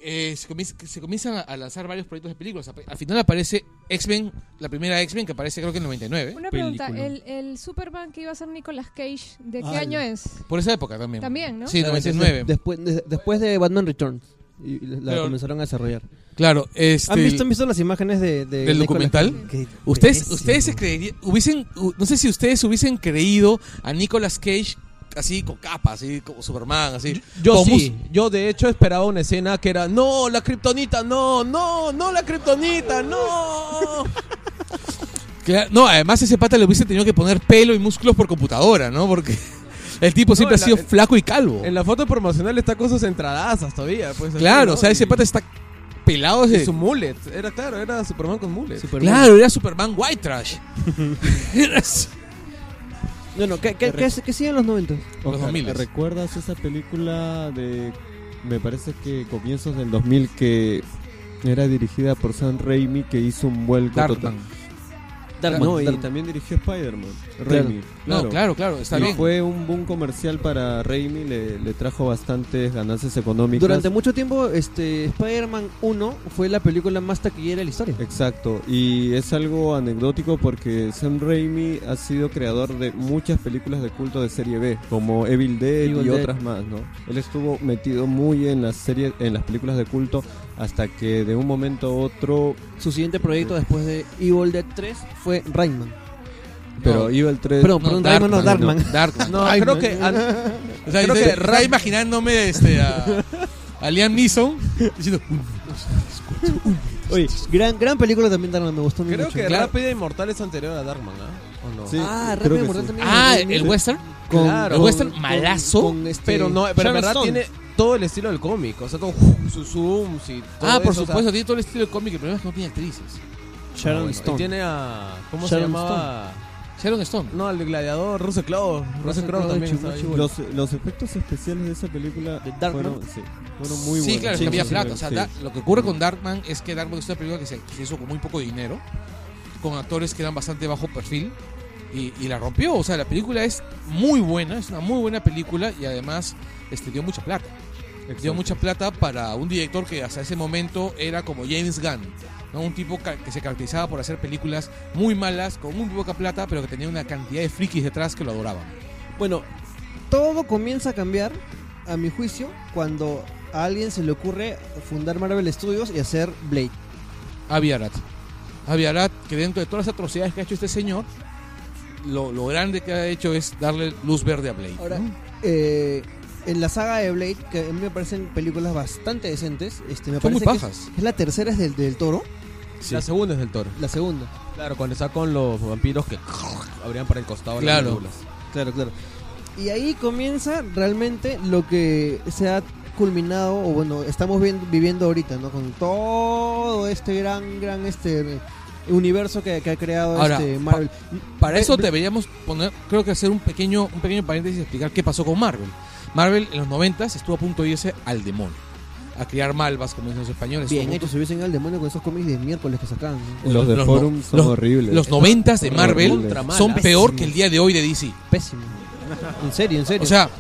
S4: eh, se, comienza- que se comienzan a, a lanzar varios proyectos de películas. Ap- Al final aparece X-Men, la primera X-Men que aparece creo que en el 99.
S2: Una pregunta,
S5: película.
S2: el, el Superman que iba a ser Nicolas Cage, ¿de qué
S3: Ah,
S2: año
S3: la-
S2: es?
S4: Por esa época también.
S2: También, ¿no?
S4: Sí,
S3: Claro, ese es
S4: 99.
S3: de- después, de, después de Batman Returns. Y la
S4: Pero-
S3: comenzaron a desarrollar.
S4: Claro, este...
S3: ¿Han, visto, ¿Han visto las imágenes de, de-
S4: ¿Del
S3: Nicolas
S4: documental?
S3: Cage? Qué
S4: Ustedes,
S3: pésimo.
S4: ustedes se creerían, hubiesen, u- no sé si ustedes hubiesen creído a Nicolas Cage así con capa, así como Superman, así.
S1: Yo
S4: Con
S1: sí,
S4: mus-
S1: yo de hecho esperaba una escena que era, no, la kriptonita, no, no, no la kriptonita, no.
S4: Claro, no, además ese pata le hubiesen tenido que poner pelo y músculos por computadora, ¿no? Porque (laughs) el tipo siempre ha
S1: en la-
S4: sido
S1: en-
S4: flaco y calvo.
S1: en la foto promocional está con sus entradazas todavía. Pues, así,
S4: Claro,
S1: ¿no?
S4: o sea, ese
S1: Y-
S4: pata está pelado
S1: y
S4: desde... (laughs)
S1: su mullet, era claro, era Superman con mullet.
S3: Superman.
S4: Claro, era Superman White
S1: (laughs)
S4: Trash. Era su-
S3: No, no, ¿qué, qué, qué, qué siguen los 90?
S4: Los 2000.
S5: ¿Recuerdas esa película de, me parece que comienzos del 2000 que era dirigida por Sam Raimi que hizo un vuelco total?
S4: Darkman.
S5: No, y
S3: Darkman.
S5: también dirigió Spider-Man, Raimi.
S4: No, claro, claro, está
S5: Y
S4: bien.
S5: Fue un boom comercial para Raimi, le, le trajo bastantes ganancias económicas.
S3: Durante mucho tiempo, este, Spider-Man 1 fue la película más taquillera de la historia.
S5: Exacto, y es algo anecdótico porque Sam Raimi ha sido creador de muchas películas de culto de serie B, como Evil Dead
S3: Evil
S5: y
S3: Dead.
S5: otras más, ¿no? Él estuvo metido muy en las series, en las películas de culto hasta que de un momento a otro,
S3: Su siguiente proyecto después de Evil Dead 3 fue Rayman.
S5: pero iba el 3
S3: Perdón, perdón, Rayman (laughs) no, Darkman.
S4: Darkman.
S1: No, creo que an-
S4: O sea,
S1: Creo
S4: creo que
S1: que Ray-
S4: imaginándome este, a, a Liam Neeson diciendo,
S3: Oye, gran, gran película también Darkman, me gustó
S1: creo
S3: mucho.
S1: que
S4: Claro.
S1: Rápida Inmortal es anterior a Darkman, ¿ah? ¿O no?
S5: Sí,
S3: ah,
S5: creo
S3: Rayman
S5: que
S3: Mortal
S5: sí.
S3: también.
S4: ah, el western.
S3: Con-
S1: Claro.
S4: El western malazo.
S3: este-
S1: Pero no, pero en
S3: Sharon
S1: verdad
S3: Stone.
S1: tiene todo el estilo del cómic, o sea, todo uf, sus zooms y todo
S4: Ah, por
S1: eso, o sea,
S4: supuesto, tiene todo el estilo de cómic, el problema es que no tiene actrices. Ah,
S3: Sharon
S1: bueno, Y
S3: Stone.
S1: tiene a ¿cómo
S3: Sharon
S1: se llamaba?
S4: Sharon Stone.
S1: No, al gladiador Russell Crowe, Russell Crowe
S3: Crowe,
S1: también
S3: Chibuchi,
S1: estaba ahí.
S5: Los, los efectos especiales de esa película
S3: ¿De Darkman?
S5: fueron, sí, fueron muy buenos.
S4: sí, claro, es que había
S5: sí,
S4: plata. O sea,
S5: sí.
S4: Dar- lo que ocurre con Darkman es que Darkman es una película que se, que se hizo con muy poco dinero, con actores que eran bastante bajo perfil, y, y la rompió. O sea, la película es muy buena, es una muy buena película y además este, dio mucha plata. Dio
S5: Exacto.
S4: mucha plata para un director que hasta ese momento era como James Gunn. ¿no? Un tipo ca- que se caracterizaba por hacer películas muy malas, con muy poca plata, pero que tenía una cantidad de frikis detrás que lo adoraban.
S3: Bueno, todo comienza a cambiar, a mi juicio, cuando a alguien se le ocurre fundar Marvel Studios y hacer Blade.
S4: Avi Arad. Avi Arad, que dentro de todas las atrocidades que ha hecho este señor, lo, lo grande que ha hecho es darle luz verde a Blade.
S3: Ahora,
S4: ¿no?
S3: eh, en la saga de Blade, que a mí me parecen películas bastante decentes, este, me
S4: Son muy
S3: parece que
S4: pajas.
S3: es, es la tercera es del, del toro,
S1: La segunda es del toro.
S3: la segunda.
S1: Claro, cuando está con los vampiros que abrían para el costado las
S4: Claro.
S1: mandíbulas.
S3: Claro, claro. Y ahí comienza realmente lo que se ha culminado, o bueno, estamos vi- viviendo ahorita, ¿no? Con todo este gran, gran este universo que, que ha creado
S4: Ahora,
S3: este Marvel.
S4: Para eso
S3: Bl-
S4: deberíamos poner, creo que hacer un pequeño, un pequeño paréntesis y explicar qué pasó con Marvel. Marvel en los 90 estuvo a punto de irse al demonio, a criar malvas, como dicen los españoles.
S3: Bien
S4: Estuvo a
S3: hecho,
S4: punto-
S3: se hubiesen ido al demonio con esos cómics de miércoles que sacaban. ¿no?
S5: Los de
S4: Los no-
S5: Forum son
S4: los-
S5: horribles.
S4: Los 90 de Marvel
S5: Horrible.
S4: son
S3: Malas.
S4: peor que el día de hoy de DC.
S3: Pésimo. En serio, en serio.
S4: O sea,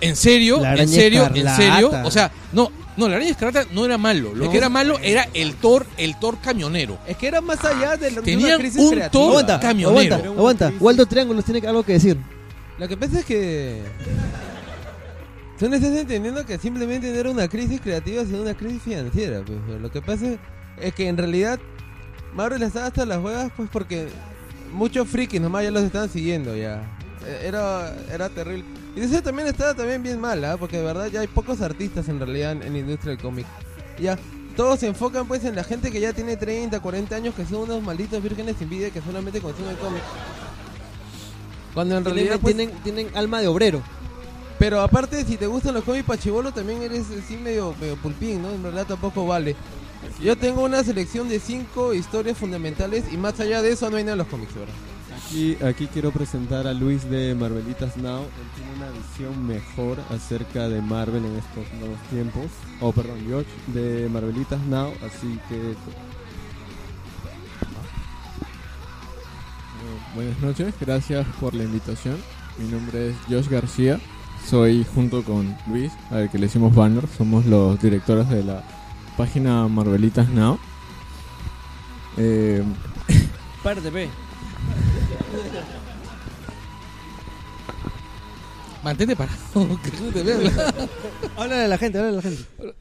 S4: en serio,
S3: La
S4: en
S3: araña
S4: serio, en
S3: escarlata.
S4: serio. O sea, no, no, la araña escarlata no era malo. Lo
S3: No.
S4: que era malo era el Thor, el Thor camionero.
S1: Es que era más allá de, la, de una
S4: Tenían
S1: crisis
S4: un
S1: creativa.
S4: todo
S3: aguanta,
S4: camionero.
S3: aguanta, aguanta.
S4: (laughs)
S3: Waldo Triángulos tiene algo que decir.
S1: Lo que pasa es que... Tú no estás entendiendo que simplemente no era una crisis creativa, sino una crisis financiera. pues. Lo que pasa es- es que en realidad Marvel estaba hasta las huevas pues porque muchos frikis nomás ya los estaban siguiendo ya. Eh, Era, era terrible. Y eso también estaba también bien mal, ¿ah? porque de verdad ya hay pocos artistas en realidad en, en la industria del cómic. Ya, todos se enfocan pues en la gente que ya tiene 30, 40 años, que son unos malditos vírgenes sin vida que solamente consumen cómics. Cuando en
S3: Tienen,
S1: realidad pues,
S3: tienen, tienen alma de obrero.
S1: Pero aparte, si te gustan los cómics pachibolo, también eres así medio, medio pulpín, ¿no? En verdad tampoco vale. Yo tengo una selección de cinco historias fundamentales y más allá de eso no hay nada en los cómics, de ¿verdad?
S5: Y aquí quiero presentar a Luis de Marvelitas Now. Él tiene una visión mejor acerca de Marvel en estos nuevos tiempos. Oh, perdón, George de Marvelitas Now. Así que
S8: Buenas noches, gracias por la invitación. Mi nombre es Josh García. Soy junto con Luis, al que le hicimos banner. Somos los directores de la página Marvelitas Now. Eh,
S3: Parte, ve.
S4: Mantente parado. (laughs) que tú te veas.
S3: Háblale a la gente, háblale a
S4: (laughs)
S3: la gente. No, no- no-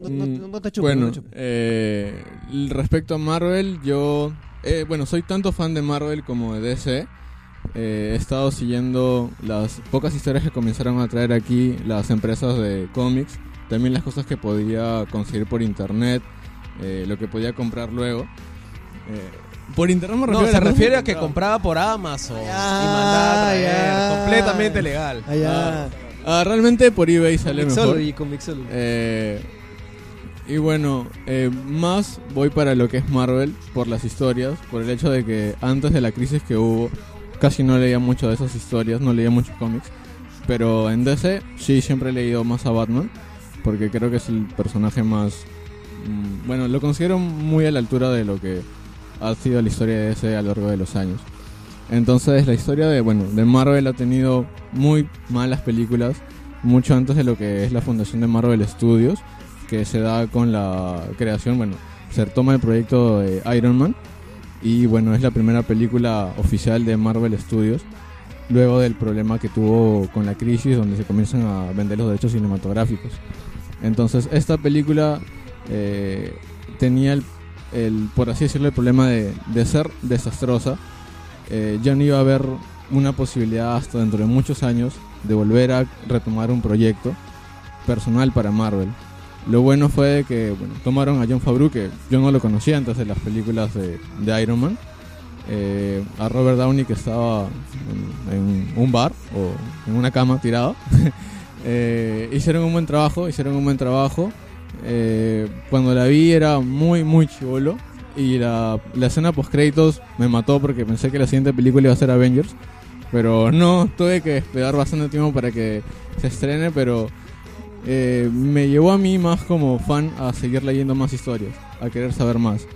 S5: Mm.
S3: no te chupes,
S8: Mm, bueno,
S3: no te chupes.
S8: eh, l- respecto a Marvel, yo. eh, bueno, soy tanto fan de Marvel como de DC. Eh, he estado siguiendo las pocas historias que comenzaron a traer aquí las empresas de cómics. También las cosas que podía conseguir por internet. eh, lo que podía comprar luego. Eh, por internet me
S1: No,
S8: refiero a
S1: se
S8: las cosas
S1: refiere a que
S8: compraba.
S1: compraba por Amazon y
S3: Ah,
S1: mandaba a traer,
S3: ya.
S1: completamente legal.
S3: Allá.
S8: Ah, realmente por eBay sale mejor.
S3: Mixology, con Mixology.
S8: Eh, y bueno, eh, más voy para lo que es Marvel, por las historias, por el hecho de que antes de la crisis que hubo, casi no leía mucho de esas historias, no leía muchos cómics. Pero en DC sí siempre he leído más a Batman, porque creo que es el personaje más... mm, bueno, lo considero muy a la altura de lo que ha sido la historia de DC a lo largo de los años. Entonces la historia de, bueno, de Marvel ha tenido muy malas películas, mucho antes de lo que es la fundación de Marvel Studios, que se da con la creación, bueno, se toma el proyecto de Iron Man y bueno, es la primera película oficial de Marvel Studios, luego del problema que tuvo con la crisis donde se comienzan a vender los derechos cinematográficos. Entonces, esta película eh, tenía el, el, por así decirlo, el problema de, de ser desastrosa. Eh, ya no iba a haber una posibilidad hasta dentro de muchos años de volver a retomar un proyecto personal para Marvel. Lo bueno fue que bueno, tomaron a John Favreau, que yo no lo conocía antes de las películas de, de Iron Man, eh, a Robert Downey que estaba en, en un bar o en una cama tirado. (laughs) Eh, hicieron un buen trabajo, hicieron un buen trabajo. Eh, cuando la vi era muy, muy chivolo. Y la, la escena post créditos me mató porque pensé que la siguiente película iba a ser Avengers. Pero no, tuve que esperar bastante tiempo para que se estrene, pero eh, me llevó a mí más como fan a seguir leyendo más historias, a querer saber más.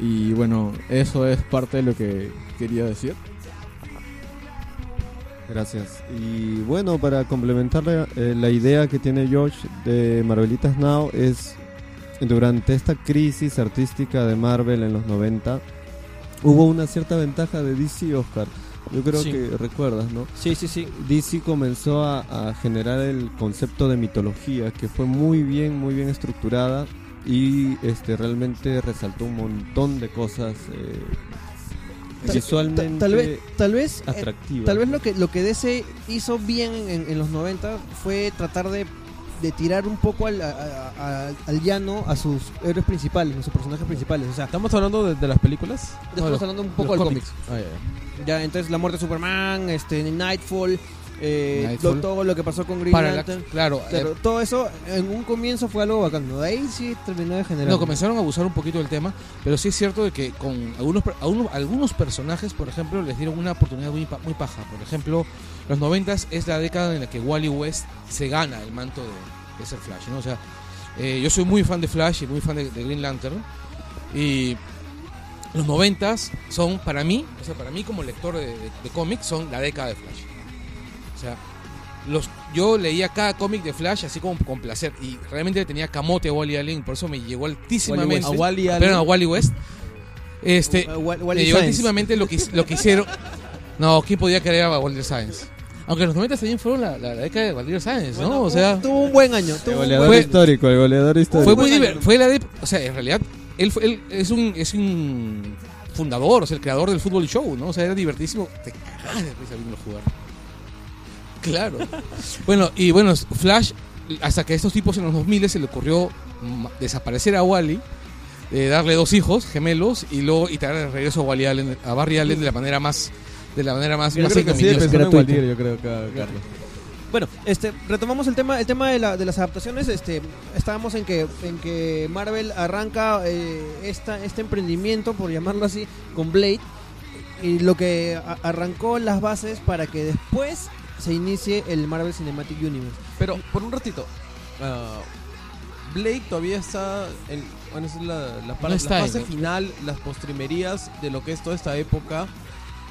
S8: Y bueno, eso es parte de lo que quería decir.
S5: Gracias. Y bueno, para complementar la, eh, la idea que tiene George de Marvelitas Now es durante esta crisis artística de Marvel en los 90 hubo una cierta ventaja de DC Oscar. Yo creo
S3: Sí.
S5: que recuerdas, ¿no?
S3: Sí, sí, sí.
S5: DC comenzó a, a generar el concepto de mitología que fue muy bien, muy bien estructurada y este realmente resaltó un montón de cosas eh,
S3: Ta-
S5: visualmente
S3: ta- Tal vez, tal vez, eh,
S5: atractivas.
S3: Tal vez lo que, lo que DC hizo bien en, en los 90 fue tratar de, de tirar un poco al, a- a- a- al llano a sus héroes principales, a sus personajes principales. O sea,
S1: ¿Estamos hablando de, de las películas?
S3: después hablando un poco
S1: los
S3: del cómics.
S1: Ah, ya, ya.
S3: Ya, entonces la muerte de Superman, este, Nightfall, eh,
S4: Nightfall.
S3: lo- todo lo que pasó con Green
S4: Para la-
S3: Lantern.
S4: claro, eh,
S3: Claro, todo eso en un comienzo fue algo bacán. ¿no? De ahí sí terminó de generar.
S4: no, comenzaron a abusar un poquito del tema, pero sí es cierto de que con algunos, per- a uno- algunos personajes, por ejemplo, les dieron una oportunidad muy, pa- muy paja. Por ejemplo, los 90 es la década en la que Wally West se gana el manto de, de ser Flash, ¿no? O sea, eh, yo soy muy fan de Flash y muy fan de, de Green Lantern. Y los 90 son para mí, o sea, para mí como lector de, de- de cómics, son la década de Flash. O sea, los, yo leía cada cómic de Flash así como con placer y realmente le tenía camote a Wally Allen, por eso me llegó altísimamente. Ah,
S1: A Wally Allen.
S4: Perdón, a Wally West. Este,
S3: Wa- Wa- Wally
S4: me llegó
S3: Science.
S4: altísimamente lo que, his- lo que hicieron. No, ¿quién podía querer a Walter Science? Aunque los 90 también fueron la, la- la década de Walter Science, ¿no?
S3: Bueno,
S4: o
S3: un-
S4: sea,
S3: tuvo un buen año. tuvo
S5: El
S3: un
S5: goleador
S4: Fue-
S5: histórico, el goleador histórico.
S4: fue muy
S3: Bueno,
S4: divertido. Fue la de, o sea, en realidad, él, fue- él es, un, es un fundador, o sea, el creador del fútbol show, ¿no? O sea, era divertísimo. Te
S9: Ah,
S4: cagas de risa viendo jugar. Claro.
S3: (laughs)
S4: bueno, y bueno, Flash, hasta que a estos tipos en los 2000 se le ocurrió mm, desaparecer a Wally. eh, darle dos hijos gemelos y luego y traer de regreso a Wally Allen, a Barry Allen de la manera más de la manera más,
S1: Yo
S4: más
S1: creo que sí,
S4: ignominiosa.
S1: pensando en
S7: Gratuito.
S1: Waldir, yo creo, ca- Carlos.
S3: Bueno, este, retomamos el tema, el tema de, la- de las adaptaciones. Este, estábamos en que, en que Marvel arranca eh, esta, este emprendimiento, por llamarlo así, con Blade. Y lo que a- arrancó las bases para que después se inicie el Marvel Cinematic Universe.
S1: Pero por un ratito, ah, Blake todavía está en bueno, esa es la, la par-
S4: No
S1: la
S4: está
S1: fase
S4: en-
S1: final, las postrimerías de lo que es toda esta época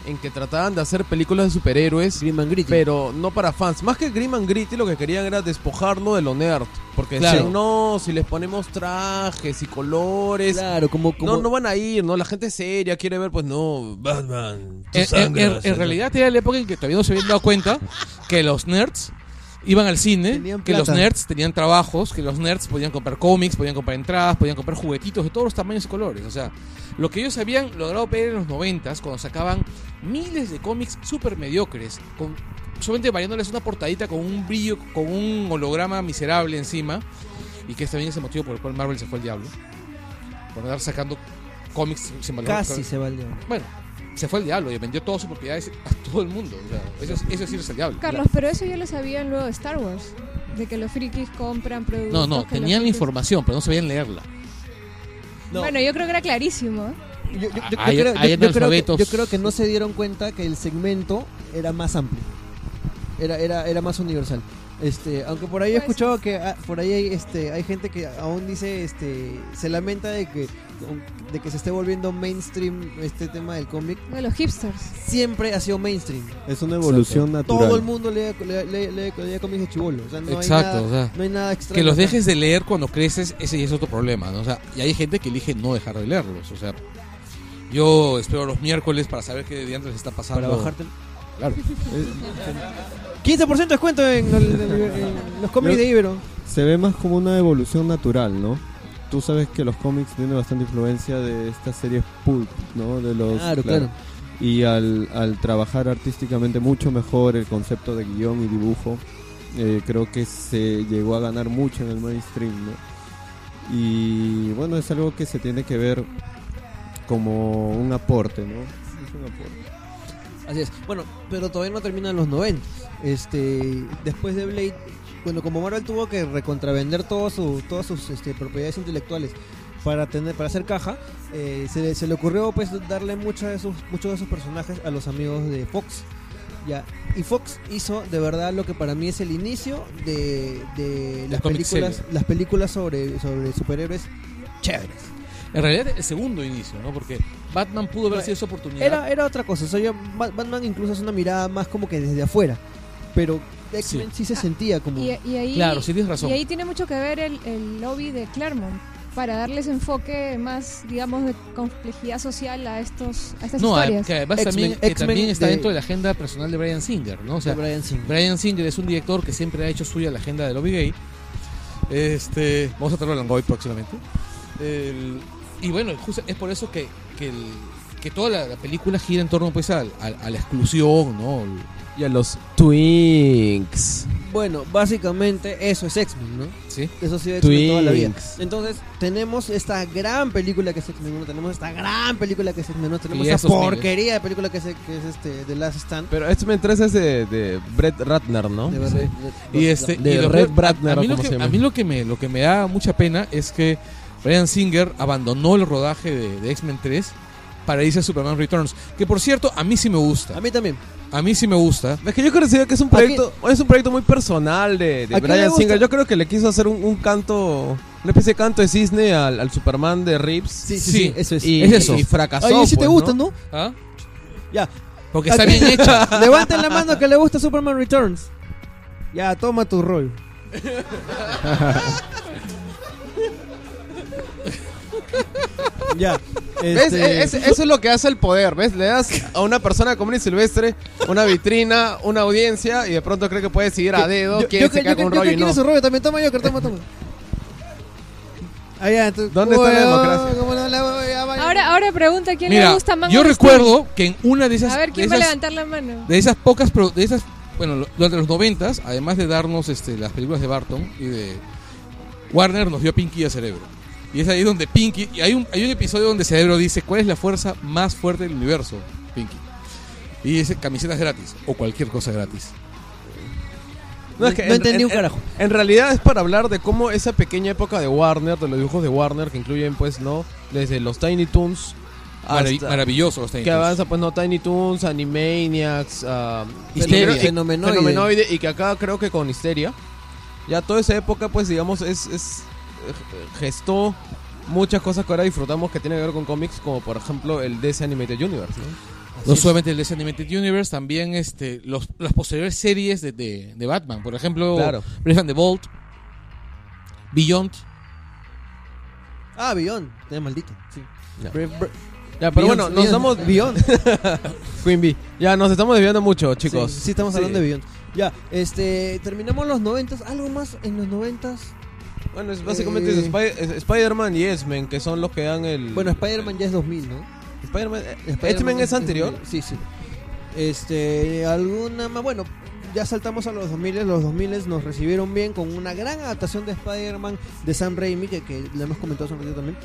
S1: en que trataban de hacer películas de superhéroes,
S3: Grim and Gritty.
S1: pero no para fans. Más que Grim and Gritty, lo que querían era despojarlo de lo nerd. Porque
S4: Claro.
S1: decían, no, si les ponemos trajes y colores.
S3: claro, como, como
S1: No, no van a ir, ¿no? La gente seria quiere ver, pues no, Batman. tu
S4: En, en-
S1: sangre,
S4: en-
S1: o
S4: en
S1: sea,
S4: realidad era la época en que todavía no se habían dado cuenta que los nerds iban al cine,
S3: Tenían
S4: que los
S3: plata.
S4: nerds tenían trabajos, que los nerds podían comprar cómics, podían comprar entradas, podían comprar juguetitos de todos los tamaños y colores. O sea, lo que ellos habían logrado ver en los noventas, cuando sacaban miles de cómics súper mediocres, con, solamente variándoles una portadita con un brillo, con un holograma miserable encima, y que es también es el motivo por el cual Marvel se fue al diablo. Por andar sacando cómics sin valor.
S3: casi se va al diablo.
S4: Bueno, se fue el diablo y vendió todas sus propiedades a todo el mundo. O sea, eso, es- eso sí es el diablo.
S2: Carlos, pero eso ya lo sabían luego de Star Wars. De que los frikis compran productos.
S4: No,
S2: que
S4: no,
S2: los
S4: tenían la
S2: frikis-
S4: información, pero no sabían leerla.
S3: No.
S2: Bueno, yo creo que era clarísimo. ¿eh?
S3: Yo, yo- yo- yo
S4: Hay-
S3: creo, yo-
S4: hay
S3: yo creo que-
S4: analfabetos.
S3: yo creo que no se dieron cuenta que el segmento era más amplio. Era, era, era más universal. Este, aunque por ahí he
S2: Pues,
S3: escuchado que ah, por ahí hay, este, hay gente que aún dice, este, se lamenta de que, de que se esté volviendo mainstream este tema del cómic.
S2: De los hipsters.
S3: Siempre ha sido mainstream.
S5: Es una evolución natural.
S3: Todo el mundo lee, lee, lee- lee- lee cómics de chivolo. O sea, no
S4: Exacto,
S3: hay
S4: o
S3: nada,
S4: sea,
S3: no hay nada extraño.
S4: Que los
S3: acá.
S4: dejes de leer cuando creces, ese ya es otro problema. ¿no? O sea, y hay gente que elige no dejar de leerlos. O sea, yo espero los miércoles para saber qué de antes está pasando.
S3: Para bajarte. el-
S4: Claro.
S3: 15% de descuento en, el- en los cómics
S5: Yo-
S3: de Ibero.
S5: Se ve más como una evolución natural, ¿no? Tú sabes que los cómics tienen bastante influencia de estas series pulp, ¿no? De los,
S3: Claro, claro.
S5: Y al, al trabajar artísticamente mucho mejor el concepto de guión y dibujo, eh, creo que se llegó a ganar mucho en el mainstream, ¿no? Y bueno, es algo que se tiene que ver como un aporte, ¿no? Es un aporte.
S3: Así es. Bueno, pero todavía no terminan los 90. Este, después de Blade, bueno, como Marvel tuvo que recontravender todo su- todas sus este, propiedades intelectuales para tener para hacer caja, eh, se, le- se le ocurrió pues darle mucha de sus, muchos de sus personajes a los amigos de Fox. Ya. Y Fox hizo de verdad lo que para mí es el inicio de, de las
S4: comic
S3: películas, las películas sobre, sobre superhéroes (laughs) chéveres.
S4: En realidad, el segundo inicio, ¿no? Porque Batman pudo haber sido esa oportunidad.
S3: Era, era otra cosa. O sea, yo- Ba- Batman incluso es una mirada más como que desde afuera. Pero X-Men sí.
S4: Ah,
S3: se sentía como.
S4: eh,
S2: Y, y ahí,
S4: Claro, sí tienes razón.
S2: y ahí tiene mucho que ver el, el lobby de Claremont. Para darles enfoque más, digamos, de complejidad social a, estos, a estas
S4: no,
S2: historias.
S4: que además
S3: X-Men-
S4: también, que
S3: X-men
S4: también está
S3: de-
S4: dentro de la agenda personal de Brian Singer, ¿no? O sea,
S3: de Bryan Singer.
S4: Brian Singer es un director que siempre ha hecho suya la agenda de lobby gay. Este, vamos a traerlo a Langoy próximamente. El- y bueno, justo es por eso que, que, el- que toda la, la película gira en torno pues al- al- a, la exclusión, ¿no? El-
S1: Y a los Twinks.
S3: Bueno, básicamente eso es X-Men, ¿no?
S4: ¿sí?
S3: Eso ha sido X-Men toda la vida.
S1: Twinks.
S3: Entonces, tenemos esta gran película que es X-Men 1, tenemos esta gran película que es X-Men 2, tenemos
S4: Y
S3: esta
S4: esos miles.
S3: porquería de película que es, que es este, The Last Stand.
S1: Pero esto me interesa es de, de Brett Ratner, ¿no?
S3: De verdad, de-
S4: Y
S3: de-
S4: este,
S1: de
S4: y lo
S1: Red
S4: peor-
S1: Bradner,
S4: a mí,
S1: o
S4: lo
S1: como
S4: que,
S1: se llama.
S4: a mí lo que me lo que me da mucha pena es que Brian Singer abandonó el rodaje de, de X-Men 3 para irse a Superman Returns, que por cierto, a mí sí me gusta.
S3: A mí también.
S4: A mí sí me gusta.
S1: Es que yo considero que es un proyecto, es un proyecto muy personal de, de
S3: ¿A quién le
S1: Brian
S3: gusta?
S1: Singer. Yo creo que le quiso hacer un, un canto, una especie de canto de cisne al, al Superman de Reeves.
S3: Sí, sí,
S4: Sí.
S3: sí, eso es.
S1: Y,
S4: Es eso.
S1: y fracasó.
S3: Oye, si te
S1: pues,
S3: gusta, ¿no?
S4: ¿Ah?
S3: Ya.
S4: Porque está bien hecha.
S3: (laughs) Levanten la mano que le gusta Superman Returns. Ya, toma
S4: (laughs)
S3: tu rol. ya.
S1: ¿Ves? (laughs)
S3: este,
S1: Es- es- eso es lo que hace el poder, ¿ves? Le das a una persona común y silvestre una vitrina, una audiencia y de pronto cree que puede decidir a dedo
S3: yo-
S1: quién
S3: yo
S1: se
S3: que-
S1: queda
S3: yo que-
S1: con un
S3: yo
S1: rollo
S3: que
S1: y no.
S3: quiero su rollo también. Toma, Joker, toma, toma. Allá, Ah, entonces,
S1: ¿Dónde está la
S3: huevón,
S1: democracia?
S3: Oh, cómo no la- ya vaya.
S2: Ahora, ahora pregunta quién le
S4: Mira,
S2: gusta más.
S4: yo recuerdo que en una de esas,
S2: A ver, ¿quién
S4: de
S2: va a
S4: esas,
S2: levantar la mano?
S4: de esas pocas, pro- de esas, bueno, lo- durante los noventas, además de darnos este, las películas de Barton y de Warner, nos dio Pinky y a Cerebro. Y es ahí donde Pinky, y hay un, hay un episodio donde Cerebro dice, ¿cuál es la fuerza más fuerte del universo, Pinky? Y dice, camisetas gratis, o cualquier cosa gratis.
S1: No, es que en-
S3: entendí
S1: en-
S3: un carajo.
S1: En realidad es para hablar de cómo esa pequeña época de Warner, de los dibujos de Warner, que incluyen, pues, ¿no? Desde los Tiny Toons.
S4: Maravi-
S1: hasta-
S4: maravilloso. Los Tiny
S1: Que
S4: Toons.
S1: avanza, pues, ¿no? Tiny Toons, Animaniacs, ah,
S3: Histeria.
S1: y-
S3: Fenomenoide.
S1: Fenomenoide, Y que acá creo que con Histeria. Ya toda esa época, pues, digamos, es, es eh, gestó muchas cosas que ahora disfrutamos que tienen que ver con cómics, como por ejemplo el DC Animated Universe, ¿no?
S4: No solamente el DC Animated Universe, también este, los, las posteriores series de, de- de Batman. Por ejemplo,
S1: Claro.
S4: Brave and the Bold, Beyond.
S3: Ah, Beyond. Te maldito. Sí.
S1: Ya.
S3: Bre- bre-
S1: Ya, pero
S3: Beyond,
S1: bueno, nos
S3: Beyond,
S1: estamos...
S3: Beyond. (laughs)
S1: Queen Bee. Ya, nos estamos desviando mucho, (laughs) chicos.
S3: Sí, sí, estamos hablando de Beyond. Ya, este. Terminamos los noventas. ¿Algo más en los noventas?
S1: Bueno, es básicamente es
S3: Eh.
S1: Spy- es Spider-Man y X-Men, que son los que dan el...
S3: Bueno, Spider-Man ya es 2000, ¿no?
S1: Spider-Man... eh,
S3: Spider-Man
S1: X-Men es anterior.
S3: Sí, sí. Este, alguna más. Bueno, ya saltamos a los 2000. Los 2000 nos recibieron bien con una gran adaptación de Spider-Man de Sam Raimi, que, que la hemos comentado hace un ratito también.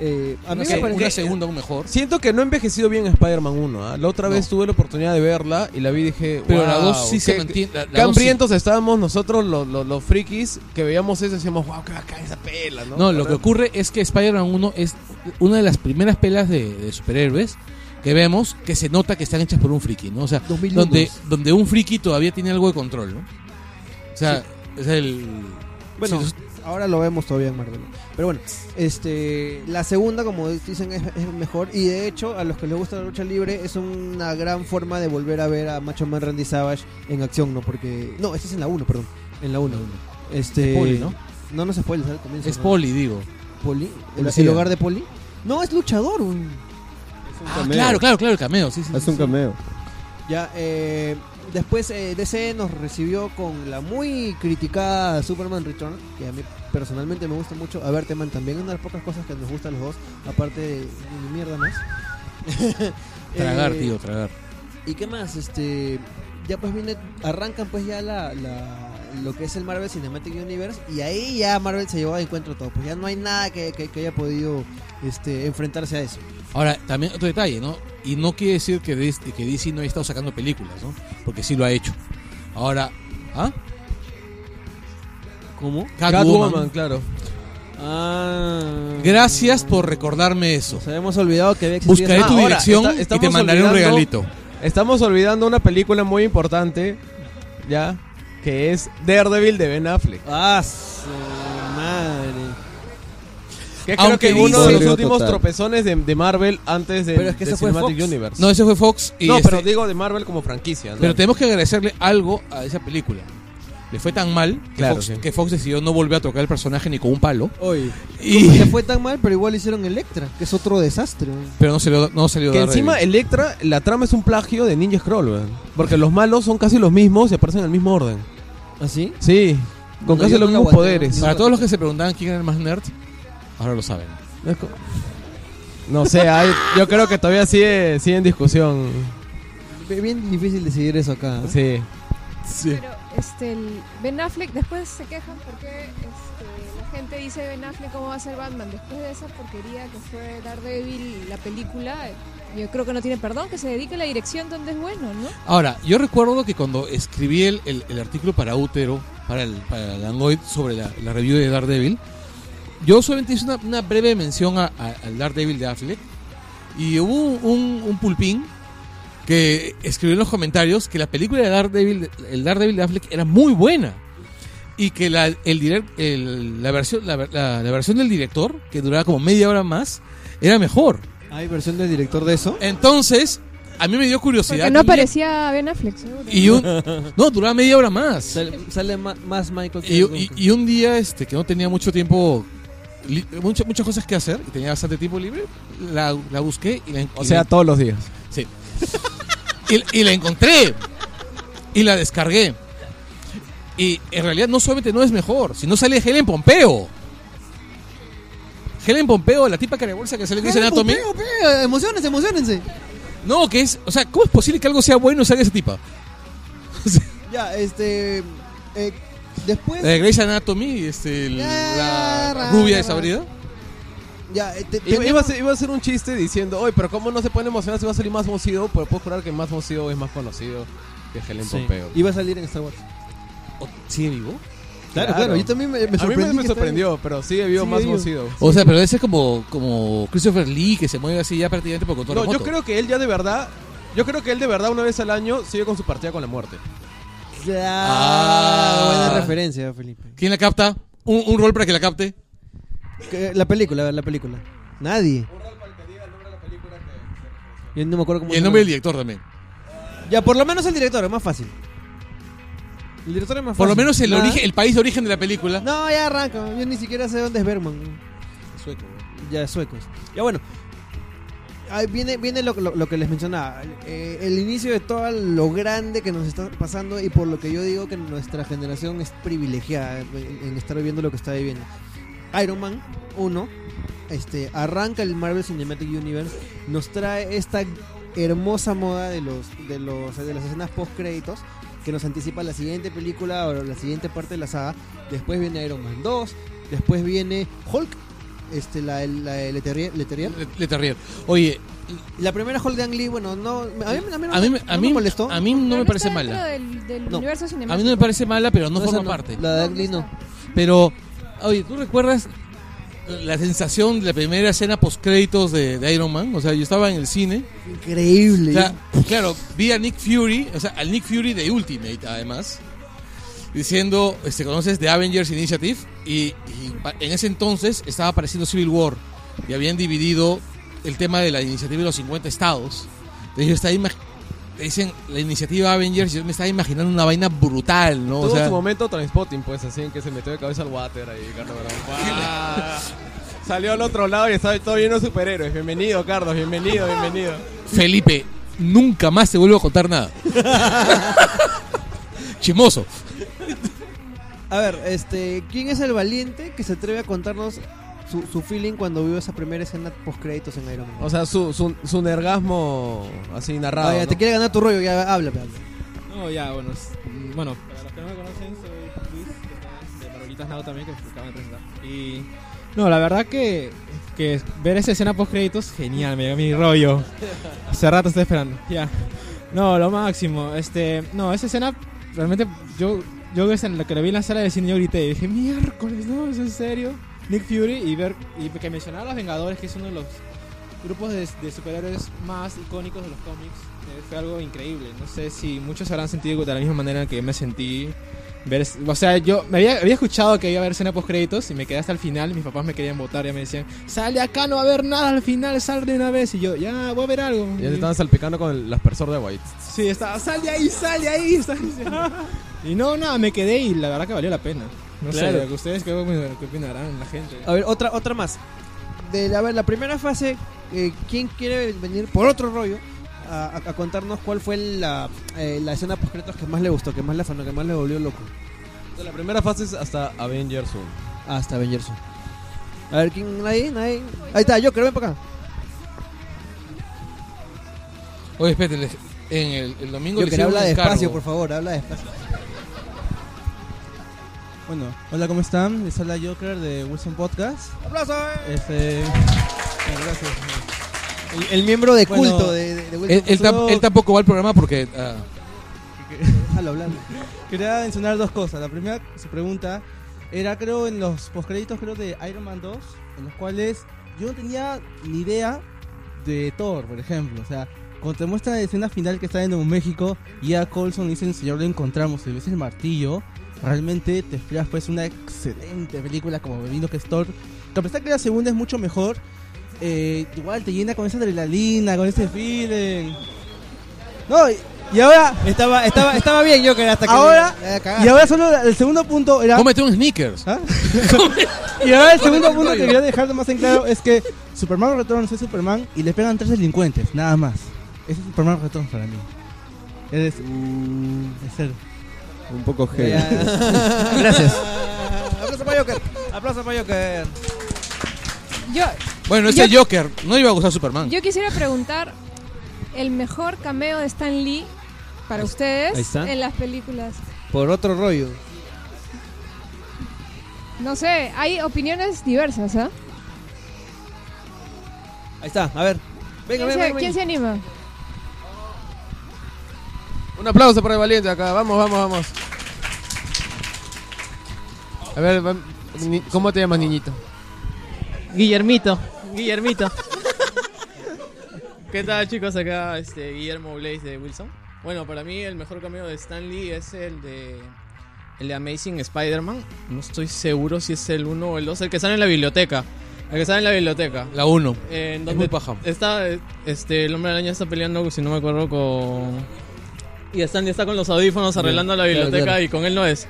S3: Eh, a mí
S4: Una,
S3: me
S4: se-
S3: parece-
S4: una segunda aún mejor.
S1: Siento que no he envejecido bien Spider-Man 1. ¿ah? La otra vez tuve la oportunidad de verla y la vi y dije...
S4: Pero la
S1: "Wow,
S4: 2 sí se
S1: qué-
S4: mantiene. la- la
S1: Qué
S4: dos sí-
S1: hambrientos estábamos nosotros, los, los, los frikis, que veíamos eso y decíamos, wow, qué bacán esa pela, ¿no?
S4: No, lo que ocurre es que Spider-Man 1 es una de las primeras pelas de, de superhéroes que vemos que se nota que están hechas por un friki, ¿no? O sea,
S3: 2001.
S4: donde, donde un friki todavía tiene algo de control, ¿no? O sea, es el.
S3: Bueno,
S4: si los-
S3: ahora lo vemos todavía en Marvel. Pero bueno, este, la segunda, como dicen, es, es mejor. Y de hecho, a los que les gusta la lucha libre, es una gran forma de volver a ver a Macho Man Randy Savage en acción, ¿no? Porque. No, esta es en la 1, perdón. En la 1. Este,
S4: Poli, ¿no?
S3: No, no se spoiler, al comienzo.
S4: es
S3: ¿no?
S4: poli, digo.
S3: Poli. El,
S4: Policía.
S3: el hogar de Poli. No, es luchador. un-
S4: Ah, claro, claro, claro, el cameo, sí, sí.
S5: Es
S4: sí,
S5: un cameo.
S3: Ya, eh, después eh, DC nos recibió con la muy criticada Superman Return, que a mí personalmente me gusta mucho. A ver, Teman, también una de las pocas cosas que nos gustan los dos, aparte de mi mierda más.
S4: (laughs) Tragar,
S3: Eh,
S4: tío, tragar.
S3: ¿Y qué más? Este, ya pues viene, arrancan pues ya la, la- lo que es el Marvel Cinematic Universe y ahí ya Marvel se llevó a encuentro todo. Pues ya no hay nada que, que- que haya podido este, enfrentarse a eso.
S4: Ahora, también otro detalle, ¿no? Y no quiere decir que DC, que DC no haya estado sacando películas, ¿no? Porque sí lo ha hecho. Ahora, ¿ah?
S3: ¿Cómo?
S1: Catwoman,
S4: Catwoman.
S1: claro.
S3: Ah,
S4: Gracias por recordarme eso.
S3: Nos habíamos olvidado que había existido
S4: Buscaré
S3: esa-
S4: tu
S1: ahora,
S4: dirección
S1: está-
S4: y te
S1: estamos
S4: mandaré un
S1: olvidando-
S4: regalito.
S1: Estamos olvidando una película muy importante, ya, que es Daredevil de Ben Affleck.
S3: Ah, su madre.
S1: Que
S4: Aunque
S1: creo que uno de los
S5: dice-
S1: últimos
S5: Total.
S1: tropezones de, de Marvel antes de,
S3: Pero es que
S1: de
S3: ese fue
S1: Cinematic
S3: Fox.
S1: Universe.
S4: No, ese fue Fox. Y
S1: No,
S4: este-
S1: pero digo de Marvel como franquicia. ¿no?
S4: pero tenemos que agradecerle algo a esa película. Le fue tan mal que,
S1: Claro,
S4: Fox,
S1: sí.
S4: que Fox decidió no volver a tocar el personaje ni con un palo.
S3: Oye,
S4: Y,
S3: le fue tan mal, pero igual hicieron Electra, que es otro desastre. weón.
S4: pero no salió, no salió
S1: que
S4: Daredevil.
S1: encima Electra, la trama es un plagio de Ninja Scroll, weón. Porque los malos son casi los mismos y aparecen en el mismo orden.
S3: ¿Así?
S1: Sí, con
S3: ¿Ah, No,
S1: casi
S3: yo
S1: los
S3: no la
S1: mismos
S3: aguanté,
S1: poderes.
S4: Para todos los que se preguntaban quién era el más nerd, ahora lo saben.
S1: Es co- No sé, hay- yo creo que todavía sigue, sigue en discusión.
S3: Bien difícil decidir eso acá. ¿eh?
S1: Sí.
S2: Pero este, el Ben Affleck, después se quejan porque este, la gente dice Ben Affleck cómo va a ser Batman. Después de esa porquería que fue Daredevil, la película, yo creo que no tiene perdón, que se dedique a la dirección donde es bueno, ¿no?
S4: Ahora, yo recuerdo que cuando escribí el, el- el artículo para Útero, para el, para el Android, sobre la, la review de Daredevil, yo solamente hice una, una breve mención a- a- al Daredevil de Affleck. Y hubo un, un- un pulpín que escribió en los comentarios que la película de Daredevil, el Daredevil de Affleck era muy buena. Y que la, el direc- el- la, versión, la, ver- la- la versión del director, que duraba como media hora más, era mejor.
S3: ¿Hay versión del director de eso?
S4: Entonces, a mí me dio curiosidad.
S2: Porque no
S4: y-
S2: parecía Ben Affleck, seguro.
S4: y un, no, duraba media hora más.
S3: Sale, sale ma- más Michael
S4: Y,
S3: que
S4: y-
S3: pues, nunca.
S4: y un día este que no tenía mucho tiempo, li- mucho- muchas cosas que hacer, y tenía bastante tiempo libre, la, la busqué y la, en-
S1: O
S4: y
S1: sea, todos los días.
S4: la- y, y la encontré. Y la descargué. Y en realidad no solamente no es mejor, sino sale Helen Pompeo. Helen Pompeo, la tipa carabolsa que sale en Grey's
S3: Pero,
S4: Anatomy.
S3: pero, pero,
S4: (laughs)
S3: Emocionense, emocionense.
S4: No, que es. O sea, ¿cómo es posible que algo sea bueno y salga esa tipa?
S3: Ya, este. eh, después.
S4: La de Grey's Anatomy, este, el-
S3: Ya,
S4: la
S3: ra,
S4: rubia
S3: ra,
S4: desabrida.
S3: Ya, eh, te-
S1: Iba, iba a
S3: tenemos-
S1: ser, iba a ser un chiste diciendo, oye, pero ¿cómo no se pueden emocionar si va a salir más mocido? Pero puedo jurar que más mocido es más conocido que Helen
S3: Sí,
S1: Pompeo.
S3: iba a salir en Star Wars.
S4: ¿O- ¿Sigue vivo?
S3: Claro, claro, yo también me, me
S6: A mí
S3: sorprendí
S6: me, me
S3: que estaba-
S6: sorprendió, pero sí debió
S3: Sí,
S6: más
S3: ellos-
S6: conocido.
S4: O sea, pero ese es como, como Christopher Lee que se mueve así ya prácticamente por control
S6: No,
S4: remoto.
S6: yo creo que él ya de verdad, yo creo que él de verdad una vez al año sigue con su partida con la muerte.
S3: Claro,
S4: Ah.
S3: buena referencia, Felipe.
S4: ¿Quién la capta? ¿Un, un rol para que la capte?
S3: Que- La película, la película. Nadie. Yo no me acuerdo cómo
S4: Y
S3: se
S4: el nombre del
S3: llama.
S4: director también.
S3: Ya, por lo menos el director, es más fácil. El director es más fácil.
S4: Por lo menos el,
S3: Nada.
S4: origen, el país de origen de la película.
S3: No, ya arranca. Yo ni siquiera sé dónde es Bergman.
S4: Sueco.
S3: Ya, suecos. Ya bueno. Ahí viene viene lo, lo- lo que les mencionaba. Eh, el inicio de todo lo grande que nos está pasando y por lo que yo digo que nuestra generación es privilegiada en, en estar viviendo lo que está viviendo. Iron Man 1 este, arranca el Marvel Cinematic Universe, nos trae esta hermosa moda de, los, de, los, de las escenas post-créditos que nos anticipa la siguiente película o la siguiente parte de la saga. Después viene Iron Man 2, después viene Hulk, este, la, la, de Leterrier- Leterrier.
S4: Le, Le Terrier. Oye,
S3: La primera Hulk de Ang Lee, bueno, no, a mí, a mí no,
S4: a mí, me-
S3: no
S4: a mí,
S3: me molestó.
S4: a mí
S2: Pero
S4: no me parece
S2: está dentro
S4: mala.
S2: Del, del
S3: No.
S2: universo
S4: A mí no me parece mala, pero no,
S3: esa
S4: forma
S3: no,
S4: parte.
S3: La de Ang Lee no.
S4: Pero, oye, ¿tú recuerdas la sensación de la primera escena post créditos de, de Iron Man? O sea, yo estaba en el cine.
S3: Increíble.
S4: O sea, claro, vi a Nick Fury, o sea, al Nick Fury de Ultimate, además, diciendo, este, ¿conoces The Avengers Initiative? Y, y pa- en ese entonces estaba apareciendo Civil War y habían dividido el tema de la iniciativa de los 50 estados. Entonces yo estaba ima- te dicen la iniciativa Avengers, yo me estaba imaginando una vaina brutal, ¿no? O
S6: Tuvo
S4: sea,
S6: su momento transpotting, pues, así en que se metió de cabeza al water ahí, Carlos
S3: (laughs)
S6: Brown. Salió al otro lado y estaba todo lleno de superhéroes. Bienvenido, Carlos,
S3: (laughs)
S6: bienvenido, bienvenido.
S4: Felipe, nunca más te vuelvo a contar
S3: (laughs)
S4: nada. Chimoso.
S3: A ver, este, ¿quién es el valiente que se atreve a contarnos su, su feeling cuando vio esa primera escena post créditos en Iron Man?
S6: O sea, su, su, su nergasmo así narrado.
S3: Ah, ya,
S6: ¿no?
S3: te quiere ganar tu rollo, ya habla, pe, habla.
S9: No, ya, bueno, es- mm, bueno, para los que no me conocen, soy Luis, que está de Parolitas Now también, que acaban de presentar. Y. No, la verdad que, que ver esa escena post créditos, genial, me dio mi rollo. Hace rato estoy esperando. Ya. No, lo máximo. Este. No, esa escena, realmente, yo, yo esa- en la que la vi en la sala de cine, yo grité y dije, miércoles, no, es en serio. Nick Fury y ver y que mencionaba a los Vengadores, que es uno de los grupos de, de superhéroes más icónicos de los cómics eh, fue algo increíble. No sé si muchos se habrán sentido de la misma manera que me sentí. Ver, es- o sea, yo me había, había escuchado que iba a haber escena post-créditos y me quedé hasta el final. Mis papás me querían votar y me decían: Sal de acá, no va a haber nada al final, sal de una vez. Y yo, ya, voy a ver algo.
S6: Ya te estaban salpicando con el aspersor de White.
S9: Sí, estaba, sal de ahí, sal de ahí. (laughs) estaba diciendo. y no, nada, me quedé y la verdad que valió la pena. No sé, ustedes qué, qué opinarán la gente.
S3: A ver, otra, otra más. De la, a ver, la primera fase, eh, ¿quién quiere venir por otro rollo a, a- a contarnos cuál fue la, eh, la escena post créditos que más le gustó, que más le afanó, que más le volvió loco?
S6: De la primera fase es hasta Avengers 1.
S3: Hasta Ah, Avengers. A ver, ¿quién? Nadie, nadie. Ahí está, yo creo, ven para acá.
S4: Oye, espérate, les- en el, el domingo
S3: Yo
S4: les
S3: quería
S4: hicimos
S3: hablar
S4: un
S3: despacio,
S4: encargo.
S3: por favor, habla despacio.
S9: Bueno, hola, ¿cómo están? Les habla Joker de Wilson Podcast.
S3: ¡Aplausos!
S9: Este. Gracias.
S3: El, el miembro de
S9: Bueno,
S3: culto de, de, de
S4: Él,
S3: Wilson.
S4: él tam-
S9: Solo-
S4: él tampoco va al programa porque ah,
S3: Déjalo hablar.
S9: Quería mencionar dos cosas. La primera, su pregunta, era creo en los postcréditos creo de Iron Man 2, en los cuales yo no tenía ni idea de Thor, por ejemplo. O sea, cuando te muestran la escena final que está en Nuevo México y a Colson dicen, señor, lo encontramos, y ves el martillo, realmente te esperas pues una excelente película como vino que es Thor. Que a pesar que la segunda es mucho mejor, eh, igual te llena con esa adrenalina, con ese feeling. No, y- y ahora...
S3: Estaba, estaba, estaba bien yo que hasta que
S9: Ahora-
S3: Ya, cagaste.
S9: Y ahora solo el segundo punto era...
S4: cómete un sneakers.
S9: ¿Ah? (laughs) y ahora el segundo punto que quería dejar más en claro es que Superman Returns es Superman y le pegan tres delincuentes, nada más. Ese es Superman Returns para mí. Eres es cero.
S5: Mm. Un poco heavy. (laughs)
S9: (laughs)
S3: Gracias. Aplausos para Joker. Aplausos para Joker.
S2: Yo,
S4: Bueno, ese
S2: Yo-
S4: Joker no iba a gustar Superman.
S2: yo quisiera preguntar el mejor cameo de Stan Lee para ustedes
S3: ahí está.
S2: en las películas.
S3: Por otro rollo.
S2: No sé, hay opiniones diversas, ¿ah?
S3: Ahí está, a ver. Venga,
S2: ¿Quién,
S3: venga,
S2: se,
S3: venga.
S2: quién se anima?
S6: Un aplauso para el valiente acá. Vamos, vamos, vamos.
S10: A ver, va- ni- ¿cómo te llamas, niñito?
S9: Guillermito, Guillermito. ¿Qué tal chicos? Acá este, Guillermo Blaze de Wilson. Bueno, para mí el mejor cameo de Stan Lee es el de, el de Amazing Spider-Man. No estoy seguro si es el 1 o el 2, el que sale en la biblioteca. El que sale en la biblioteca.
S4: La uno.
S9: Eh, En
S4: Es
S9: donde
S4: muy paja.
S9: Está, eh, este, el hombre araña está peleando, si no me acuerdo, con... Y Stan Lee está con los audífonos arreglando la
S3: claro,
S9: biblioteca
S3: claro.
S9: y con él no es.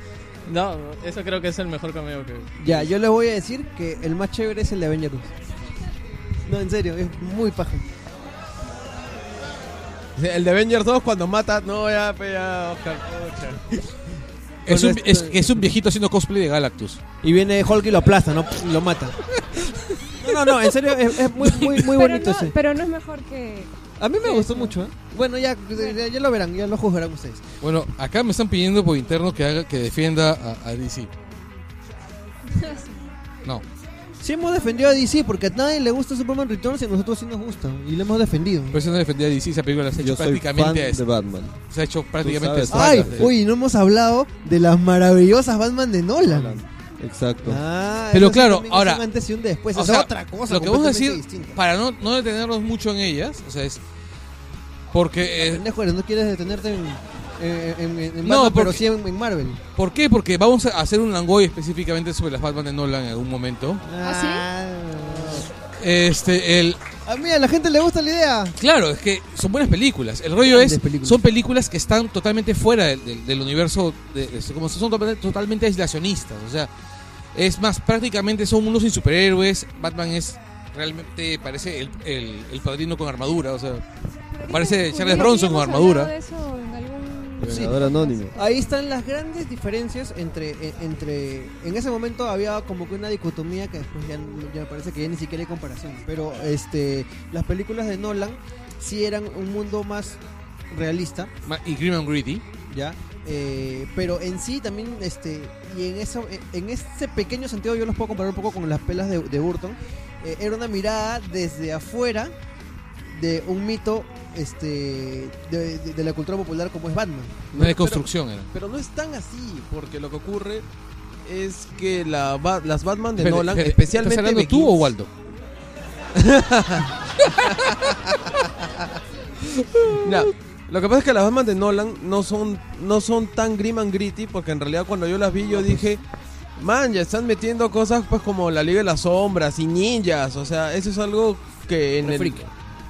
S9: No, eso creo que es el mejor cameo que...
S3: Ya, yo les voy a decir que el más chévere es el de Avengers. No, en serio, es muy paja.
S1: El de Avengers 2 cuando mata. No, ya, pe, ya, Oscar. pucha. este-
S4: Es un, es, es un viejito haciendo cosplay de Galactus.
S3: este Y viene Hulk y lo aplasta, no lo mata. No, no, no, en serio, es, es muy, muy, muy
S2: pero,
S3: bonito
S2: no,
S3: ese.
S2: pero no es mejor que.
S3: A mí me gustó mucho, ¿eh? Bueno, ya, ya, ya lo verán, ya lo juzgarán ustedes.
S4: (laughs) Bueno, acá me están pidiendo por interno que haga que defienda a, a DC. No.
S3: Sí hemos defendido a DC porque a nadie le gusta Superman Returns y a nosotros sí nos gusta. Y le hemos defendido.
S4: Pero eso no defendía a DC, esa película la has hecho
S5: Yo soy
S4: prácticamente
S5: fan
S4: a esta.
S5: de Batman.
S4: Se ha hecho prácticamente
S5: Tú sabes,
S4: a
S3: Ay,
S4: esta.
S3: uy, no hemos hablado de las maravillosas Batman de Nolan.
S5: Exacto.
S3: Ah,
S4: Pero
S3: eso sí
S4: claro,
S3: también
S4: ahora-
S3: Es un antes y un después.
S4: O
S3: es
S4: sea,
S3: otra cosa.
S4: Lo que vamos a
S3: completamente
S4: decir,
S3: distinta.
S4: para no, no detenernos mucho en ellas, o sea, es. Porque. eh,
S3: Pendejo, eres, no quieres detenerte en, eh, en- en- en
S4: No,
S3: Batman, pero
S4: porque-
S3: sí en, en Marvel.
S4: ¿Por qué? Porque vamos a hacer un langoy específicamente sobre las Batman de Nolan en algún momento.
S2: ¿Ah,
S4: Este, el.
S3: Ah. A mí a la gente le gusta la idea.
S4: Claro, es que son buenas películas. El rollo
S3: Grandes
S4: es.
S3: películas.
S4: Son películas que están totalmente fuera del, del- del universo. De, de- como son totalmente, totalmente aislacionistas. O sea, es más, prácticamente son mundos sin superhéroes. Batman es. Realmente parece el, el, el padrino con armadura. O sea, parece Charles Bronson con
S2: Habíamos
S4: armadura.
S2: hablado de eso en algún-
S3: Sí.
S5: Vengador anónimo.
S3: Ahí están las grandes diferencias entre, e- entre... En ese momento había como que una dicotomía que después ya, ya parece que ya ni siquiera hay comparación. Pero este las películas de Nolan sí eran un mundo más realista,
S4: Ma- Y Grim and Gritty.
S3: ¿ya? Eh, pero en sí también, este y en eso e, en ese pequeño sentido yo los puedo comparar un poco con las pelas de, de Burton. Eh, era una mirada desde afuera de un mito este de- de- de la cultura popular como es Batman.
S4: Una deconstrucción era.
S1: Pero no es tan así, porque lo que ocurre es que la Ba- las Batman de
S4: Espérate,
S1: Nolan,
S4: espérate,
S1: especialmente.
S4: eh, ¿estás hablando tú
S1: Begins-
S4: o Waldo?
S3: (laughs)
S1: Mira, lo que pasa es que las Batman de Nolan no son, no son tan grim and gritty, porque en realidad cuando yo las vi yo dije, man, ya están metiendo cosas pues como la Liga de las Sombras y ninjas, o sea, eso es algo que en el...
S4: Refrique.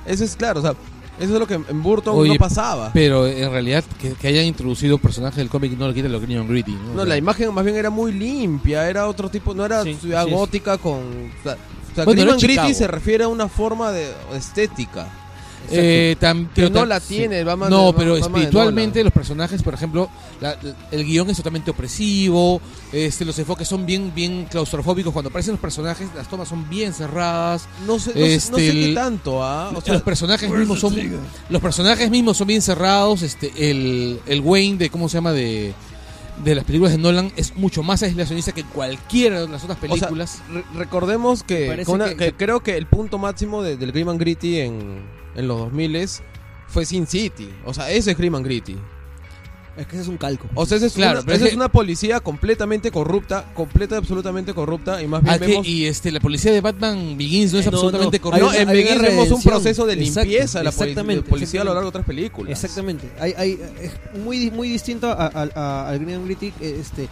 S1: Eso es claro, o sea, eso es lo que en Burton
S4: Oye,
S1: no pasaba.
S4: Pero en realidad, que, que hayan introducido personajes del cómic no lo quita lo Grim and Gritty. ¿no? eh,
S1: No, la imagen más bien era muy limpia, era otro tipo, no era
S9: Sí,
S1: ciudad
S9: sí es.
S1: gótica con... O sea, o sea,
S4: Bueno,
S1: grim
S4: era
S1: and gritty
S4: Chicago.
S1: se refiere a una forma de estética.
S4: Eh, tam-
S1: Que
S4: pero
S1: no
S4: tam-
S1: la
S4: sí.
S1: tiene, Batman
S4: No,
S1: de-
S4: pero
S1: Batman de
S4: espiritualmente los personajes, por ejemplo, la- la- el guión es totalmente opresivo, este, los enfoques son bien, bien claustrofóbicos. Cuando aparecen los personajes, las tomas son bien cerradas.
S1: No sé, no sé- no
S4: Este,
S1: sé qué
S4: el-
S1: tanto, ¿ah? O sea,
S4: los personajes mismos son los personajes mismos son bien cerrados este el, el Wayne de cómo se llama de, de las películas de Nolan es mucho más aislacionista que cualquiera de las otras
S1: O sea,
S4: películas
S1: re- recordemos que,
S3: Parece
S1: Eh, con una-
S3: que-
S1: que creo que el punto máximo de- del Grim and Gritty en, en los 2000 fue Sin City. O sea, ese es Grim and Gritty.
S3: Es que ese es un calco.
S1: O sea, ese es,
S4: Claro,
S1: una,
S4: pero
S1: esa
S4: es
S1: es
S4: que-
S1: una policía completamente corrupta, completa y absolutamente corrupta. Y más bien
S4: Ah, que-
S1: vemos.
S4: y este la policía de Batman Begins no es
S3: Eh, no,
S4: absolutamente
S3: no.
S4: corrupta
S1: no,
S3: hay
S1: en
S3: una- hay una
S1: Begins vemos un
S3: redención.
S1: proceso de
S3: Exacto,
S1: limpieza de la poli- de
S3: exactamente,
S1: policía a lo
S3: exactamente.
S1: largo de otras películas.
S3: Exactamente. Hay, hay, es muy, muy distinto a- a- a- al Green and Gritty. eh, Este,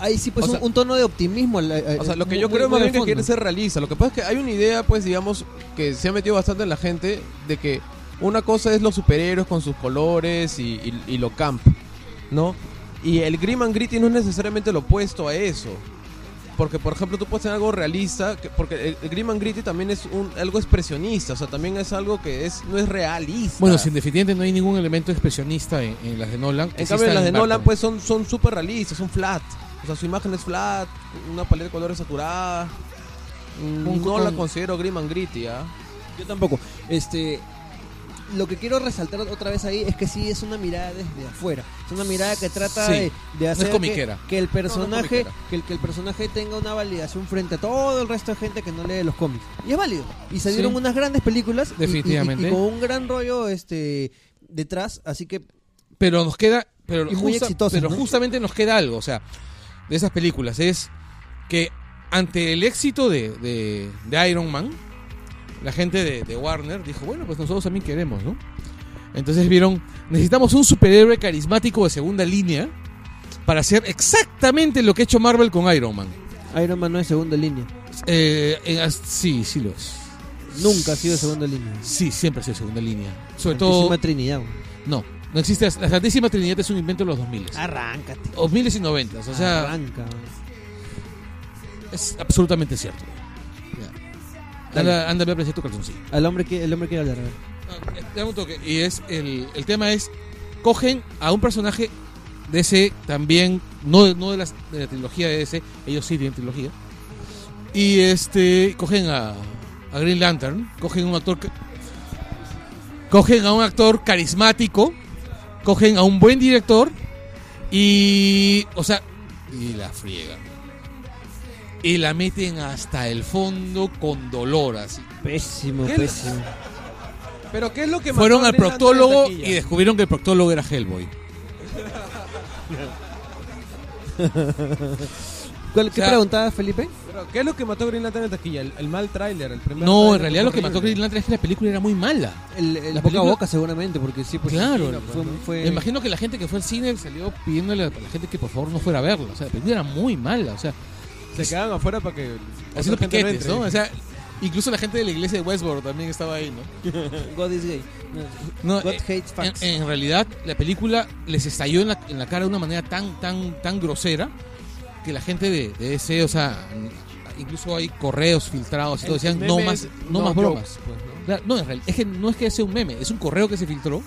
S3: hay sí pues
S1: O
S3: un,
S1: sea-
S3: un tono de optimismo. al- al-
S1: O sea, lo que
S3: eh, muy-
S1: yo
S3: muy-
S1: creo
S3: muy
S1: más
S3: al
S1: bien que
S3: fondo.
S1: quiere ser realista. Lo que pasa es que hay una idea, pues, digamos, que se ha metido bastante en la gente de que una cosa es los superhéroes con sus colores y, y- y lo camp, ¿no? Y el Grim and Gritty no es necesariamente lo opuesto a eso. Porque, por ejemplo, tú puedes tener algo realista, que- porque el, el Grim and Gritty también es un, algo expresionista, o sea, también es algo que es no es realista.
S4: bueno sin definitivamente no hay ningún elemento expresionista en, en las de Nolan que
S1: en
S4: sí
S1: cambio,
S4: está
S1: las de
S4: en Batman.
S1: Nolan, pues, son son súper realistas, son flat. O sea, su imagen es flat, una paleta de colores saturada. Mm,
S4: Con-
S1: no la
S4: con-
S1: considero grim and gritty, ¿ah?
S3: Yo tampoco. Este, lo que quiero resaltar otra vez ahí es que sí es una mirada desde afuera. Es una mirada que trata
S4: Sí.
S3: de, de
S4: No es
S3: hacer que,
S4: comiquera.
S3: que el
S4: No, no es
S3: personaje
S4: comiquera.
S3: que, el, que el personaje tenga una validación frente a todo el resto de gente que no lee los cómics. Y es válido. Y se
S4: Sí.
S3: dieron unas grandes películas y- y- y-
S4: Definitivamente.
S3: Y, con un gran rollo este detrás, así que
S4: pero nos queda pero,
S3: Y muy
S4: justa-
S3: exitosos,
S4: pero
S3: ¿no?
S4: justamente nos queda algo o sea de esas películas es que ante el éxito de, de- de Iron Man, la gente de, de Warner dijo, bueno, pues nosotros también queremos, ¿no? Entonces vieron, necesitamos un superhéroe carismático de segunda línea para hacer exactamente lo que ha hecho Marvel con Iron Man.
S3: Iron Man no es segunda línea.
S4: Eh, eh, as- sí, sí lo es.
S3: Nunca ha sido de segunda línea.
S4: Sí, siempre ha sido de segunda línea. Sobre
S3: Santísima
S4: todo...
S3: Trinidad.
S4: No, no existe. La Santísima Trinidad es un invento de los 2000.
S3: Arráncate.
S4: 2000 y 90. O sea,
S3: Arranca.
S4: es absolutamente cierto. Ya. Anda, anda, ve a apreciar tu calzoncillo.
S3: Al hombre que, el hombre quiere hablar. a ver.
S4: Dame un toque. Y es el, el tema es, cogen a un personaje de ese también, no, de- no de, las- de la trilogía de ese, ellos sí tienen trilogía. Y este, cogen a, a Green Lantern, cogen a un actor, ca- cogen a un actor carismático, cogen a un buen director y, o sea, y la friega. Y la meten hasta el fondo con dolor así.
S3: Pésimo,
S4: ¿Qué-
S3: pésimo.
S6: Pero ¿qué es lo que mató
S4: Fueron
S6: a
S4: al
S6: Green Lantern
S4: proctólogo
S6: en taquilla?
S4: y descubrieron que el proctólogo era Hellboy.
S3: (laughs) ¿Cuál- ¿Qué
S6: O sea,
S3: preguntaba Felipe?
S6: Pero, ¿Qué es lo que mató a Green Lantern en taquilla? ¿El, el mal tráiler? El primer
S4: No, en
S6: tráiler
S4: realidad lo que
S6: horrible.
S4: mató a Green Lantern es que la película era muy mala.
S3: El, el
S4: La
S3: boca a
S4: película-
S3: boca seguramente, porque sí, pues
S4: Claro,
S3: sí, fue, fue-
S4: me imagino que la gente que fue al cine salió pidiéndole a la gente que por favor no fuera a verla. O sea, la película era muy mala. O sea,
S6: Se quedaban afuera para que.
S4: haciendo
S6: otra gente
S4: piquetes,
S6: entre.
S4: ¿no? O sea, incluso la gente de la iglesia de Westboro también estaba ahí, ¿no?
S1: (laughs)
S3: God
S4: (laughs)
S3: is gay.
S4: No,
S3: God
S4: eh,
S3: hates facts.
S4: En, en realidad, la película les estalló en la, en la cara de una manera tan, tan, tan grosera que la gente de, de DC, o sea, incluso hay correos filtrados y todo,
S6: El
S4: decían
S6: meme
S4: no
S6: es
S4: más, no,
S6: no
S4: más bromas.
S6: jokes, pues, ¿no?
S4: Claro, no, en realidad, es que no es que sea un meme, es un correo que se filtró.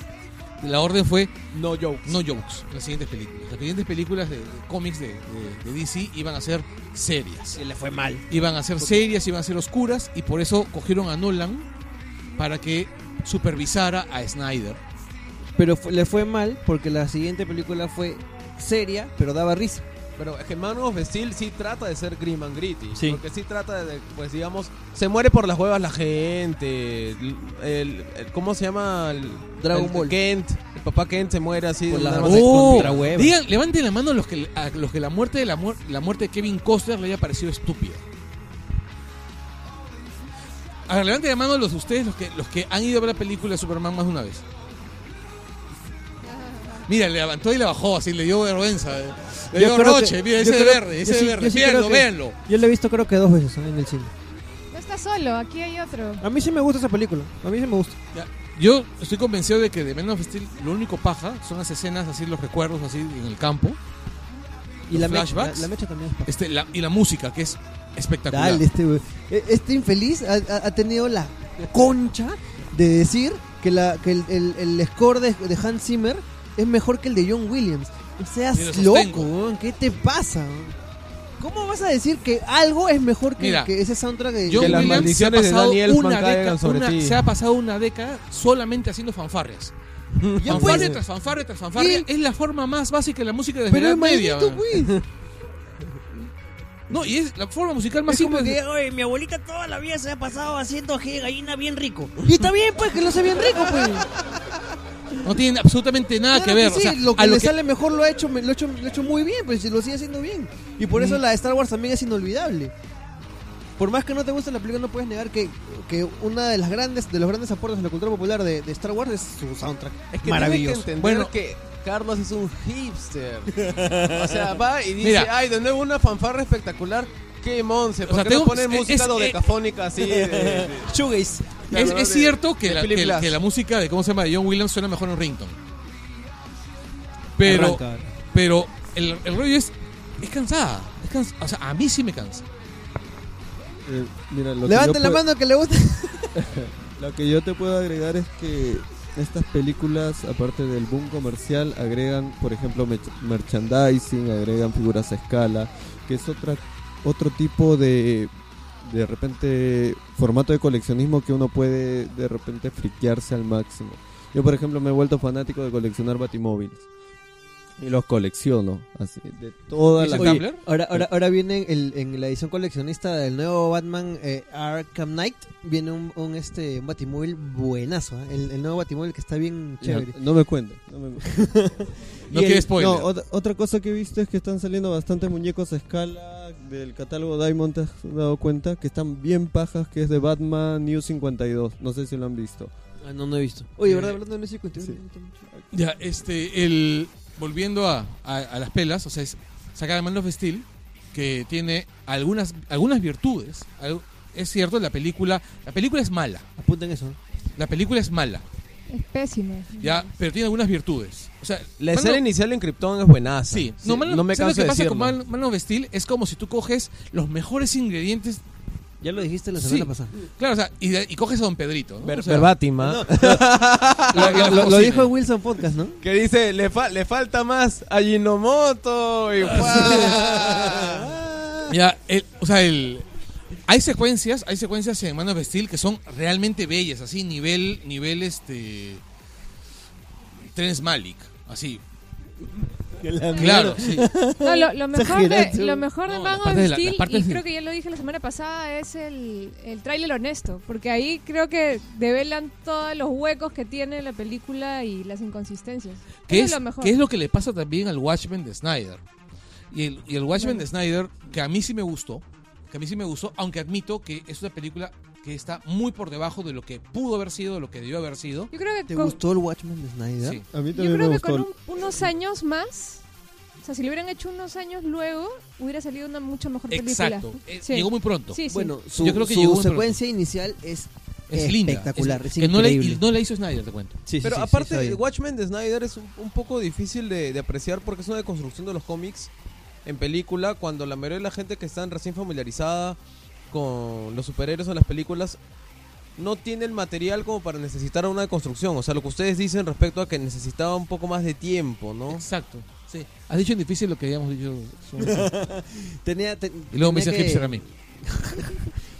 S4: La orden fue
S6: no jokes.
S4: No jokes. Las siguientes películas. Las siguientes películas de, de cómics de, de- de DC iban a ser serias.
S3: Y le fue mal.
S4: Iban a ser serias, iban a ser oscuras y por eso cogieron a Nolan para que supervisara a Snyder.
S3: Pero fu- le fue mal porque la siguiente película fue seria, pero daba risa.
S6: Pero es que Man of Steel sí trata de ser grim and gritty.
S3: Sí.
S6: Porque sí trata de, pues digamos, se muere por las huevas la gente. El, el- el- ¿Cómo se llama? El,
S3: Dragon
S6: el
S3: Ball.
S6: Kent. El papá Kent se muere así.
S3: Por
S6: de
S3: las
S6: una
S3: huevas.
S6: manera-
S3: Contra huevas.
S4: ¡Oh! digan, levanten la mano los que, a los que la muerte de la, muer- la muerte de Kevin Costner le haya parecido estúpida. A ver, levanten la mano los de ustedes, los que, los que han ido a ver la película de Superman más de una vez. Mira, le levantó y le bajó, así le dio vergüenza. Le dio
S3: creo
S4: roche,
S3: que-
S4: mira,
S3: yo
S4: ese de
S3: creo-
S4: verde,
S3: yo
S4: ese de
S3: sí-
S4: verde.
S3: yo sí
S4: véanlo,
S3: creo que-
S4: véanlo.
S3: Yo la he visto creo que dos veces en el cine.
S2: No está solo, aquí hay otro.
S3: A mí sí me gusta esa película. A mí sí me gusta.
S4: Yo estoy convencido de que de Man of Steel lo único paja son las escenas, así los recuerdos, así en el campo.
S3: Y
S4: Los
S3: la, me- la,
S4: flashbacks.
S3: la mecha también es pa-
S4: Este, la- y la música, que es espectacular.
S3: Dale, este, we- e- este infeliz ha, ha- ha tenido la concha de decir que, la, que el, el- el score de, de Hans Zimmer es mejor que el de John Williams. No
S4: Y lo
S3: Seas
S4: sostengo.
S3: loco, weón, ¿qué te pasa? weón? ¿Cómo vas a decir que algo es mejor que,
S4: Mira,
S3: este, que ese soundtrack de
S4: John
S6: Que las
S4: Williams
S6: maldiciones
S4: se
S6: de
S4: ha pasado
S6: Danny Elfman
S4: una
S6: caigan
S4: década,
S6: sobre
S4: una-
S6: ti.
S4: se ha pasado una década solamente haciendo
S3: (laughs)
S4: fanfarrias.
S3: Ya
S4: fanfarria
S3: pues.
S4: tras fanfarria tras fanfarria. Es la forma más básica de la música desde la
S3: Pero pues.
S4: Edad
S3: imagínate,
S4: media. man.
S3: güey.
S4: (laughs) No, y es la forma musical más
S3: Es como
S4: simple.
S3: que, "Oye, mi abuelita toda la vida se ha pasado haciendo ají de gallina bien rico. Y está bien, pues, que lo sea bien rico, pues.
S4: (laughs) No tiene absolutamente nada
S3: Claro
S4: que ver.
S3: sí,
S4: o sea,
S3: lo que
S4: a
S3: le
S4: lo que-
S3: sale mejor lo ha hecho, me- lo ha hecho, lo ha hecho muy bien, pues y lo sigue haciendo bien. Y por eso la de Star Wars también es inolvidable. Por más que no te guste la película, no puedes negar que, que una de las grandes, de los grandes aportes a la cultura popular de, de Star Wars es su soundtrack.
S6: Es que
S3: maravilloso.
S6: Maravilloso. que entender
S4: Bueno.
S6: que Carlos es un
S4: (laughs)
S6: hipster. O sea, va y dice,
S4: Mira.
S6: ay, de nuevo una fanfarra espectacular. Qué monse,
S4: O
S6: ¿por
S4: sea,
S6: qué
S4: tengo-
S6: no ponen
S4: es-
S6: música
S4: es- eh,
S6: dodecafónica así? de-
S4: (laughs)
S6: de-
S3: Shoegaze.
S4: es,
S6: Claro,
S4: es
S6: de-
S4: cierto que
S6: de
S4: la,
S6: Philip
S4: que-
S6: Glass.
S4: que la música de cómo se llama de John Williams suena mejor en Rington. Pero,
S3: Arranca.
S4: pero el, el rollo es, es cansada. Es cansa- o sea, a mí sí me cansa.
S5: Eh, mira, lo que yo
S3: Levanten la
S5: pue-
S3: mano que le gusta.
S5: (laughs) Lo que yo te puedo agregar es que estas películas, aparte del boom comercial, agregan, por ejemplo, mech- merchandising, agregan figuras a escala, que es otra otro tipo de de repente formato de coleccionismo que uno puede de repente friquearse al máximo. Yo, por ejemplo, me he vuelto fanático de coleccionar batimóviles. y los colecciono. Así, de todas
S3: Oye,
S5: las.
S3: ahora, ahora, ahora viene en, en la edición coleccionista del nuevo Batman eh, Arkham Knight, viene un, un, este, un batimóvil buenazo, ¿eh? el, el nuevo batimóvil que está bien chévere.
S5: No me cuento. No, me
S3: (laughs)
S5: cuento.
S4: No
S5: Y
S4: quiere
S5: el-
S4: spoiler.
S5: no, ot- otra cosa que he visto es que están saliendo bastantes muñecos a escala del catálogo Diamond. ¿Te has dado cuenta? Que están bien pajas, que es de Batman New 52. No sé si lo han visto.
S3: Ah, no, no he visto. Oye, ¿verdad? Hablando de Messi,
S5: Sí.
S4: Ya, este, el, volviendo a, a- a las pelas, o sea, es, saca el Man of Steel, que tiene algunas, algunas virtudes. Al- es cierto, la película, la película es mala.
S3: Apunten eso.
S4: La película es mala,
S2: Es pésimo.
S4: ya, pero tiene algunas virtudes. O sea,
S1: La
S4: Man
S1: escena
S4: of-
S1: inicial en Krypton es buenaza.
S4: Sí, no, Man-
S1: no me
S4: ¿sabes
S1: canso
S4: lo
S1: de
S4: que pasa
S1: decirlo.
S4: con Man, Man of Steel es como si tú coges los mejores ingredientes.
S3: Ya lo dijiste la
S1: semana pasada.
S4: Claro, o sea, y, de- y coges a Don Pedrito. ¿no?
S1: Ver-
S4: O sea-
S1: verbatim,
S3: (laughs)
S1: ¿ah?
S4: La- la-
S3: Lo, lo
S4: cocina.
S3: dijo en Wilson Podcast, ¿no?
S1: Que dice, le, fa- le falta más a Ginomoto.
S4: (laughs)
S1: Y ¡guau!
S4: Ya, el- o sea, el, hay secuencias, hay secuencias en Man of Steel que son realmente bellas, así nivel, nivel este, Terence Malik, así. Claro, sí.
S2: No, lo,
S3: (laughs)
S2: lo mejor de,
S4: Exagerado.
S2: lo mejor de
S4: No,
S2: Man
S4: las
S2: of
S4: partes de la-
S2: Steel,
S4: las partes
S2: y
S4: de-
S2: creo que ya lo dije la semana pasada, es el, el tráiler honesto, porque ahí creo que develan todos los huecos que tiene la película y las inconsistencias.
S4: ¿Qué
S2: Eso
S4: es,
S2: lo mejor.
S4: qué es lo que le pasa también al Watchmen de Snyder? Y el, y el Watchmen de Snyder, que a mí sí me gustó, que a mí sí me gustó, aunque admito que es una película que está muy por debajo de lo que pudo haber sido, de lo que debió haber sido.
S2: Yo creo que
S3: ¿Te
S2: con-
S3: gustó el Watchmen de Snyder?
S4: Sí.
S5: A mí
S2: Yo creo que con un- unos años más, o sea, si lo hubieran hecho unos años luego, hubiera salido una mucho mejor película.
S4: Exacto. Eh,
S2: Sí.
S4: Llegó muy pronto.
S2: Sí, sí.
S3: Bueno, su,
S4: Yo creo que
S3: su
S4: llegó muy pronto.
S3: secuencia inicial es,
S4: (laughs) Es linda.
S3: espectacular,
S4: Es-
S3: es,
S4: que no la- y
S3: increíble.
S4: no la hizo Snyder, te cuento.
S3: Sí, sí,
S1: Pero
S3: sí, sí,
S1: aparte,
S3: está bien.
S1: Watchmen de Snyder es un, un poco difícil de, de apreciar porque es una deconstrucción de los cómics en película cuando la mayoría de la gente que está recién familiarizada con los superhéroes o las películas no tiene el material como para necesitar una deconstrucción. O sea, lo que ustedes dicen respecto a que necesitaba un poco más de tiempo, ¿no?
S4: Exacto. Sí. Has dicho en difícil lo que habíamos
S1: (laughs)
S4: dicho.
S3: Tenía, te-
S4: y luego me dice
S3: tenía que-
S4: hipster a mí.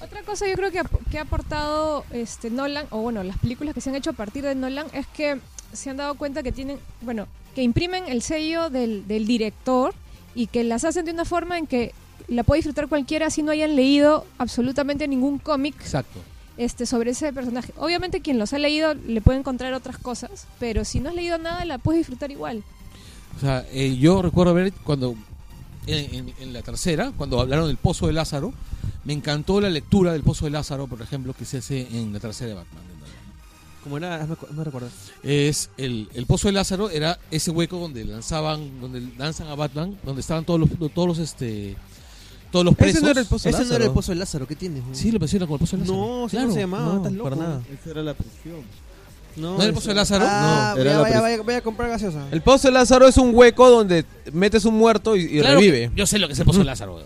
S2: Otra cosa yo creo que, ap- que ha aportado este Nolan, o bueno, las películas que se han hecho a partir de Nolan, es que se han dado cuenta que tienen, bueno, que imprimen el sello del, del director y que las hacen de una forma en que la puede disfrutar cualquiera si no hayan leído absolutamente ningún cómic
S4: Exacto.
S2: este, sobre ese personaje. Obviamente quien los ha leído le puede encontrar otras cosas, pero si no has leído nada la puedes disfrutar igual.
S4: O sea, eh, yo recuerdo ver cuando. En, en- en la tercera, cuando hablaron del Pozo de Lázaro, me encantó la lectura del Pozo de Lázaro, por ejemplo, que se hace en la tercera de Batman.
S3: Como era, hazme, hazme recordar.
S4: Es el, el Pozo de Lázaro era ese hueco donde lanzaban, donde lanzan a Batman, donde estaban todos los, todos los este todos los presos.
S1: Ese no era el Pozo de
S3: Ese
S1: Lázaro.
S3: no era el pozo de Lázaro, ¿qué tienes?
S4: Sí, lo mencionan como el Pozo de Lázaro.
S3: No, sí,
S4: Claro.
S3: no se llamaba,
S1: No,
S3: estás loco.
S1: para nada.
S5: Esa era la prisión.
S3: No,
S4: ¿No era el Pozo de Lázaro?
S3: Ah,
S5: No, era
S3: ya
S5: la
S3: vaya,
S5: pres-
S3: vaya, vaya a comprar gaseosa.
S1: El Pozo de Lázaro es un hueco donde metes un muerto y, y
S4: Claro que-
S1: revive.
S4: yo sé lo que es el Pozo de
S1: (laughs)
S4: Lázaro. weón.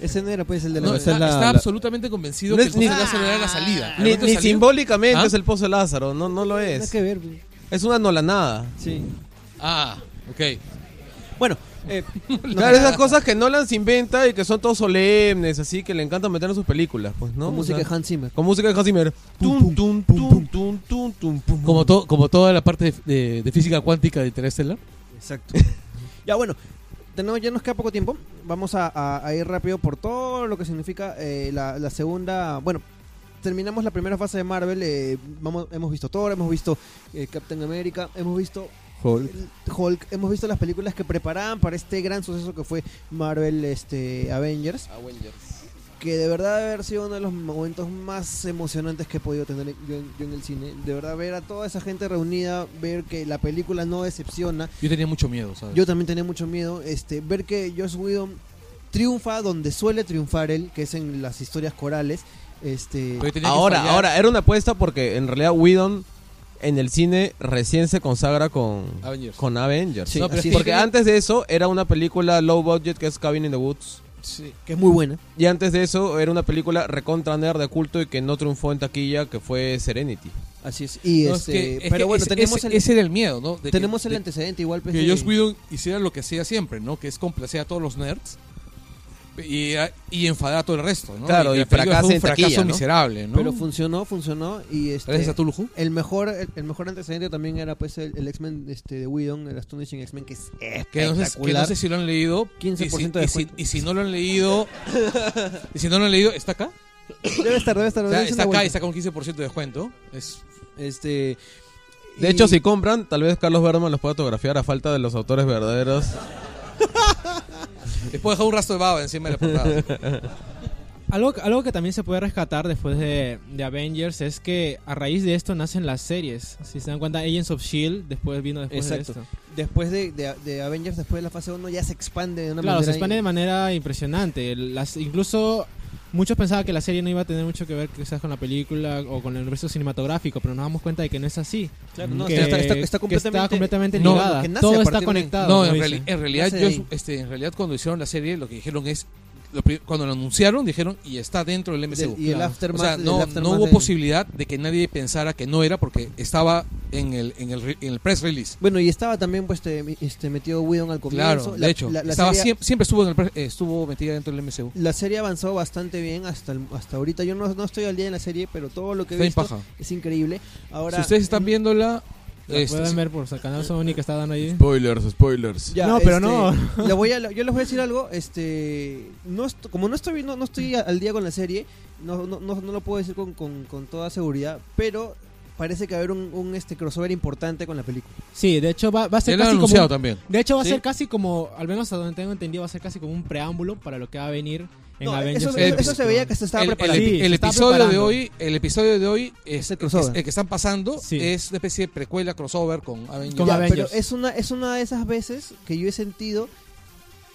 S3: Ese no era, pues, el de la...
S4: No,
S5: esa
S4: está,
S5: es la-
S4: está
S5: la-
S4: absolutamente convencido
S1: No
S4: que
S1: es
S4: el Pozo
S1: ni-
S4: de Lázaro era la salida.
S1: Ni,
S4: ¿Alberto
S1: ni
S4: salió?
S1: simbólicamente
S4: ¿Ah?
S1: es el Pozo de Lázaro, no, no lo
S3: Nada
S1: es.
S3: que ver, güey.
S1: Es una nolanada.
S3: Sí.
S4: Ah, ok.
S3: Bueno, eh,
S1: (laughs) Claro, esas cosas que Nolan se inventa y que son todos solemnes, así que le encanta meter en sus películas, pues, ¿no?
S3: con
S1: O
S3: música de
S1: sea,
S3: Hans Zimmer.
S1: con música de Hans Zimmer. Tum, tum, tum, tum, tum, tum, pum.
S4: Como, to- como toda la parte de, de- de física cuántica de Interstellar.
S3: Exacto. ya bueno, tenemos, ya nos queda poco tiempo. Vamos a, a- a ir rápido por todo lo que significa eh, la, la segunda. Bueno, terminamos la primera fase de Marvel. eh, vamos, hemos visto Thor, hemos visto eh, Captain America, hemos visto
S5: Hulk.
S3: Hulk, hemos visto las películas que preparaban para este gran suceso que fue Marvel este,
S1: Ah,
S3: Avengers.
S4: Ah,
S3: Que de verdad debe haber sido uno de los momentos más emocionantes que he podido tener yo en, yo en el cine. De verdad, ver a toda esa gente reunida, ver que la película no decepciona,
S4: Yo tenía mucho miedo, ¿sabes?
S3: yo también tenía mucho miedo. Este, ver que Josh Whedon triunfa donde suele triunfar él, que es en las historias corales. Este,
S4: Pero tenía que
S1: Ahora,
S4: fallar.
S1: ahora, era una apuesta porque en realidad Whedon en el cine recién se consagra con,
S4: Avengers.
S1: con Avengers.
S3: Sí,
S1: No,
S3: así es.
S1: porque antes de eso era una película low budget que es Cabin in the Woods.
S4: Sí.
S3: que es muy buena.
S1: Y antes de eso era una película recontra nerd de culto y que no triunfó en taquilla, que fue Serenity.
S3: Así es. Y
S4: No, es
S3: este,
S4: que- es que
S3: pero bueno,
S4: ese-
S3: tenemos
S4: ese,
S3: el,
S4: ese era el miedo, ¿no? De que-
S3: tenemos el
S4: de-
S3: antecedente igual. pues,
S4: que
S3: de-
S4: Josh Whedon hiciera lo que hacía siempre, ¿no? Que es complacer a todos los nerds y, y enfadar a todo el resto, ¿no?
S3: Claro,
S4: la
S3: y
S4: película fue
S3: fracase
S4: un
S3: en
S4: fracaso
S3: taquilla, ¿no?
S4: miserable, ¿no?
S3: Pero funcionó, funcionó y este,
S4: Gracias a Tulhu.
S3: El mejor, el, el mejor antecedente también era pues el, el X-Men este, de Whedon, el Astonishing X-Men, que es
S4: que no, sé, que no sé si lo han leído.
S3: 15%
S4: y
S3: de
S4: si, y si, y si no lo han leído. y si no lo han leído, ¿está acá?
S3: Debe estar, debe estar.
S4: O
S3: debe
S4: sea,
S3: ser
S4: está
S3: una
S4: acá
S3: vuelta.
S4: y está con 15% de descuento. Es,
S3: este,
S1: De hecho, si compran, tal vez Carlos Berman los pueda autografiar a falta de los autores verdaderos.
S4: Les puedo dejar un rastro de baba encima de la portada.
S9: (laughs) Algo, algo que también se puede rescatar después de, de Avengers es que a raíz de esto nacen las series. Si se dan cuenta, Agents of Shield E después vino después
S3: Exacto.
S9: de esto.
S3: Después de, de- de Avengers, después de la fase 1, ya se expande de una
S9: claro,
S3: manera.
S9: se expande de manera impresionante. Las, incluso muchos pensaban que la serie no iba a tener mucho que ver quizás con la película o con el universo cinematográfico, pero nos damos cuenta de que no es así.
S3: Claro, no,
S9: Que-
S3: está- está- está
S9: que
S3: completamente-
S9: completamente
S3: No,
S9: ligada.
S3: que nace a
S9: Todo está
S3: partir de-
S9: conectado.
S4: No,
S9: como
S4: en,
S9: dicen.
S4: reali- en realidad,
S9: Nace
S4: yo,
S9: de ahí.
S4: este, en realidad cuando hicieron la serie, lo que dijeron es lo pri- cuando lo anunciaron dijeron y está dentro del MCU.
S3: Del- y el
S4: Claro.
S3: aftermath-
S4: o sea,
S3: del
S4: no,
S3: aftermath
S4: no hubo
S3: del-
S4: posibilidad de que nadie pensara que no era porque estaba en el en el, re- en el press release.
S3: Bueno, y estaba también pues este, este, metido Whedon al comienzo.
S4: Claro,
S3: La-
S4: de hecho,
S3: la- la
S4: estaba
S3: serie-
S4: siem- siempre estuvo en el pre- eh, estuvo metida dentro del MCU.
S3: La serie ha avanzado bastante bien hasta el- hasta ahorita. Yo no, no estoy al día en la serie, pero todo lo que he
S4: Está en
S3: visto
S4: paja.
S3: es increíble. Ahora, mm,
S4: si ustedes están viéndola
S9: La
S4: este,
S9: pueden ver por el canal Sony que está dando ahí.
S1: Spoilers, spoilers.
S3: Ya,
S9: no, pero
S3: este,
S9: no.
S3: le voy a- yo les voy a decir algo. Este, no est- como no estoy, no, no estoy a- al día con la serie, no, no, no, no lo puedo decir con, con- con toda seguridad, pero parece que va a haber un, un, este crossover importante con la película.
S9: Sí, de hecho va, va a ser
S4: Ya lo han
S9: casi como
S4: anunciado
S9: un-
S4: también.
S9: De hecho va
S4: Sí.
S9: a ser casi como, al menos a donde tengo entendido, va a ser casi como un preámbulo para lo que va a venir en
S3: No,
S9: Avengers.
S3: eso-
S9: Endgame.
S3: eso se veía que se estaba
S4: el, el-
S3: preparando.
S4: el
S3: Sí, se estaba
S4: episodio de
S3: preparando.
S4: hoy, el episodio de hoy es,
S3: el crossover.
S4: es- el que están pasando
S9: Sí.
S4: es una especie de precuela crossover con Avengers.
S3: Ya, Pero es una, es una de esas veces que yo he sentido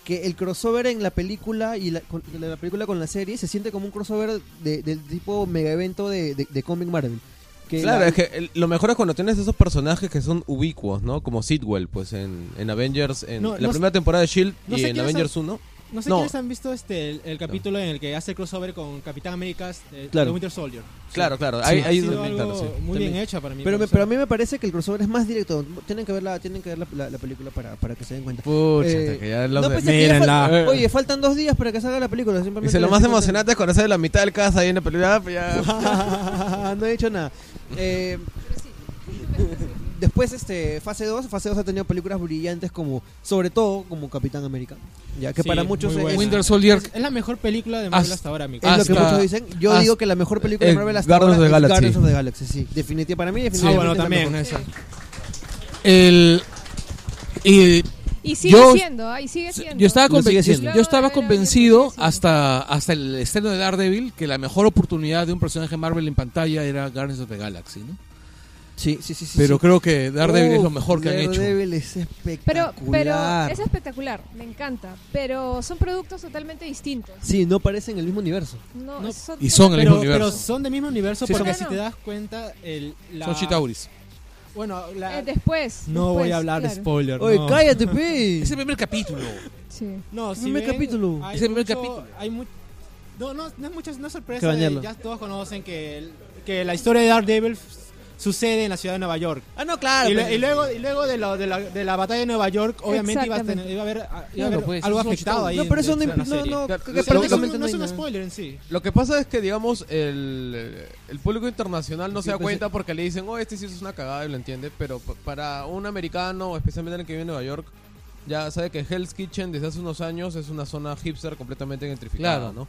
S3: que el crossover en la película y la, con- de la película con la serie se siente como un crossover de- del tipo mega evento de, de, de Comic Marvel. Que
S1: claro,
S3: la-
S1: es que el- lo mejor es cuando tienes esos personajes que son ubicuos, ¿no? Como Sidwell, pues en, en Avengers, en
S9: No,
S1: la
S9: no
S1: primera
S9: sé-
S1: temporada de Shield
S9: no
S1: y
S9: sé
S1: en
S9: quiénes
S1: Avengers
S9: han-
S1: 1.
S9: No sé quiénes han visto este el, el capítulo en el que hace el crossover con Capitán América eh,
S3: Claro.
S9: The Winter Soldier.
S1: Claro, claro,
S9: Sí,
S1: ahí-
S9: ha
S1: ahí es
S9: sido
S1: donde-
S9: algo
S1: claro, sí.
S9: muy
S3: También.
S9: bien hecha para mí. pues.
S3: Pero, me-
S9: para
S3: pero a mí me parece que el crossover es más directo. Tienen que ver la, tienen que ver la, la- la película para, para que se den cuenta.
S1: Pucha, que ya lo
S3: no,
S1: de-
S3: pues, es que ya
S1: Mírenla.
S3: fal- Oye, faltan dos días para que salga la película. simplemente
S1: Dice, lo
S3: les
S1: más
S3: estoy contando.
S1: emocionante es conocer la mitad del casa ahí en la película. pues ya.
S3: (laughs) no he dicho nada. Eh, después, este, fase 2. Fase 2 ha tenido películas brillantes como, sobre todo, como Capitán América. Ya que
S9: Sí,
S3: para muchos
S9: muy
S3: es,
S9: buena.
S4: Winter Soldier
S9: Es, es la mejor película de Marvel
S4: Hasta-
S9: hasta ahora, amigo.
S3: es lo que
S4: hasta-
S3: muchos dicen. Yo
S4: hasta-
S3: digo que la mejor película
S1: eh,
S3: de Marvel hasta
S1: Guardians
S3: ahora
S1: of the
S3: es
S1: Galaxy.
S3: Guardians of the Galaxy. Sí, definitiva, para mí, definitivamente.
S9: bueno,
S3: es la
S9: también,
S3: mejor.
S9: esa.
S4: el y
S2: Y sigue siendo, ¿ah? y sigue siendo.
S4: Yo estaba,
S3: Lo
S4: conven-
S3: sigue
S4: yo-
S3: siendo.
S4: yo estaba convencido hasta, hasta el estreno de Daredevil que la mejor oportunidad de un personaje Marvel en pantalla era Guardians of the Galaxy, ¿no?
S3: Sí, sí, sí. sí,
S4: Pero
S3: sí.
S4: creo que Daredevil es lo mejor que han hecho.
S3: Daredevil es espectacular.
S2: Pero, pero es espectacular, me encanta. Pero son productos totalmente distintos.
S3: Sí, no parecen el mismo universo.
S2: No,
S9: No.
S2: son-
S4: Y son el
S9: Pero,
S4: mismo
S9: pero
S4: universo.
S9: son del mismo universo
S4: Sí,
S9: porque
S2: son-
S9: si te das cuenta, el, la-
S4: Son Chitauris.
S9: Bueno, la-
S2: eh, después.
S9: no voy
S2: después,
S9: a hablar de
S2: claro.
S9: spoiler.
S3: Oye,
S9: no.
S3: cállate, pi.
S4: Es el primer capítulo.
S2: Sí.
S9: No, si
S3: Primer
S9: ven,
S3: capítulo.
S9: hay
S4: Es el primer
S9: mucho-
S4: capítulo.
S9: Hay mu- no, no, no es mucha no es
S3: Que
S9: sorpresa.
S3: bañarlo.
S9: de- ya todos conocen que, el- que la historia de Daredevil f- sucede en la ciudad de Nueva York.
S3: Ah, no, claro.
S9: y, lo-
S3: pues.
S9: y luego, y luego de, lo- de la, de la batalla de Nueva York, obviamente iba a, tener- iba a haber, iba a
S4: Claro,
S9: haber
S4: pues,
S9: algo
S4: son
S9: afectado ahí.
S3: no, pero eso no,
S9: en- en la
S3: imp- no,
S9: serie.
S3: no, creo que
S9: O sea, no es un-
S3: prácticamente
S9: no es
S3: hay
S9: un
S3: nada.
S9: spoiler en sí.
S1: Lo que pasa es que, digamos, el, el público internacional no
S3: Sí,
S1: se da
S3: pues,
S1: cuenta porque le dicen, oh, este sí es una cagada y lo entiende, pero p- para un americano, especialmente el que vive en Nueva York, ya sabe que Hell's Kitchen desde hace unos años es una zona hipster completamente gentrificada,
S4: Claro.
S1: ¿no?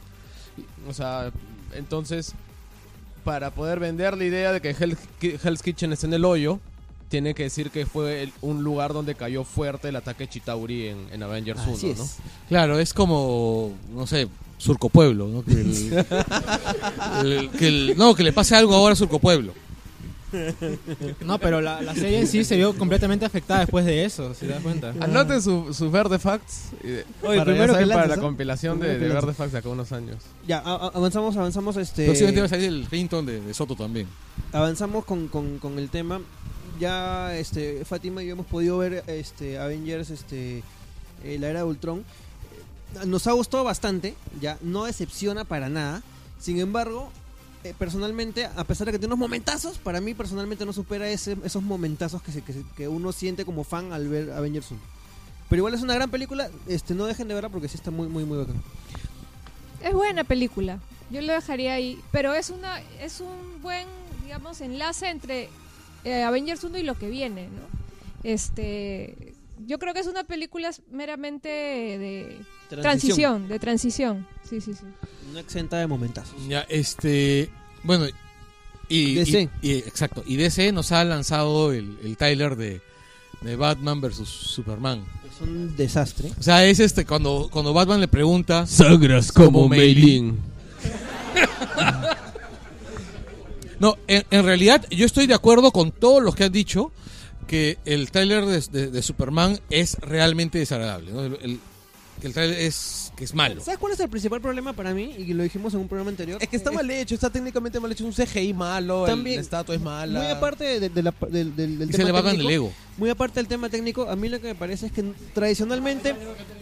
S1: Y- O sea, entonces, para poder vender la idea de que Hell- Ki- Hell's Kitchen está en el hoyo, tiene que decir que fue el- un lugar donde cayó fuerte el ataque Chitauri en, en Avengers 1, ¿no?
S4: Claro, es como, no sé, Surco Pueblo, ¿no? Que el- el- que el- no, que le pase algo ahora a Surco Pueblo.
S9: (laughs) No, pero la, la serie en sí se vio completamente afectada después de eso, si te das cuenta.
S1: Ah. Anoten sus su verde facts. eh,
S3: Oye,
S1: para,
S3: primero
S1: ya saben,
S3: que lanzas,
S1: para la
S3: ¿ah?
S1: compilación de,
S3: Primero que
S1: de verde
S3: lanzas.
S1: facts de acá unos años.
S3: Ya, a- a- avanzamos, avanzamos,
S4: Próximamente va a
S3: este,
S4: salir el Hinton de, de Soto también.
S3: avanzamos con, con, con el tema. Ya, este, Fátima y yo hemos podido ver, este, Avengers, este, eh, la era de Ultron. Eh, Nos ha gustado bastante, ya, no decepciona para nada. Sin embargo, eh, personalmente, a pesar de que tiene unos momentazos, para mí personalmente no supera ese- esos momentazos que, se- que, se- que uno siente como fan al ver Avengers 1. Pero igual es una gran película, este, no dejen de verla porque sí está muy, muy, muy bacán.
S2: Es buena película. Yo lo dejaría ahí. Pero es una es un buen, digamos, enlace entre eh, Avengers 1 y lo que viene, ¿no? Este. Yo creo que es una película meramente de
S3: Transición.
S2: transición, de transición. Sí, sí, sí.
S3: No exenta de momentazos.
S4: Ya, este. Bueno, y.
S3: DC.
S4: y- y- exacto. Y DC nos ha lanzado el, el trailer de, de Batman vs Superman.
S3: Es un desastre.
S4: O sea, es este. Cuando, cuando Batman le pregunta.
S6: Sagras como Meilín.
S4: No, en, en realidad yo estoy de acuerdo con todos los que han dicho que el tráiler de, de- de Superman es realmente desagradable. ¿no? El, el- que el tráiler es, que es malo.
S3: ¿Sabes cuál es el principal problema para mí? Y lo dijimos en un programa anterior.
S6: Es que está mal hecho, está técnicamente mal hecho. Un CGI malo, el, la estatua es mala.
S3: Muy aparte de- de la- del, del- del
S6: Y se
S3: tema
S6: le va
S3: técnico,
S6: ganando el ego.
S3: Muy aparte del tema técnico, a mí lo que me parece es que tradicionalmente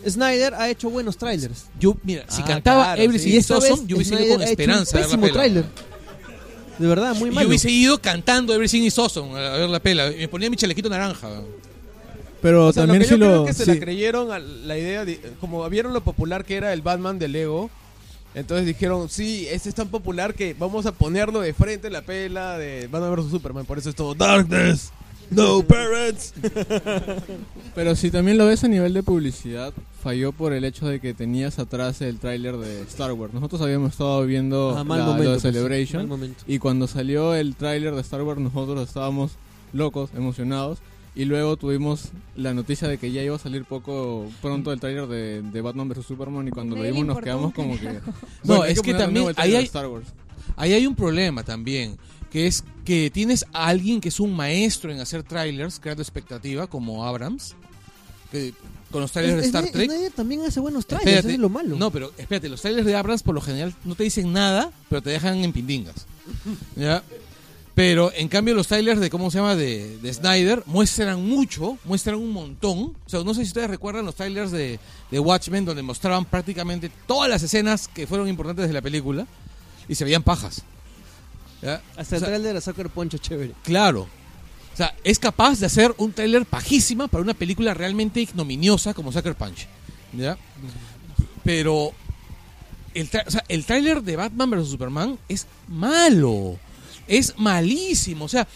S3: Snyder ha hecho buenos trailers.
S4: Yo, mira, si
S3: Ah,
S4: cantaba
S3: claro,
S4: Everything
S3: sí.
S4: is
S3: Esta vez
S4: Awesome, yo hubiese ido
S3: Snyder
S4: con
S3: ha hecho un
S4: esperanza a ver la
S3: pésimo
S4: pela.
S3: tráiler. De verdad, muy
S4: Y
S3: malo.
S4: yo hubiese ido cantando Everything is Awesome a ver la pela. Me ponía mi chalequito naranja.
S8: Pero
S6: O sea,
S8: también
S6: lo que
S8: si
S6: yo creo
S8: lo.
S6: que se
S8: si-
S6: la creyeron a la idea, de- como vieron lo popular que era el Batman de Lego, entonces dijeron, sí, este es tan popular que vamos a ponerlo de frente en la pela de Batman vs. Superman, por eso es todo Darkness, No
S4: (laughs)
S6: Parents.
S8: (laughs) Pero si también lo ves a nivel de publicidad, falló por el hecho de que tenías atrás el tráiler de Star Wars. Nosotros habíamos estado viendo
S3: Ah, mal
S8: la-
S3: momento,
S8: lo de
S3: pues,
S8: Celebration
S3: mal momento.
S8: y cuando salió el tráiler de Star Wars nosotros estábamos locos, emocionados y luego tuvimos la noticia de que ya iba a salir poco pronto el tráiler de, de Batman vs Superman y cuando lo
S4: Nadie le
S8: vimos nos
S4: importó
S8: quedamos
S4: un
S8: como
S3: (laughs)
S8: que (laughs)
S4: carajo. No,
S8: Bueno, hay
S4: es que,
S8: poner de
S4: también
S8: nuevo el
S4: ahí
S8: tráiler de
S4: hay,
S8: Star Wars.
S4: ahí hay un problema también, que es que tienes a alguien que es un maestro en hacer trailers, creando expectativa, como Abrams, que con los trailers de
S3: Es-
S4: Star
S3: es-
S4: Trek.
S3: Snyder también hace buenos trailers,
S4: Espérate.
S3: eso es lo malo.
S4: No, pero espérate, los trailers de Abrams por lo general no te dicen nada, pero te dejan en
S3: (laughs)
S4: pindingas. ¿Ya? Pero en cambio los trailers de cómo se llama de, de Snyder muestran mucho, muestran un montón. O sea, no sé si ustedes recuerdan los trailers de, de Watchmen donde mostraban prácticamente todas las escenas que fueron importantes de la película y se veían pajas. ¿Ya?
S3: Hasta
S4: O sea,
S3: el trailer de Soccer Poncho, chévere.
S4: Claro. O sea, es capaz de hacer un tráiler pajísima para una película realmente ignominiosa como Sucker Punch. ¿Ya? Pero el, tra- o sea, el tráiler de Batman vs. Superman es malo. Es malísimo. O sea,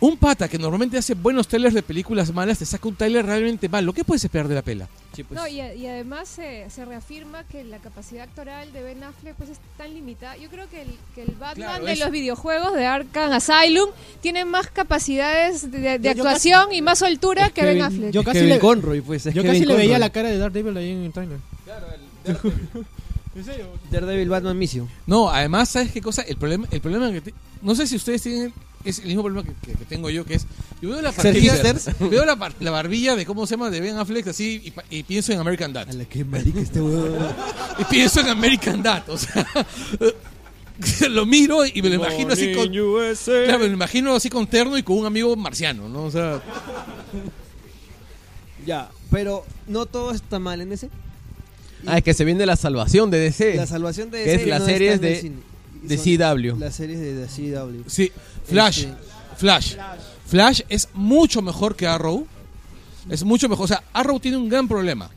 S4: un pata que normalmente hace buenos trailers de películas malas te saca un tráiler realmente malo. ¿Qué puedes esperar de la pela?
S2: No, y, a- y además se, se reafirma que la capacidad actoral de Ben Affleck pues es tan limitada. Yo creo que el, que el Batman
S11: Claro,
S2: de
S11: es-
S2: los videojuegos de Arkham Asylum tiene más capacidades de, de
S11: Yo- yo
S2: actuación y más soltura que Ben
S9: Kevin-
S2: Affleck.
S9: yo casi
S3: Kevin
S9: le,
S3: Conroy, pues, es
S9: yo
S3: Kevin
S9: casi le veía
S3: Conroy.
S9: la cara de Daredevil ahí en el trailer.
S3: Daredevil Batman Mission.
S4: No, además, ¿sabes qué cosa? El problema, el problema que... te- no sé si ustedes tienen... Es el mismo problema que, que- que tengo yo, que es... Yo veo la
S3: Ser
S4: barbilla,
S3: hipsters.
S4: (laughs) veo la, bar- la barbilla de cómo se llama de Ben Affleck así y, pa- y pienso en American Dad.
S3: este
S4: (laughs) Y pienso en American Dad, o sea... (laughs) lo miro y me lo imagino así con...
S3: Morning USA.
S4: Claro, me lo imagino así con terno y con un amigo marciano, ¿no? O sea...
S3: Ya, pero no todo está mal en ese.
S6: Ah, es que se viene la salvación de DC.
S3: La salvación de
S6: Que
S3: DC
S6: es las
S3: no
S6: series
S3: está en el
S6: de,
S3: cine. Y
S6: de
S3: son
S6: CW.
S3: Las series de, de CW.
S4: Sí, Flash,
S3: Este,
S4: Flash. Flash es mucho mejor que Arrow. Es mucho mejor. O sea, Arrow tiene un gran problema.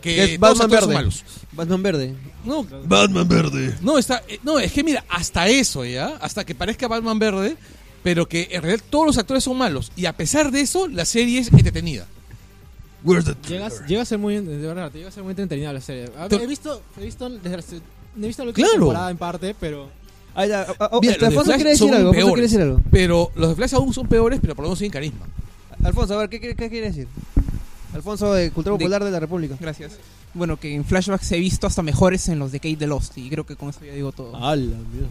S3: Que
S4: Que
S3: es
S4: todos actores
S3: Batman
S4: son
S3: Verde.
S4: malos.
S3: Batman Verde.
S4: No.
S3: Batman Verde.
S4: No, está, eh, no, es que mira, hasta eso, ¿ya? Hasta que parezca Batman Verde, pero que en realidad todos los actores son malos. Y a pesar de eso, la serie es entretenida.
S9: Llegas, llega a ser muy, de verdad, te llega a ser muy entretenida la serie. A-
S4: Te-
S9: Ah, He visto, he visto, desde la se- he visto la última
S4: Claro.
S9: temporada en parte, pero...
S3: Ah, oh.
S4: Mira, los de Flash son peores, Pero los de Flash aún son peores, pero por lo menos tienen carisma.
S3: Alfonso, a ver, ¿qué, qué, qué quiere decir? Alfonso de Cultura
S7: De-
S3: Popular de, la República.
S7: Gracias. Bueno, que en flashbacks he visto hasta mejores en los de Kate de Lost y creo que con eso ya digo todo.
S3: ¡Hala, mira!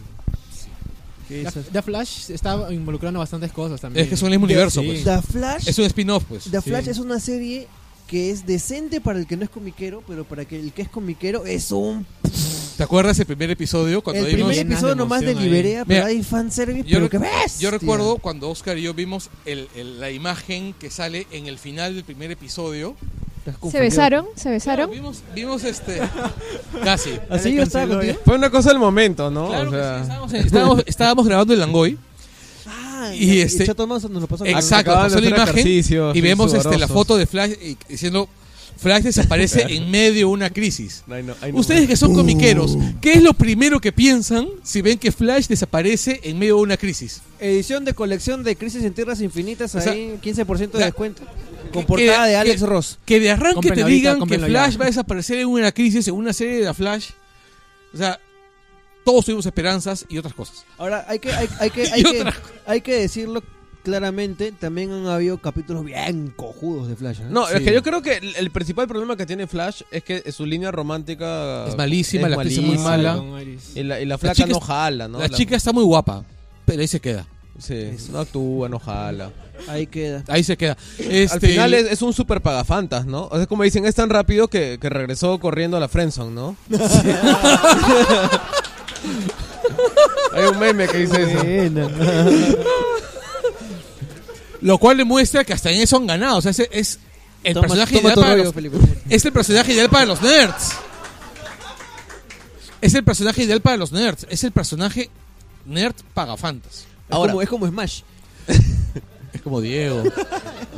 S9: Da- The Flash está involucrando bastantes cosas también.
S4: Es que son el mismo
S9: The-
S4: universo,
S9: sí.
S4: pues.
S3: The Flash-
S4: Es un spin-off, pues.
S3: The Flash es una serie que es decente para el que no es comiquero, pero para que el que es comiquero es un...
S4: ¿Te acuerdas el primer episodio? Cuando
S3: el primer
S4: vimos-
S3: episodio nomás de Liberia, pero hay fanservice,
S4: Yo,
S3: pero
S4: rec-
S3: que ves.
S4: yo recuerdo cuando Oscar y yo vimos el- el- la imagen que sale en el final del primer episodio.
S2: ¿Se besaron? ¿Se besaron?
S4: Vimos,
S2: (laughs)
S4: vimos este.
S3: (laughs)
S4: Casi.
S6: Así yo estaba contigo. Fue una cosa del momento, ¿no?
S4: Claro
S6: O
S4: que
S6: sea.
S4: sí, estábamos,
S6: (laughs)
S4: estábamos- estábamos grabando el Langoy. y este.
S3: Ah, Chato Manso nos lo pasó.
S4: exacto,
S6: Acababan
S4: pasó
S6: de
S4: la
S6: hacer
S4: imagen.
S6: ejercicios,
S4: Y vemos este, la
S6: sudorosos.
S4: foto de Flash y- diciendo Flash
S3: (laughs)
S4: desaparece en medio de una crisis.
S6: know.
S4: Ustedes que son comiqueros,
S3: Uh.
S4: ¿qué es lo primero que piensan si ven que Flash desaparece en medio de una crisis?
S3: Edición de colección de Crisis en Tierras Infinitas,
S4: O sea,
S3: ahí 15% de
S4: la-
S3: descuento. Con portada
S4: Que-
S3: de Alex
S4: que-
S3: Ross.
S4: Que de arranque
S3: Cómprenlo
S4: te
S3: ahorita,
S4: digan que
S3: cómprenlo ya.
S4: Flash va a desaparecer en una crisis, en una serie de la Flash. O sea, todos tuvimos esperanzas y otras cosas.
S3: Ahora, hay que, hay, hay que,
S4: (laughs) Y
S3: hay, que,
S4: otra
S3: hay que decirlo claramente, también han habido capítulos bien cojudos de Flash. ¿eh?
S6: No, es
S3: Sí.
S6: que yo creo que el, el principal problema que tiene Flash es que su línea romántica
S4: Es malísima, la actriz es muy
S6: malísima,
S4: mala.
S6: con- Y la, y la flaca
S4: chica
S6: no
S4: es-
S6: jala, ¿no?
S4: La, chica está muy guapa, pero ahí se queda.
S6: Sí, no actúa, no jala.
S3: Ahí queda.
S4: Ahí se queda.
S6: Al
S4: Este-
S6: final es, es un super pagafantas, ¿no? O sea, como dicen, es tan rápido que, que regresó corriendo a la Friendzone,
S4: (laughs)
S6: ¿no? (laughs) Hay un meme que dice eso.
S4: (laughs) Lo cual demuestra que hasta en eso han ganado. O sea, ese es el
S3: Toma-
S4: personaje
S3: toma
S4: ideal
S3: tu
S4: para
S3: rollo,
S4: los,
S3: Felipe.
S4: Es el personaje ideal para los nerds. Es el personaje ideal para los nerds. Es el personaje nerd pagafantas.
S3: Ahora, es como Smash.
S4: (laughs) Es como Diego.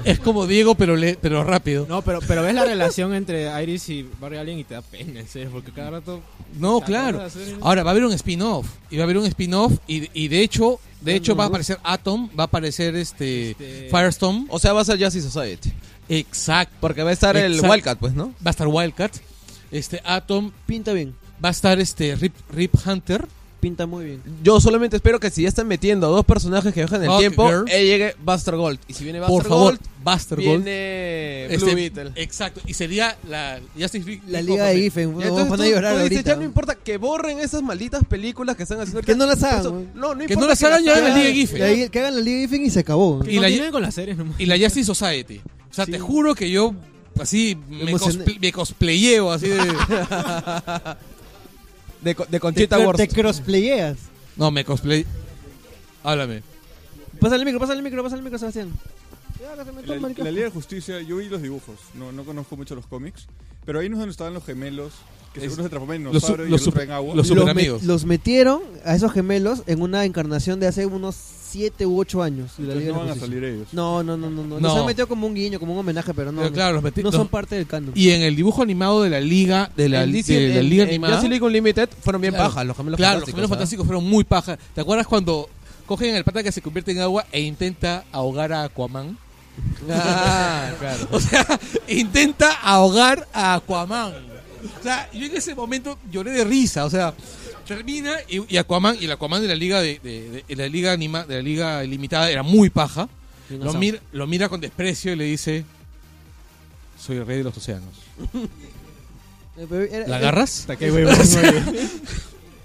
S4: es como Diego, pero le, pero rápido.
S9: No, pero, pero ves la relación entre Iris y Barry Allen y te da pena, en serio, porque cada rato.
S4: No,
S9: cada
S4: claro.
S9: rato hacer-
S4: Ahora va a haber un spin-off. Y va a haber un spin-off. Y, y de hecho, de hecho va a aparecer Atom, va a aparecer este, Firestorm.
S6: O sea, va a ser Justice Society.
S4: Exacto.
S6: Porque va a estar el
S4: Exacto.
S6: Wildcat, pues, ¿no?
S4: Va a estar Wildcat. Este Atom.
S3: Pinta bien.
S4: Va a estar este Rip, Rip Hunter.
S3: Pinta muy bien.
S6: Yo solamente espero que si ya están metiendo a dos personajes que viajan en el
S4: Hawk
S6: tiempo,
S4: Girl.
S6: eh, llegue Buster Gold. Y si viene Buster
S4: Por favor,
S6: Gold,
S4: Buster Gold.
S6: viene
S4: Este,
S6: Blue Beetle.
S4: Exacto. Y sería la Justice League.
S3: La Liga de Giffen,
S6: Y
S3: nos
S6: entonces
S3: vamos a poner a
S6: tú-
S3: llorar
S6: tú dices,
S3: ahorita.
S6: ya no importa que borren esas malditas películas que están haciendo.
S3: Que no las hagan,
S6: Eso-
S3: güey.
S6: No, no importa.
S4: Que no las hagan, ya hagan la Liga de
S3: Que
S4: Giffen.
S3: ahí- Que hagan la Liga Giffen y se acabó.
S6: Pues
S4: Y la-
S9: Continúen con las series nomás.
S4: Y la Justice Society. O sea, te juro que yo así me,
S3: Emocioné.
S4: cosple- me cosplayeo así
S6: (laughs)
S4: de...
S6: De, co- de
S3: Te,
S6: Conchita
S3: te
S6: Wurst.
S3: crossplayeas.
S4: No, me cosplay... Háblame.
S3: Pásale el micro, pásale el micro, pásale el micro, Sebastián.
S11: La, la Liga de Justicia, yo vi los dibujos, no, no conozco mucho los cómics, pero ahí no es donde estaban los gemelos, que seguro se transforman en
S4: los su-
S11: dinosaurio y
S4: los
S11: el otro
S4: super-
S11: en agua.
S4: los
S3: Los,
S4: superamigos.
S3: me- los metieron a esos gemelos en una encarnación de hace unos 7 u 8 años. de la
S11: Entonces
S3: Liga de
S11: no van a
S3: Justicia.
S11: salir ellos.
S3: No, no, no, no, no. Los
S4: No.
S3: han metido como un guiño, como un homenaje, pero no.
S4: Pero
S3: no.
S4: claro, los meti-
S3: no son
S4: no.
S3: parte del canon.
S4: Y en el dibujo animado de la Liga, de la,
S6: El
S4: de
S6: DC
S4: la
S6: el-
S4: Liga
S6: el
S4: Animada...
S6: Justice League Unlimited fueron bien
S4: Claro.
S6: pajas, los gemelos
S4: Claro, los
S6: fantásticos.
S4: gemelos
S6: ¿ah?
S4: fantásticos fueron muy paja. ¿Te acuerdas cuando cogen el pata que se convierte en agua e intenta ahogar a Aquaman?
S6: Ah, claro.
S4: (laughs) O sea, intenta ahogar a Aquaman. O sea, yo en ese momento lloré de risa. O sea, termina y, y Aquaman, y el Aquaman de la liga de, de- de- de la liga anima, de la liga limitada era muy paja. Lo
S3: asado.
S4: mira, lo mira con desprecio y le dice: Soy el rey de los océanos.
S3: Eh, pero era-
S4: ¿La
S3: era-
S4: agarras?
S9: Hasta que huevo, huevo.
S3: (laughs)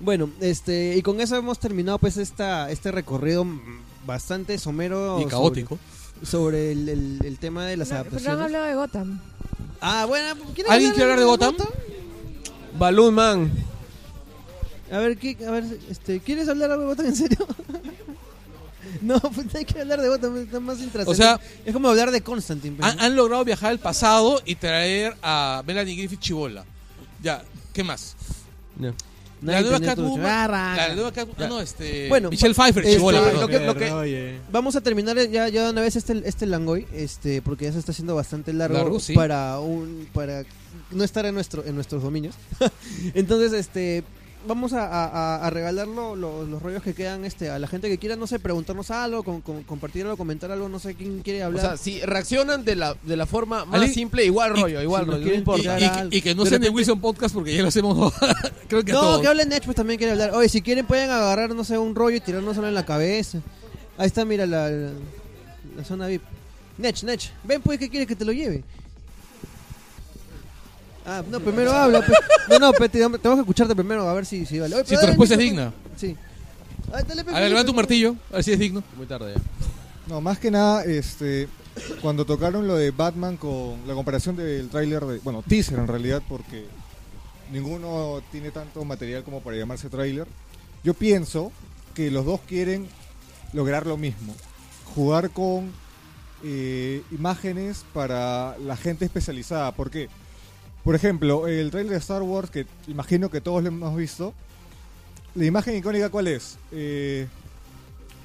S3: Bueno, este, y con eso hemos terminado pues esta, este recorrido mm, bastante somero
S4: Y
S3: sobre-
S4: caótico.
S3: sobre, el, el- el tema de las
S2: No, pero no han
S3: adaptaciones.
S2: hablado de Gotham.
S3: Ah, bueno, ¿quieren
S4: ¿Alguien quiere hablar de Gotham?
S6: Balloon Man.
S3: A ver, ¿qué, a ver, este, ¿quieres hablar algo de Gotham en serio? (laughs) no, pues hay que hablar de Gotham, está más
S4: O
S3: intrascendente.
S4: sea,
S3: es como hablar de Constantine. pues,
S4: han, han logrado viajar al pasado y traer a Melanie Griffith Chibola. Ya, ¿qué más?
S3: ¿no?
S4: la
S3: Nadie
S4: nueva
S3: tenía tu-
S4: Catwoman-
S3: Ah, raga.
S4: La nueva Catwoman- ah, no, este.
S3: Bueno,
S4: Michelle Pfeiffer,
S3: este,
S4: Chibola, perdón.
S3: lo que- lo que-
S9: Oye.
S3: Vamos a terminar ya, ya de una vez este, este Langoy, este, porque ya se está haciendo bastante largo,
S4: Largo, sí.
S3: para un para no estar en nuestro en nuestros dominios. (laughs) Entonces, este vamos a, a- a- a regalar lo- lo- los rollos que quedan este a la gente que quiera, no sé, preguntarnos algo, con- con- compartir algo, comentar algo, no sé quién quiere
S6: O
S3: hablar.
S6: sea, si reaccionan de la, de la forma más
S4: Ali-
S6: simple, igual rollo, igual
S3: si nos
S6: rollo. No
S3: quieren
S6: importa.
S3: tirar
S4: Y-
S3: algo.
S4: y, que no
S3: De
S4: sea de
S3: repente-
S4: Wilson Podcast porque ya lo hacemos. (laughs) creo que a
S3: No,
S4: todos.
S3: que hablen Edge, pues también quiere hablar. Oye, si quieren pueden agarrar, no sé, un rollo y tirárnoslo en la cabeza. Ahí está, mira, la, la, la zona VIP. Nech, Nech, ven pues, ¿qué quieres que te lo lleve? Ah, no, primero habla. pues. No, no, pues, te- tenemos que escucharte primero, a ver si, si vale. Oye,
S4: Si
S3: pero
S4: tu
S3: dale,
S4: respuesta es
S3: Nech,
S4: digna.
S3: pues. Sí. Ah, dale, pues,
S4: A ver, levanta un
S3: Felipe.
S4: martillo, a ver si es digno.
S6: Muy tarde ya.
S11: No, más que nada, este, cuando tocaron lo de Batman con la comparación del tráiler, de, bueno, teaser en realidad, porque ninguno tiene tanto material como para llamarse tráiler. Yo pienso que los dos quieren lograr lo mismo, jugar con eh, imágenes para la gente especializada. ¿Por qué? Por ejemplo, el tráiler de Star Wars, que imagino que todos lo hemos visto, la imagen icónica cuál es? Eh,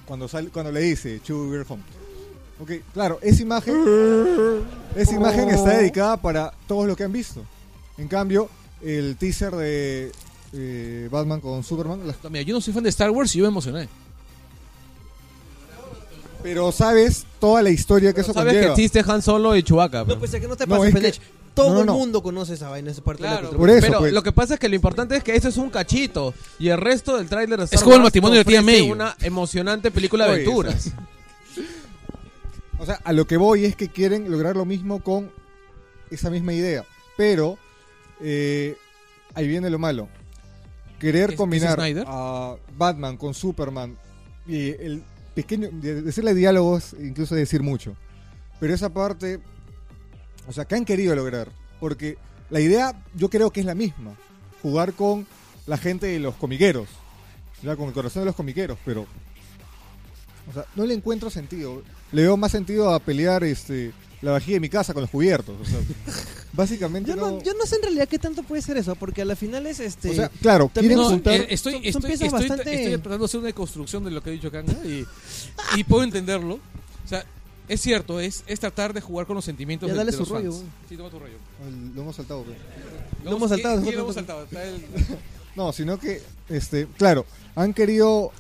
S11: cuando, sale, cuando le dice, Chewie, we're home. Ok, claro, esa imagen, esa imagen está dedicada para todos los que han visto. En cambio, el teaser de eh, Batman con Superman, las-
S4: Mira, yo no soy fan de Star Wars y yo me emocioné.
S11: pero sabes toda la historia que eso
S1: Sabes que
S11: conlleva.
S1: existe Han Solo y Chewbacca.
S11: No,
S1: pe.
S3: Pues es que no te
S11: No,
S3: pases,
S11: es que-
S3: Penech. Todo
S11: no, no,
S3: el
S11: no.
S3: mundo conoce esa vaina, esa parte de la cultura.
S11: por eso,
S1: Pero
S11: pues.
S1: lo que pasa es que lo importante es que eso es un cachito y el resto del tráiler de Star
S4: Es como el
S1: Wars
S4: matrimonio de tía
S1: ofrece
S4: May.
S1: una emocionante película de
S11: Oye,
S1: aventuras.
S11: O sea, a lo que voy es que quieren lograr lo mismo con esa misma idea. Pero eh, ahí viene lo malo. Querer combinar
S4: Snyder?
S11: a Batman con Superman y el pequeño. de- Decirle diálogos, incluso decir mucho. Pero esa parte. O sea, que han querido lograr. Porque la idea, yo creo que es la misma. Jugar con la gente de los comiqueros. Ya con el corazón de los comiqueros, pero. O sea, no le encuentro sentido. Le veo más sentido a pelear este, la vajilla de mi casa con los cubiertos.
S3: (laughs)
S11: o sea, básicamente.
S3: Yo
S11: no,
S3: no, yo no sé en realidad qué tanto puede ser eso, porque a la final es este.
S11: O sea, claro,
S3: también
S11: quieren
S3: son-
S11: juntar-
S3: son-
S4: Eh, estoy,
S3: son
S4: estoy,
S3: piezas
S4: estoy,
S3: bastante-
S4: estoy tratando de hacer una construcción de lo que ha dicho Kanga y, y puedo entenderlo. O sea, es cierto, es, es tratar de jugar con los sentimientos
S3: Ya
S4: de,
S3: dale
S4: de
S3: su
S4: los
S3: rollo.
S4: fans. Sí, toma tu rollo.
S11: Ay, Lo hemos saltado. pues.
S3: Lo hemos saltado,
S4: Sí, lo hemos
S3: nosotros-
S4: saltado. Está el-
S3: (laughs)
S11: No, sino que, este, claro, han querido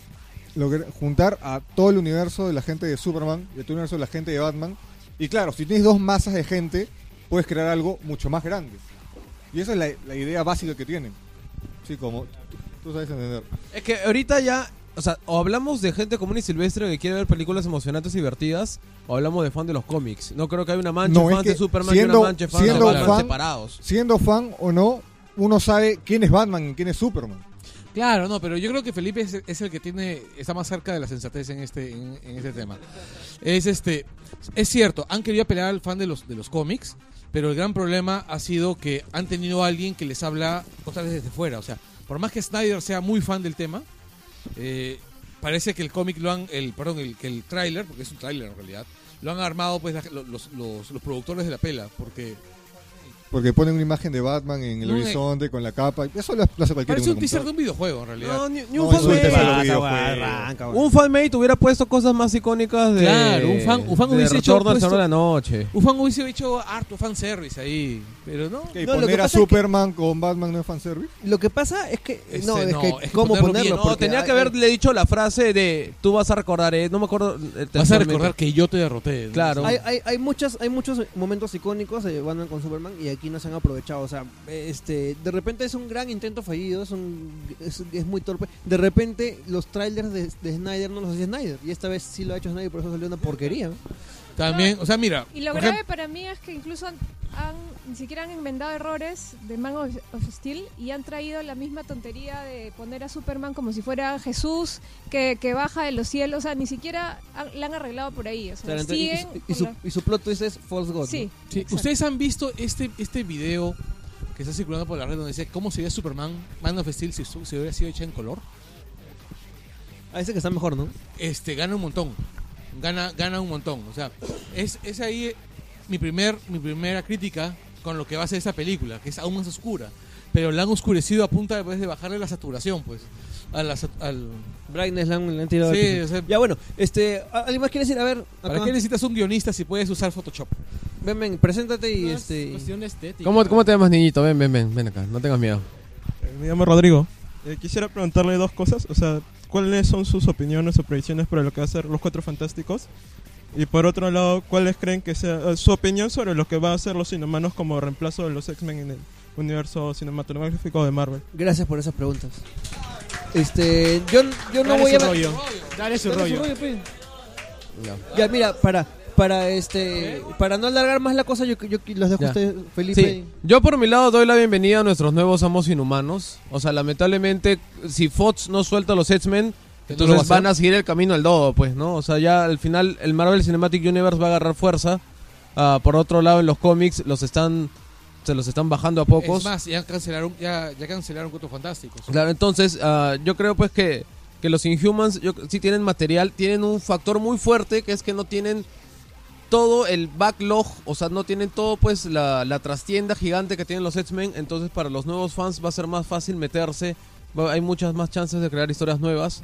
S11: lograr- juntar a todo el universo de la gente de Superman y a todo el universo de la gente de Batman. Y claro, si tienes dos masas de gente, puedes crear algo mucho más grande. Y esa es la, la idea básica que tienen. Sí, (laughs) como tú- tú sabes entender.
S1: Es que ahorita ya, o sea, o hablamos de gente común y silvestre que quiere ver películas emocionantes y divertidas, o hablamos de fan de los cómics. No creo que haya una mancha
S11: no,
S1: fan
S11: es que
S1: de Superman y
S11: siendo,
S1: una mancha fan de
S11: siendo
S1: Batman
S11: fan-
S1: separados.
S11: siendo fan o no, uno sabe quién es Batman y quién es Superman.
S4: Claro, no, pero yo creo que Felipe es, es el que tiene está más cerca de la sensatez en este en, en este tema. Es este es cierto, han querido apelar al fan de los de los cómics, pero el gran problema ha sido que han tenido a alguien que les habla otra vez desde fuera, o sea, por más que Snyder sea muy fan del tema, eh, parece que el cómic lo han el perdón, el que el tráiler, porque es un tráiler en realidad, lo han armado pues la- los, los- los productores de la pela, porque
S11: Porque ponen una imagen de Batman en el
S4: No, eh.
S11: horizonte con la capa. Eso lo lo hace cualquiera.
S4: parece
S11: en
S4: un
S11: una
S4: teaser de
S11: computadora.
S4: un videojuego en realidad.
S1: No, ni, ni un
S11: No, eso es
S1: fanmade.
S11: de los
S1: Pasa,
S11: videojuegos.
S1: weón, arranca, weón. Un fanmate hubiera puesto cosas más icónicas de.
S4: Claro, un fan- un fan
S1: de
S4: hubiese hecho-
S1: Retorno al
S4: puesto-
S1: Señor de la noche.
S4: Un fan hubiese hecho harto fan service ahí, pero no.
S11: Que
S3: No, lo que
S11: poner a
S3: pasa es que-
S11: Superman con Batman no es fanservice.
S3: Lo que pasa es que.
S4: Este,
S3: no, es
S4: no,
S3: que.
S4: es que
S3: ¿Cómo
S4: ponerlo
S3: ponerlo?
S4: bien.
S1: No,
S3: Porque
S1: tenía
S3: hay-
S1: que haberle dicho la frase de tú vas a recordar, eh, no me acuerdo. eh,
S4: Vas a
S1: textualmente.
S4: recordar que yo te derroté. ¿no?
S1: Claro.
S3: Hay, hay, hay, muchas, hay muchos momentos icónicos de Batman con Superman y aquí no se han aprovechado. O sea, este, de repente es un gran intento fallido, es, un, es, es muy torpe. De repente los trailers de, de Snyder no los hacía Snyder y esta vez sí lo ha hecho Snyder, por eso salió una porquería.
S4: También, o sea, mira.
S2: Y lo
S4: por
S2: grave
S4: ejemplo,
S2: para mí es que incluso han, han- ni siquiera han enmendado errores de Man of, of Steel y han traído la misma tontería de poner a Superman como si fuera Jesús que, que baja de los cielos. O sea, ni siquiera han- la han arreglado por ahí. O sea,
S3: O sea, entonces- y-
S2: siguen
S3: y, y
S2: con
S3: su,
S2: la-
S3: y su plot twist es False God. ¿no?
S2: Sí.
S4: sí, ustedes han visto este, este video que está circulando por la red donde dice cómo sería Superman, Man of Steel, si, su- si hubiera sido hecha en color.
S3: Ah, ese que está mejor, ¿no?
S4: Este, gana un montón. Gana, gana un montón. O sea, es, es ahí eh, mi, primer, mi primera crítica con lo que va a ser esta película, que es aún más oscura. Pero la han oscurecido a punta pues, de bajarle la saturación, pues. A la sat- al,
S3: Brightness la han, le han tirado.
S4: Sí,
S3: al piso.
S4: o sea-
S3: ya bueno, este, ¿al- ¿alguien más quiere decir? A ver,
S4: ¿Para
S3: acá.
S4: qué necesitas un guionista si puedes usar Photoshop?
S3: ven, ven, preséntate y
S9: No, es
S3: este.
S9: cuestión estética.
S6: ¿Cómo, ¿Cómo te llamas, niñito? Ven, ven, ven, ven acá, no tengas miedo.
S12: Me llamo Rodrigo. Eh, quisiera preguntarle dos cosas. O sea, ¿cuáles son sus opiniones o predicciones para lo que va a ser Los Cuatro Fantásticos? Y por otro lado, ¿cuáles creen que sea eh, su opinión sobre lo que va a ser Los Inhumanos como reemplazo de los X-Men en el universo cinematográfico de Marvel?
S3: Gracias por esas preguntas. Este, yo, yo no
S9: Dale
S3: voy
S9: su
S3: a.
S9: rollo. Dale su rollo.
S3: pe. pues. Ya, mira, para, para este, para no alargar más la cosa, yo, yo los dejo
S1: Ya.
S3: a ustedes, Felipe.
S1: Sí, yo por mi lado doy la bienvenida a nuestros nuevos amos inhumanos. O sea, lamentablemente, si Fox no suelta a los
S4: no
S1: X-Men,
S4: lo va a
S1: entonces
S4: hacer?
S1: van a seguir el camino al dodo, pues, ¿no? O sea, ya al final el Marvel Cinematic Universe va a agarrar fuerza. Ah, por otro lado, en los cómics los están se los están bajando a pocos.
S4: Es más, ya cancelaron, ya, ya cancelaron Cuatro Fantásticos.
S1: Claro, entonces ah, yo creo pues que, que los Inhumans yo, sí tienen material, tienen un factor muy fuerte que es que no tienen todo el backlog, o sea, no tienen todo pues la, la trastienda gigante que tienen los X-Men, entonces para los nuevos fans va a ser más fácil meterse, va- hay muchas más chances de crear historias nuevas.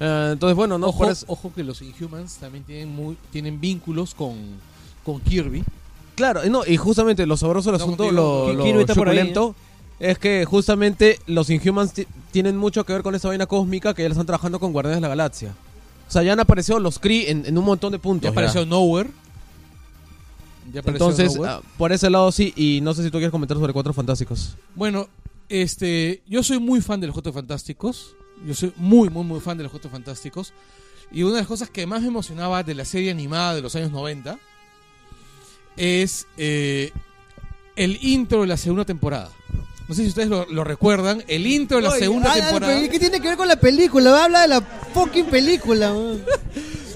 S6: Eh, entonces, bueno, no
S4: ojo,
S6: Por eso-
S4: ojo que los Inhumans también tienen muy, tienen vínculos con, con Kirby.
S6: Claro, no, y justamente lo sabroso del
S4: No,
S6: asunto,
S4: contigo,
S6: lo,
S4: no.
S6: lo
S4: Kirby está por ahí, ¿eh?
S6: suculento, es que justamente los Inhumans ti- tienen mucho que ver con esa vaina cósmica que ya la están trabajando con Guardianes de la Galaxia. O sea, ya han aparecido los Kree en, en un montón de puntos.
S4: Ya apareció Nowhere. Ya apareció
S6: Entonces,
S4: Nowhere.
S6: ah, por ese lado sí, y no sé si tú quieres comentar sobre Cuatro Fantásticos.
S4: Bueno, este, yo soy muy fan de los Cuatro Fantásticos. Yo soy muy, muy, muy fan de los Cuatro Fantásticos. Y una de las cosas que más me emocionaba de la serie animada de los años 90 es eh, el intro de la segunda temporada. No sé si ustedes lo, lo recuerdan. El intro de la
S3: Oye,
S4: segunda
S3: Alan,
S4: temporada.
S3: pero ¿y ¿Qué tiene que ver con la película? Habla de la fucking película. man.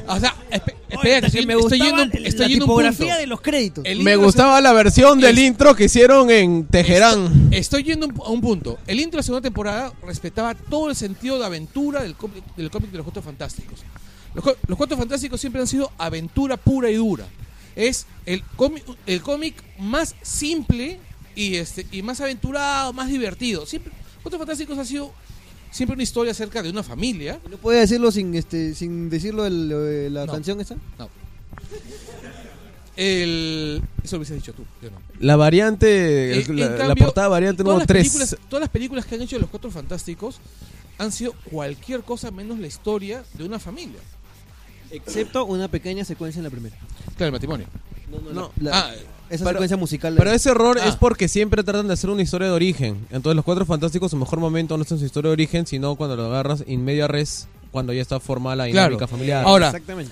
S4: O sea, espe- espérate, estoy,
S3: me
S4: estoy yendo,
S3: gustaba
S4: un- estoy
S3: la
S4: yendo un
S3: tipografía
S4: punto.
S3: de los créditos.
S4: El
S6: Me
S4: intro-
S6: gustaba la versión del intro que hicieron en Teherán.
S4: Estoy, estoy yendo un- a un punto. El intro de la segunda temporada respetaba todo el sentido de aventura del cómic, del cómic de los Cuatro Fantásticos. Los, cu- los Cuatro Fantásticos siempre han sido aventura pura y dura. Es el cómic, el cómic más simple y, este, y más aventurado, más divertido. Siempre, Cuatro Fantásticos ha sido siempre una historia acerca de una familia.
S3: ¿No puede decirlo sin, este, sin decirlo el- lo de la
S4: No.
S3: canción esa?
S4: No. El, eso lo hubieses dicho tú, yo no.
S6: La variante,
S4: Eh,
S6: el-
S4: en
S6: la, la
S4: cambio,
S6: portada variante
S4: todas
S6: número
S4: las
S6: 3.
S4: películas- Todas las películas que han hecho los Cuatro Fantásticos han sido cualquier cosa menos la historia de una familia.
S3: Excepto una pequeña secuencia en la primera.
S4: Claro, el matrimonio.
S3: No, no,
S4: No.
S3: la- la-
S4: Ah,
S3: esa
S6: pero-
S3: secuencia musical.
S6: Pero ese error es porque siempre tratan de hacer una historia de origen. Entonces los Cuatro Fantásticos, su mejor momento no es en su historia de origen, sino cuando lo agarras en media res, cuando ya está formada la dinámica familiar.
S4: Ahora,
S3: Exactamente.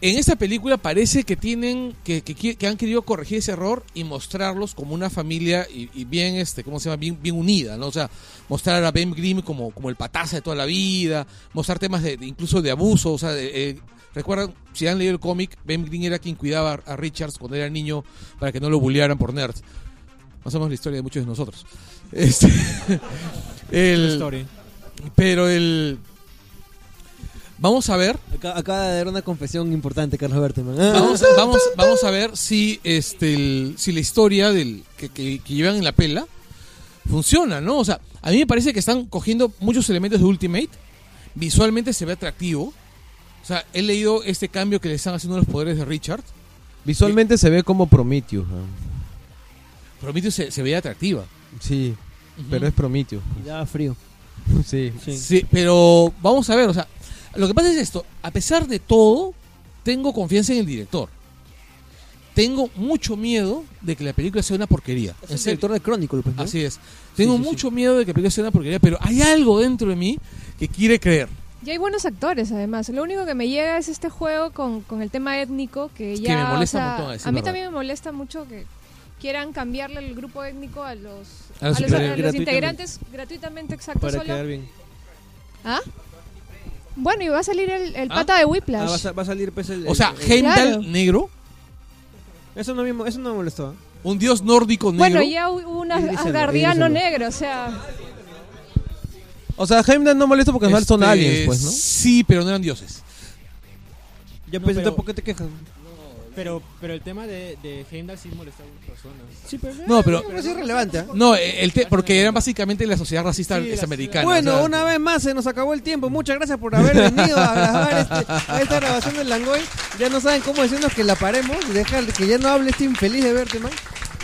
S4: en esta película parece que tienen que, que qui- que han querido corregir ese error y mostrarlos como una familia y, y bien este, ¿cómo se llama? Bien, bien unida, ¿no? O sea, mostrar a Ben Grimm como, como el pataza de toda la vida, mostrar temas de, de- incluso de abuso, o sea, de- eh, recuerdan si han leído el cómic, Ben Grimm era quien cuidaba a Richards cuando era niño para que no lo bullearan por nerd. Más o menos la historia de muchos de nosotros. Este, (laughs) el-
S9: Story.
S4: pero el Vamos a ver.
S3: Acá, acaba de dar una confesión importante, Carlos Berteman. (laughs)
S4: Vamos, vamos, vamos a ver si este el- si la historia del que, que- que llevan en la pela funciona, ¿no? O sea, a mí me parece que están cogiendo muchos elementos de Ultimate. Visualmente se ve atractivo. O sea, he leído este cambio que le están haciendo los poderes de Richard.
S6: Visualmente se ve como Prometheus. ¿no?
S4: Prometheus se, se ve atractiva.
S6: Sí,
S4: Ujú.
S6: pero es Prometheus.
S3: Ya frío.
S6: (laughs) Sí.
S4: Sí, pero vamos a ver, o sea, lo que pasa es esto, a pesar de todo, tengo confianza en el director. Tengo mucho miedo de que la película sea una porquería.
S3: Es
S4: En
S3: el
S4: serio.
S3: director de Chronicle, pues, ¿no?
S4: Así es. Tengo
S3: Sí, sí, sí.
S4: mucho miedo de que la película sea una porquería, pero hay algo dentro de mí que quiere creer.
S2: Y hay buenos actores, además. Lo único que me llega es este juego con, con el tema étnico, que
S4: Es
S2: ya...
S4: que me
S2: o
S4: molesta
S2: sea,
S4: un montón, a decir
S2: mí
S4: verdad.
S2: también me molesta mucho que quieran cambiarle el grupo étnico a los,
S4: A los
S2: a
S4: integrantes.
S2: los integrantes gratuitamente, exacto,
S3: Para
S2: solo-
S3: quedar bien.
S2: ¿Ah? Bueno, y va a salir el, el
S3: ¿Ah?
S2: pata de Whiplash.
S3: Ah, va, a, sa- va a salir pues, el,
S4: O sea,
S3: el- el-
S4: Heimdall
S2: Claro.
S4: negro,
S3: Eso no, me mo- eso no me molestó. ¿eh?
S4: un dios nórdico negro.
S2: bueno, ya hubo un
S3: Idris Elba,
S2: asgardiano
S3: Idris Elba.
S2: negro, o sea...
S6: O sea, Heimdall no molesta porque
S4: Este,
S6: son aliens, pues, ¿no?
S4: Sí, pero no eran dioses.
S3: Ya
S9: No,
S3: pues,
S9: pero-
S3: tampoco te quejas.
S9: Pero, pero el tema de, de Heimdall sí molesta a algunas personas.
S3: Sí, pero,
S4: No, pero-
S3: es irrelevante. ¿ah?
S4: No, eh, el te- porque eran básicamente la sociedad racista
S9: Sí, la
S4: es
S9: sociedad-
S4: americana.
S3: Bueno,
S4: o sea,
S3: una vez más se nos acabó el tiempo. Muchas gracias por haber venido a grabar este- a (laughs) esta grabación del Langoy. Ya no saben cómo decirnos que la paremos. Dejar que ya no hable este infeliz de verte, man.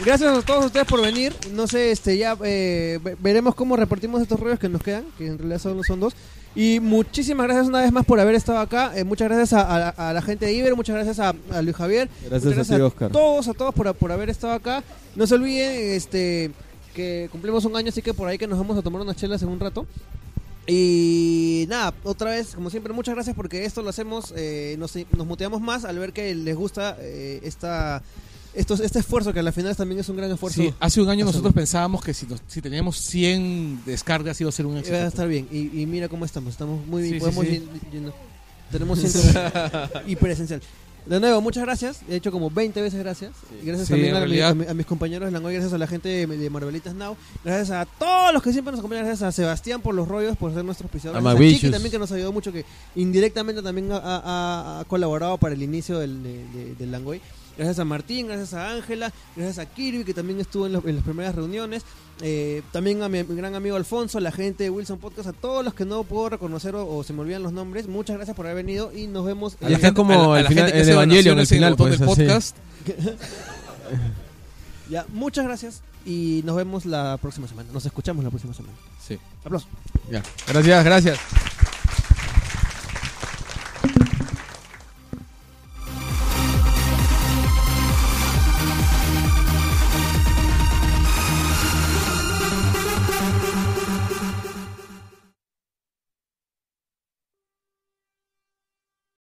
S3: Gracias a todos ustedes por venir. No sé, este ya eh, ve- veremos cómo repartimos estos rollos que nos quedan, que en realidad solo son dos. Y muchísimas gracias una vez más por haber estado acá. Eh, muchas gracias a, a- a la gente de Iber, muchas gracias a, a Luis Javier.
S5: Gracias
S3: muchas
S5: a ti, Oscar.
S3: todos, a todos por, por haber estado acá. No se olviden este que cumplimos un año, así que por ahí que nos vamos a tomar unas chelas en un rato. Y nada, otra vez, como siempre, muchas gracias porque esto lo hacemos, eh, nos, nos motivamos más al ver que les gusta eh, esta, estos, este esfuerzo, que al final también es un gran esfuerzo.
S4: (laughs) sí, hace un año
S3: Hacerlo.
S4: nosotros pensábamos que si, nos- si teníamos 100 descargas iba a ser un éxito.
S3: Va a estar bien. Y, y mira cómo estamos. Estamos muy bien.
S4: Sí, sí,
S3: podemos
S4: sí.
S3: llen- llenar.
S4: (laughs)
S3: Tenemos ciento- y presencial. De nuevo, muchas gracias. He hecho como 20 veces gracias. Y gracias
S4: Sí,
S3: también
S4: en
S3: a, mi-
S4: realidad.
S3: a mi- a mis compañeros de Langoy, gracias a la gente de, de Marvelitas Now. Gracias a todos los que siempre nos acompañan. Gracias a Sebastián por los rollos, por ser nuestro auspiciador.
S6: A
S3: Gracias a Chiqui
S6: Mavicious.
S3: también que nos ayudó mucho, que indirectamente también ha, ha- ha- ha colaborado para el inicio del, de, de- del Langoy. gracias a Martín, gracias a Ángela, gracias a Kirby, que también estuvo en, los- en las primeras reuniones, eh, también a mi, mi gran amigo Alfonso, a la gente de Wilson Podcast, a todos los que no puedo reconocer o, o se me olvidan los nombres, muchas gracias por haber venido y nos vemos
S1: A la gente- como el final- el
S4: hace
S1: Evangelion,
S4: donaciones
S1: el
S4: en
S1: final,
S4: botón
S1: pues,
S4: del
S1: así.
S4: podcast.
S3: (laughs) Ya, muchas gracias y nos vemos la próxima semana. Nos escuchamos la próxima semana.
S4: Sí.
S3: Aplausos.
S4: Ya.
S6: Gracias, gracias.